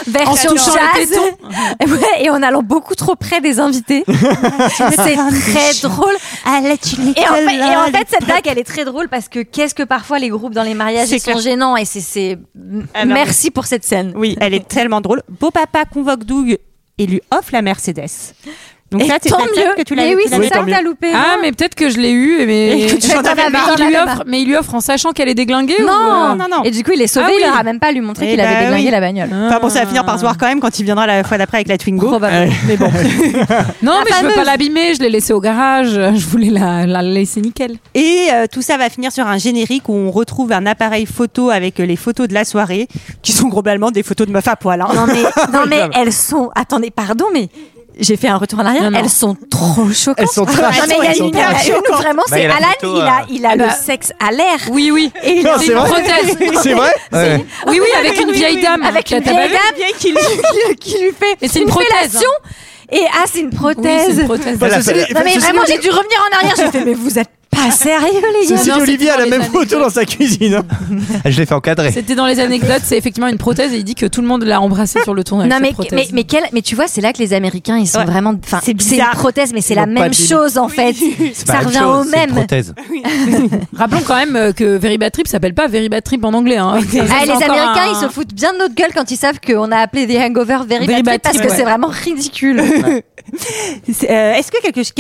[SPEAKER 6] version
[SPEAKER 10] En touchant le
[SPEAKER 6] jazz. <laughs> Ouais, et en allant beaucoup trop près des
[SPEAKER 1] <laughs>
[SPEAKER 6] invités. c'est très drôle. Et en, fait, et en fait, cette blague, elle est très drôle parce que qu'est-ce que parfois les groupes dans les mariages
[SPEAKER 1] C'est
[SPEAKER 6] ils sont
[SPEAKER 1] clair.
[SPEAKER 6] gênants et c'est- c'est
[SPEAKER 1] Ah non,
[SPEAKER 6] merci pour cette scène.
[SPEAKER 1] Oui, elle est tellement drôle. Beau papa convoque Doug et lui offre la Mercedes. Donc
[SPEAKER 6] Et
[SPEAKER 1] là, c'est
[SPEAKER 6] tant
[SPEAKER 1] la scène
[SPEAKER 6] mieux.
[SPEAKER 1] que tu l'as
[SPEAKER 6] mais oui,
[SPEAKER 1] tu l'as
[SPEAKER 6] c'est ça
[SPEAKER 1] tant
[SPEAKER 6] que
[SPEAKER 1] mieux.
[SPEAKER 6] t'as loupé.
[SPEAKER 10] ah mais peut-être que je l'ai eu, mais
[SPEAKER 1] Et que tu
[SPEAKER 10] Mais
[SPEAKER 1] en avais
[SPEAKER 10] il
[SPEAKER 6] marre.
[SPEAKER 10] lui offre, mais il lui offre en sachant qu'elle est déglinguée. ou, euh,
[SPEAKER 6] non.
[SPEAKER 1] non, non.
[SPEAKER 6] Et du coup, il est sauvé.
[SPEAKER 10] Ah oui.
[SPEAKER 6] Il leur a même pas lui montré
[SPEAKER 1] Eh
[SPEAKER 6] qu'il
[SPEAKER 1] bah
[SPEAKER 6] avait déglingué
[SPEAKER 1] oui.
[SPEAKER 6] la bagnole.
[SPEAKER 1] Enfin bon, ça va finir par se voir quand même quand il viendra la fois d'après avec la Twingo. Euh,
[SPEAKER 6] Probablement.
[SPEAKER 1] Mais <laughs> bon.
[SPEAKER 10] Non, mais je veux pas
[SPEAKER 6] fameuse.
[SPEAKER 10] l'abîmer, je l'ai laissée au garage, je voulais la, la laisser nickel.
[SPEAKER 1] Et euh, tout ça va finir sur un générique où on retrouve un appareil photo avec euh, les photos de la soirée, qui sont globalement des photos de meufs à poil. hein.
[SPEAKER 6] Non
[SPEAKER 1] <laughs>
[SPEAKER 6] mais, non mais elles sont. Attendez, pardon, mais j'ai fait un retour en arrière.
[SPEAKER 10] Non, non.
[SPEAKER 6] Elles sont trop choquantes. Ah,
[SPEAKER 7] Elles sont très
[SPEAKER 6] Non mais il y a une, il y en a une où vraiment,
[SPEAKER 8] Bah, il
[SPEAKER 6] c'est
[SPEAKER 8] y a la
[SPEAKER 6] Alan.
[SPEAKER 8] photo,
[SPEAKER 6] il
[SPEAKER 8] euh,
[SPEAKER 6] a, il a
[SPEAKER 10] bah.
[SPEAKER 6] le sexe à l'air.
[SPEAKER 10] Oui oui.
[SPEAKER 6] Et il
[SPEAKER 7] Non,
[SPEAKER 6] a
[SPEAKER 7] c'est
[SPEAKER 6] une
[SPEAKER 7] vrai
[SPEAKER 6] prothèse.
[SPEAKER 7] <laughs> C'est
[SPEAKER 6] <laughs>
[SPEAKER 7] vrai
[SPEAKER 8] Ouais.
[SPEAKER 10] Oui oui, avec une vieille dame.
[SPEAKER 6] Avec
[SPEAKER 10] T'as-
[SPEAKER 6] une
[SPEAKER 10] t'as pas
[SPEAKER 6] vieille
[SPEAKER 10] vu
[SPEAKER 6] dame <laughs> qui lui, qui lui fait
[SPEAKER 10] Et c'est une prothèse,
[SPEAKER 6] fellation. Et ah, c'est une
[SPEAKER 10] Oui, c'est
[SPEAKER 6] prothèse.
[SPEAKER 10] une prothèse.
[SPEAKER 8] Voilà,
[SPEAKER 7] Ceci dit-
[SPEAKER 6] non mais
[SPEAKER 7] ceci
[SPEAKER 6] vraiment,
[SPEAKER 7] dit,
[SPEAKER 6] j'ai dû revenir en arrière. J'ai
[SPEAKER 7] <laughs>
[SPEAKER 6] fait, mais vous êtes
[SPEAKER 10] <laughs>
[SPEAKER 6] pas sérieux, les gars.
[SPEAKER 7] Ceci dit,
[SPEAKER 10] non, c'est
[SPEAKER 7] Olivier a
[SPEAKER 10] toujours
[SPEAKER 7] la
[SPEAKER 10] les
[SPEAKER 7] même photo
[SPEAKER 10] anecdotes.
[SPEAKER 7] dans sa cuisine. hein.
[SPEAKER 8] Je l'ai fait encadrer.
[SPEAKER 10] C'était dans les anecdotes, c'est effectivement une prothèse et il dit que tout le monde l'a embrassée sur le tournage.
[SPEAKER 6] Non
[SPEAKER 10] cette
[SPEAKER 6] mais,
[SPEAKER 10] prothèse.
[SPEAKER 6] mais mais quel- mais tu vois c'est là que les Américains ils sont
[SPEAKER 1] Ouais.
[SPEAKER 6] vraiment enfin
[SPEAKER 1] C'est
[SPEAKER 6] c'est une
[SPEAKER 1] bizarre.
[SPEAKER 6] prothèse mais c'est
[SPEAKER 7] Ils
[SPEAKER 6] la
[SPEAKER 7] n'ont pas
[SPEAKER 6] même
[SPEAKER 7] de limite.
[SPEAKER 6] chose en fait
[SPEAKER 8] C'est
[SPEAKER 6] ça
[SPEAKER 8] pas la
[SPEAKER 6] revient
[SPEAKER 8] chose,
[SPEAKER 6] au
[SPEAKER 8] c'est une
[SPEAKER 6] même <laughs>
[SPEAKER 8] prothèse.
[SPEAKER 10] <laughs> Rappelons quand même euh, que Veribatrip s'appelle pas Veribatrip en anglais.
[SPEAKER 6] <laughs>
[SPEAKER 10] Hein.
[SPEAKER 6] Ah, les
[SPEAKER 10] Encore
[SPEAKER 6] Américains,
[SPEAKER 10] un-
[SPEAKER 6] ils se foutent bien de notre gueule quand ils savent qu'on a appelé des hangovers very,
[SPEAKER 10] Very bad
[SPEAKER 6] bad trip parce
[SPEAKER 10] trip,
[SPEAKER 6] que
[SPEAKER 10] ouais.
[SPEAKER 6] c'est vraiment ridicule.
[SPEAKER 1] C'est- euh, Est-ce que quelque chose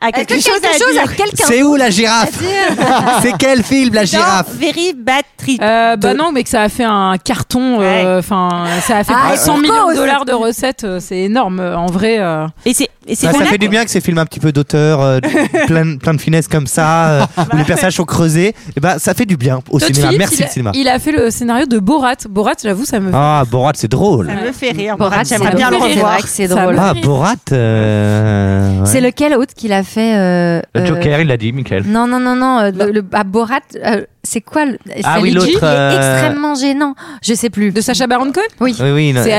[SPEAKER 1] a quelque
[SPEAKER 6] Est-ce que
[SPEAKER 1] chose à
[SPEAKER 6] quelque chose à
[SPEAKER 1] dire
[SPEAKER 6] quelqu'un
[SPEAKER 8] C'est où la girafe
[SPEAKER 6] <laughs>
[SPEAKER 8] C'est quel film, la girafe
[SPEAKER 1] Very Bad Trip.
[SPEAKER 10] bah non, mais que ça a fait un carton. euh, Enfin, ça a fait
[SPEAKER 1] Ah,
[SPEAKER 10] plus de 100
[SPEAKER 1] Coco
[SPEAKER 10] millions de
[SPEAKER 1] aussi.
[SPEAKER 10] dollars de recettes. euh, C'est énorme, euh, en vrai. euh.
[SPEAKER 1] Et c'est
[SPEAKER 8] Bah, ça fait du bien que ces films un petit peu d'auteur, euh, plein, de- plein de finesse comme ça, euh, où les personnages sont creusés. Et bah, ça fait du bien au
[SPEAKER 10] Todd
[SPEAKER 8] cinéma.
[SPEAKER 10] Phillips,
[SPEAKER 8] Merci
[SPEAKER 10] il a,
[SPEAKER 8] le cinéma.
[SPEAKER 10] Il a fait le scénario de Borat. Borat, j'avoue, ça me fait.
[SPEAKER 8] Ah, Borat, c'est drôle.
[SPEAKER 1] Ça me fait rire.
[SPEAKER 6] Borat,
[SPEAKER 1] Borat, j'aimerais
[SPEAKER 6] c'est
[SPEAKER 1] bien le
[SPEAKER 6] drôle.
[SPEAKER 1] revoir.
[SPEAKER 6] C'est vrai que c'est
[SPEAKER 1] Ça me
[SPEAKER 6] drôle.
[SPEAKER 1] fait
[SPEAKER 8] Ah,
[SPEAKER 1] rire.
[SPEAKER 8] Borat. euh, ouais.
[SPEAKER 6] C'est lequel autre qu'il a fait euh,
[SPEAKER 8] Le
[SPEAKER 6] euh,
[SPEAKER 8] Joker, il l'a dit, Michael.
[SPEAKER 6] Non, non, non, non. euh, Le, le- à Borat, euh, c'est quoi le, c'est
[SPEAKER 8] Ah oui,
[SPEAKER 6] Ali G
[SPEAKER 8] l'autre,
[SPEAKER 6] Il est
[SPEAKER 8] euh,
[SPEAKER 6] extrêmement gênant. Je sais plus.
[SPEAKER 10] De Sacha Baron Cohen
[SPEAKER 6] Oui.
[SPEAKER 8] Oui, oui, non.
[SPEAKER 10] G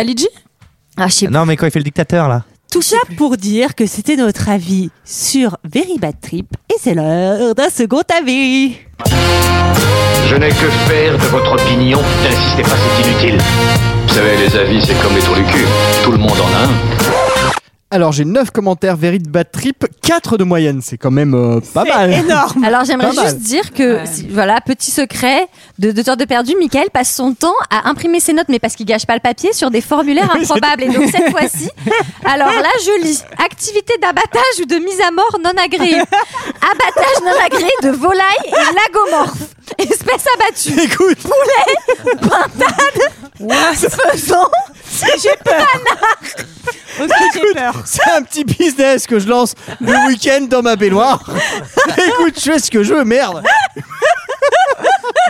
[SPEAKER 6] Ah, je sais
[SPEAKER 8] Non, mais quand il fait le dictateur, là.
[SPEAKER 1] Tout ça pour dire que c'était notre avis sur Very Bad Trip et c'est l'heure d'un second avis.
[SPEAKER 2] Je n'ai que faire de votre opinion. N'insistez pas, c'est inutile.
[SPEAKER 5] Vous savez, les avis, c'est comme les trous du cul. Tout le monde en a un.
[SPEAKER 7] Alors j'ai 9 commentaires, Verit Bad Trip, 4 de moyenne, c'est quand même euh, pas mal.
[SPEAKER 6] Alors j'aimerais
[SPEAKER 7] Pas mal.
[SPEAKER 6] juste dire que si- voilà petit secret de deux heures de perdu, Michael passe son temps à imprimer ses notes, mais parce qu'il gâche pas le papier sur des formulaires improbables. Et donc cette fois-ci, alors là je lis activité d'abattage ou de mise à mort non agréée, abattage non agréé de volaille et lagomorphe, espèce abattue,
[SPEAKER 7] Écoute,
[SPEAKER 6] poulet, pintade, faisan,
[SPEAKER 1] j'ai peur. Ok, j'ai peur.
[SPEAKER 7] C'est un petit business que je lance le week-end dans ma baignoire. Écoute, je fais ce que je veux, merde.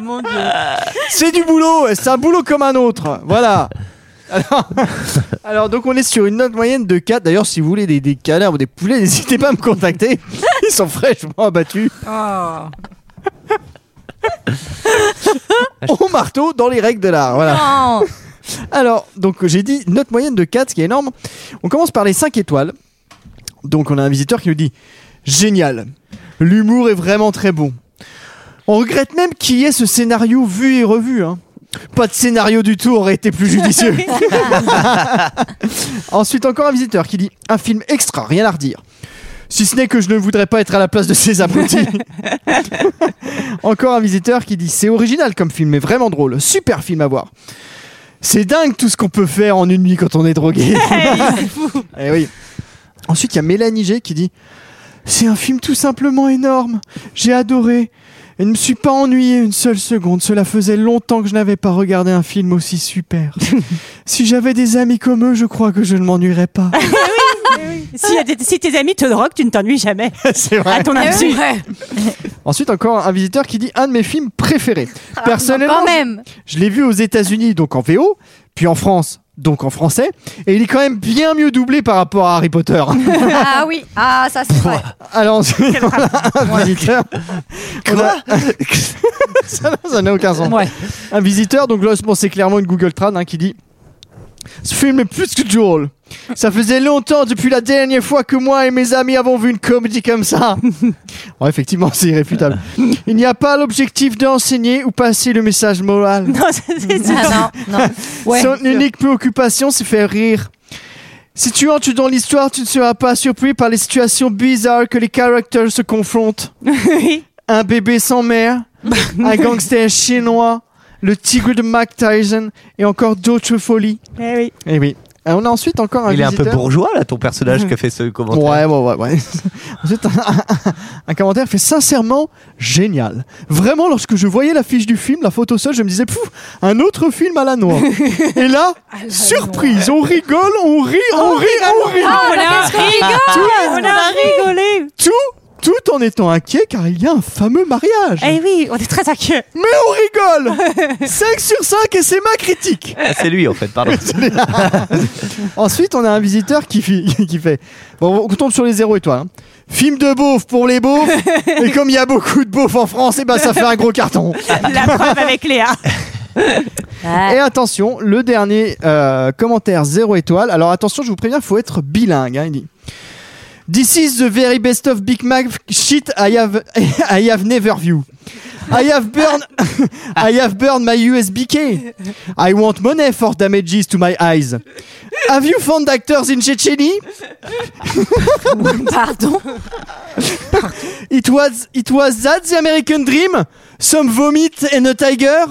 [SPEAKER 1] Mon Dieu.
[SPEAKER 7] C'est du boulot, c'est un boulot comme un autre. Voilà. Alors, alors, donc on est sur une note moyenne de 4. D'ailleurs, si vous voulez des, des canards ou des poulets, <laughs> n'hésitez pas à me contacter. Ils sont fraîchement abattus
[SPEAKER 1] Oh.
[SPEAKER 7] <laughs> au marteau dans les règles de l'art. Voilà.
[SPEAKER 6] Non.
[SPEAKER 7] <laughs> Alors, donc j'ai dit note moyenne de 4, ce qui est énorme. On commence par les 5 étoiles. Donc on a un visiteur qui nous dit Génial, l'humour est vraiment très bon. On regrette même qu'il y ait ce scénario vu et revu. hein. Pas de scénario du tout aurait été plus judicieux. Ensuite, encore un visiteur qui dit Un film extra, rien à redire. Si ce n'est que je ne voudrais pas être à la place de ces abrutis. encore un visiteur qui dit C'est original comme film, mais vraiment drôle. Super film à voir. C'est dingue tout ce qu'on peut faire en une nuit quand on est drogué. Eh oui. Ensuite, il y a Mélanie G qui dit C'est un film tout simplement énorme. J'ai adoré. Et ne me suis pas ennuyé une seule seconde. Cela faisait longtemps que je n'avais pas regardé un film aussi <laughs> super. si j'avais des amis comme eux, je crois que je ne m'ennuierais pas.
[SPEAKER 1] Si, y
[SPEAKER 6] Ah.
[SPEAKER 1] a des- si tes amis te droguent, tu ne
[SPEAKER 8] <laughs>
[SPEAKER 1] t'ennuies jamais.
[SPEAKER 7] C'est vrai.
[SPEAKER 1] À ton insu.
[SPEAKER 7] <laughs> Ensuite, encore un visiteur qui dit un de mes films préférés. Personnellement,
[SPEAKER 6] Ah, bah, quand même.
[SPEAKER 7] je l'ai vu aux États-Unis, donc en VO, puis en France, donc en français, et il est quand même bien mieux doublé par rapport à Harry Potter.
[SPEAKER 6] Ah oui, ah ça c'est vrai.
[SPEAKER 7] Alors ensuite, on <laughs> a un visiteur. On a- <laughs> ça n'a- ça n'a aucun sens.
[SPEAKER 10] Ouais.
[SPEAKER 7] Un visiteur, donc là, bon, c'est clairement une Google Trad hein, qui dit Ce film est plus que drôle. Ça faisait longtemps depuis la dernière fois que moi et mes amis avons vu une comédie comme ça. Bon, effectivement, <laughs> c'est irréfutable. Il n'y a pas l'objectif d'enseigner ou passer le message moral.
[SPEAKER 1] Non, c'est c'est sûr.
[SPEAKER 6] Ah non, non.
[SPEAKER 10] Ouais.
[SPEAKER 7] Son unique préoccupation, c'est faire rire. Si tu entres dans l'histoire, tu ne seras pas surpris par les situations bizarres que les caractères se confrontent.
[SPEAKER 1] <laughs> Oui.
[SPEAKER 7] Un bébé sans mère,
[SPEAKER 1] <laughs>
[SPEAKER 7] un gangster chinois, le tigre de Mac Tyson et encore d'autres folies.
[SPEAKER 1] Eh oui.
[SPEAKER 7] Eh oui. Et on a ensuite encore un
[SPEAKER 8] Il est un peu
[SPEAKER 7] visiteur. Mm.
[SPEAKER 8] bourgeois, là, ton personnage qui a fait ce commentaire.
[SPEAKER 7] Mhm. Ouais, ouais, ouais, <laughs> ouais. Ensuite, un, un commentaire fait sincèrement génial. Vraiment, lorsque je voyais l'affiche du film, la photo seule, je me disais, pouf, un autre film à la
[SPEAKER 1] <laughs>
[SPEAKER 7] noix. Et là, surprise, on rigole, on rit,
[SPEAKER 1] Oh,
[SPEAKER 7] on rit, on rit.
[SPEAKER 1] Ah,
[SPEAKER 10] on a
[SPEAKER 1] On a rigolé.
[SPEAKER 7] Tout, tout en étant inquiet car il y a un fameux mariage.
[SPEAKER 1] Eh oui, on est très inquiets.
[SPEAKER 7] Mais on rigole 5 sur 5 et c'est ma critique
[SPEAKER 8] Ah, C'est lui, en fait,
[SPEAKER 7] <laughs>
[SPEAKER 8] pardon. <laughs>
[SPEAKER 7] Ensuite, on a un visiteur qui, fi- <laughs> qui fait... Bon, on tombe sur les zéro étoiles. hein. Film de beauf pour les beaufs. et comme il y a beaucoup de beaufs en France, et ben ça fait un gros carton.
[SPEAKER 1] La preuve avec Léa.
[SPEAKER 6] Ah,
[SPEAKER 7] Et attention, le dernier euh, commentaire 0 étoile. Alors attention, je vous préviens, faut être bilingue. hein, il dit. This is the very best of Big Mac shit I have, <laughs> I have never view. I have burned, <laughs> I have burned my USB key. I want money for damages to my eyes. Have you found actors in Chechnya?
[SPEAKER 6] pardon.
[SPEAKER 7] It was, it was that the American dream? Some vomit and a tiger?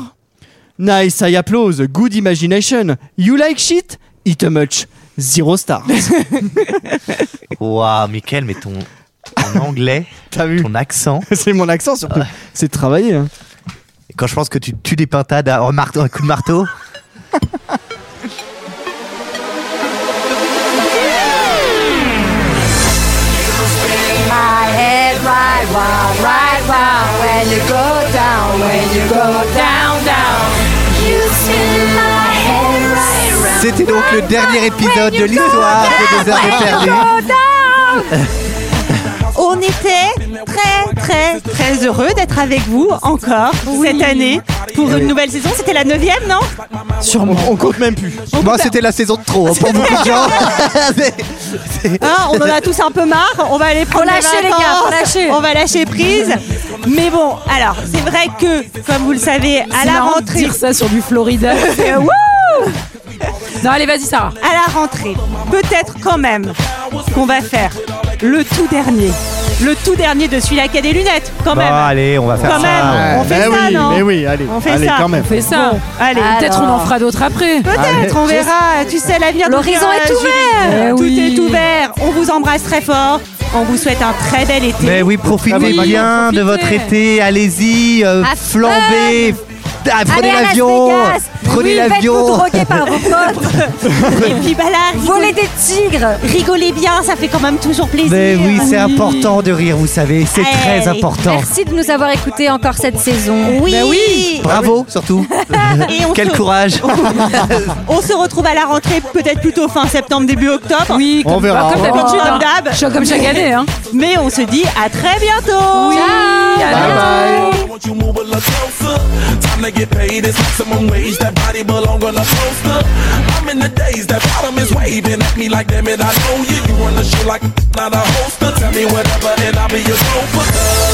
[SPEAKER 7] Nice, I applause. Good imagination. You like shit? Eat a much. Zero stars.
[SPEAKER 8] Waouh, Michael, mais ton. <laughs> en anglais.
[SPEAKER 7] T'as vu
[SPEAKER 8] Ton accent.
[SPEAKER 7] <laughs>
[SPEAKER 8] Ah.
[SPEAKER 7] C'est mon accent surtout. C'est travaillé. hein.
[SPEAKER 8] Quand je pense que tu tues des pintades à en mar- un coup de
[SPEAKER 7] <laughs>
[SPEAKER 8] marteau.
[SPEAKER 13] My head right round, right round. When you go down, when you go down, down. You spin my head right round.
[SPEAKER 8] C'était donc le dernier épisode de l'histoire de Deux heures de perdu.
[SPEAKER 1] On était très très très heureux d'être avec vous encore cette année pour une nouvelle saison. C'était la neuvième, non <laughs>
[SPEAKER 7] Sûrement. On, on compte même plus.
[SPEAKER 8] Bah,
[SPEAKER 7] Moi, c'était la saison de trop hein, pour beaucoup de gens.
[SPEAKER 1] <laughs> Hein, on en a tous un peu marre. On va aller prendre
[SPEAKER 6] Faut
[SPEAKER 1] des
[SPEAKER 6] lâcher, les gars,
[SPEAKER 1] vacances.
[SPEAKER 6] faut lâcher.
[SPEAKER 1] On va lâcher prise. Mais bon, alors c'est vrai que comme vous le savez, à
[SPEAKER 10] C'est
[SPEAKER 1] la
[SPEAKER 10] marrant de
[SPEAKER 1] rentrée,
[SPEAKER 10] dire ça sur du Florida. <laughs>
[SPEAKER 1] Euh, wouh
[SPEAKER 10] non, allez, vas-y, Sarah.
[SPEAKER 1] À la rentrée, peut-être quand même qu'on va faire le tout dernier, le tout dernier de celui-là qui a des lunettes, quand
[SPEAKER 8] Bon,
[SPEAKER 1] même.
[SPEAKER 8] allez, on va faire
[SPEAKER 1] Quand
[SPEAKER 8] ça.
[SPEAKER 1] même, on
[SPEAKER 7] Ouais,
[SPEAKER 1] fait
[SPEAKER 7] bah
[SPEAKER 1] ça,
[SPEAKER 7] oui,
[SPEAKER 1] non
[SPEAKER 7] mais oui, allez,
[SPEAKER 1] on fait
[SPEAKER 7] allez,
[SPEAKER 1] ça.
[SPEAKER 7] quand même. On fait
[SPEAKER 10] ça.
[SPEAKER 1] allez,
[SPEAKER 10] Peut-être on en fera d'autres après.
[SPEAKER 1] Peut-être, on verra. Tu sais, l'avenir nous
[SPEAKER 6] L'horizon
[SPEAKER 1] dira,
[SPEAKER 6] est ouvert.
[SPEAKER 1] Julie.
[SPEAKER 10] hein, Eh
[SPEAKER 1] Tout
[SPEAKER 10] oui.
[SPEAKER 1] est ouvert. On vous embrasse très fort. On vous souhaite un très bel été.
[SPEAKER 8] <laughs>
[SPEAKER 1] bah,
[SPEAKER 8] Mais oui, profitez
[SPEAKER 1] Ah Oui,
[SPEAKER 8] bien
[SPEAKER 1] profitez.
[SPEAKER 8] de votre été, allez-y, euh,
[SPEAKER 1] À
[SPEAKER 8] flambez, Ah,
[SPEAKER 1] Allez
[SPEAKER 8] prenez
[SPEAKER 1] à Las
[SPEAKER 8] l'avion,
[SPEAKER 1] Vegas.
[SPEAKER 8] prenez
[SPEAKER 1] Oui,
[SPEAKER 8] l'avion.
[SPEAKER 1] faites-vous droguer par vos Et puis bah là,
[SPEAKER 6] Voler des tigres.
[SPEAKER 1] Rigolez bien, ça fait quand même toujours plaisir.
[SPEAKER 8] Mais <laughs> oui, c'est important de rire, vous savez, c'est très important.
[SPEAKER 6] Merci de nous avoir écoutés encore cette saison.
[SPEAKER 1] Oui. Bah oui.
[SPEAKER 8] Bravo surtout.
[SPEAKER 1] <laughs> Et on
[SPEAKER 8] Quel <laughs>
[SPEAKER 1] se-
[SPEAKER 8] courage.
[SPEAKER 1] <laughs> On se retrouve à la rentrée, peut-être plutôt fin septembre, début octobre.
[SPEAKER 10] Oui,
[SPEAKER 8] comme- On verra.
[SPEAKER 10] comme d'habitude, hein. Comme chaque année, hein.
[SPEAKER 1] Mais on se dit à très bientôt.
[SPEAKER 14] Won't you move a little closer? Time to get paid. It's maximum wage. That body belong on a poster. I'm in the days. That bottom is waving at me like, <laughs> damn it, I know you. You run the show like not a holster. Tell me whatever, and I'll be your sofa.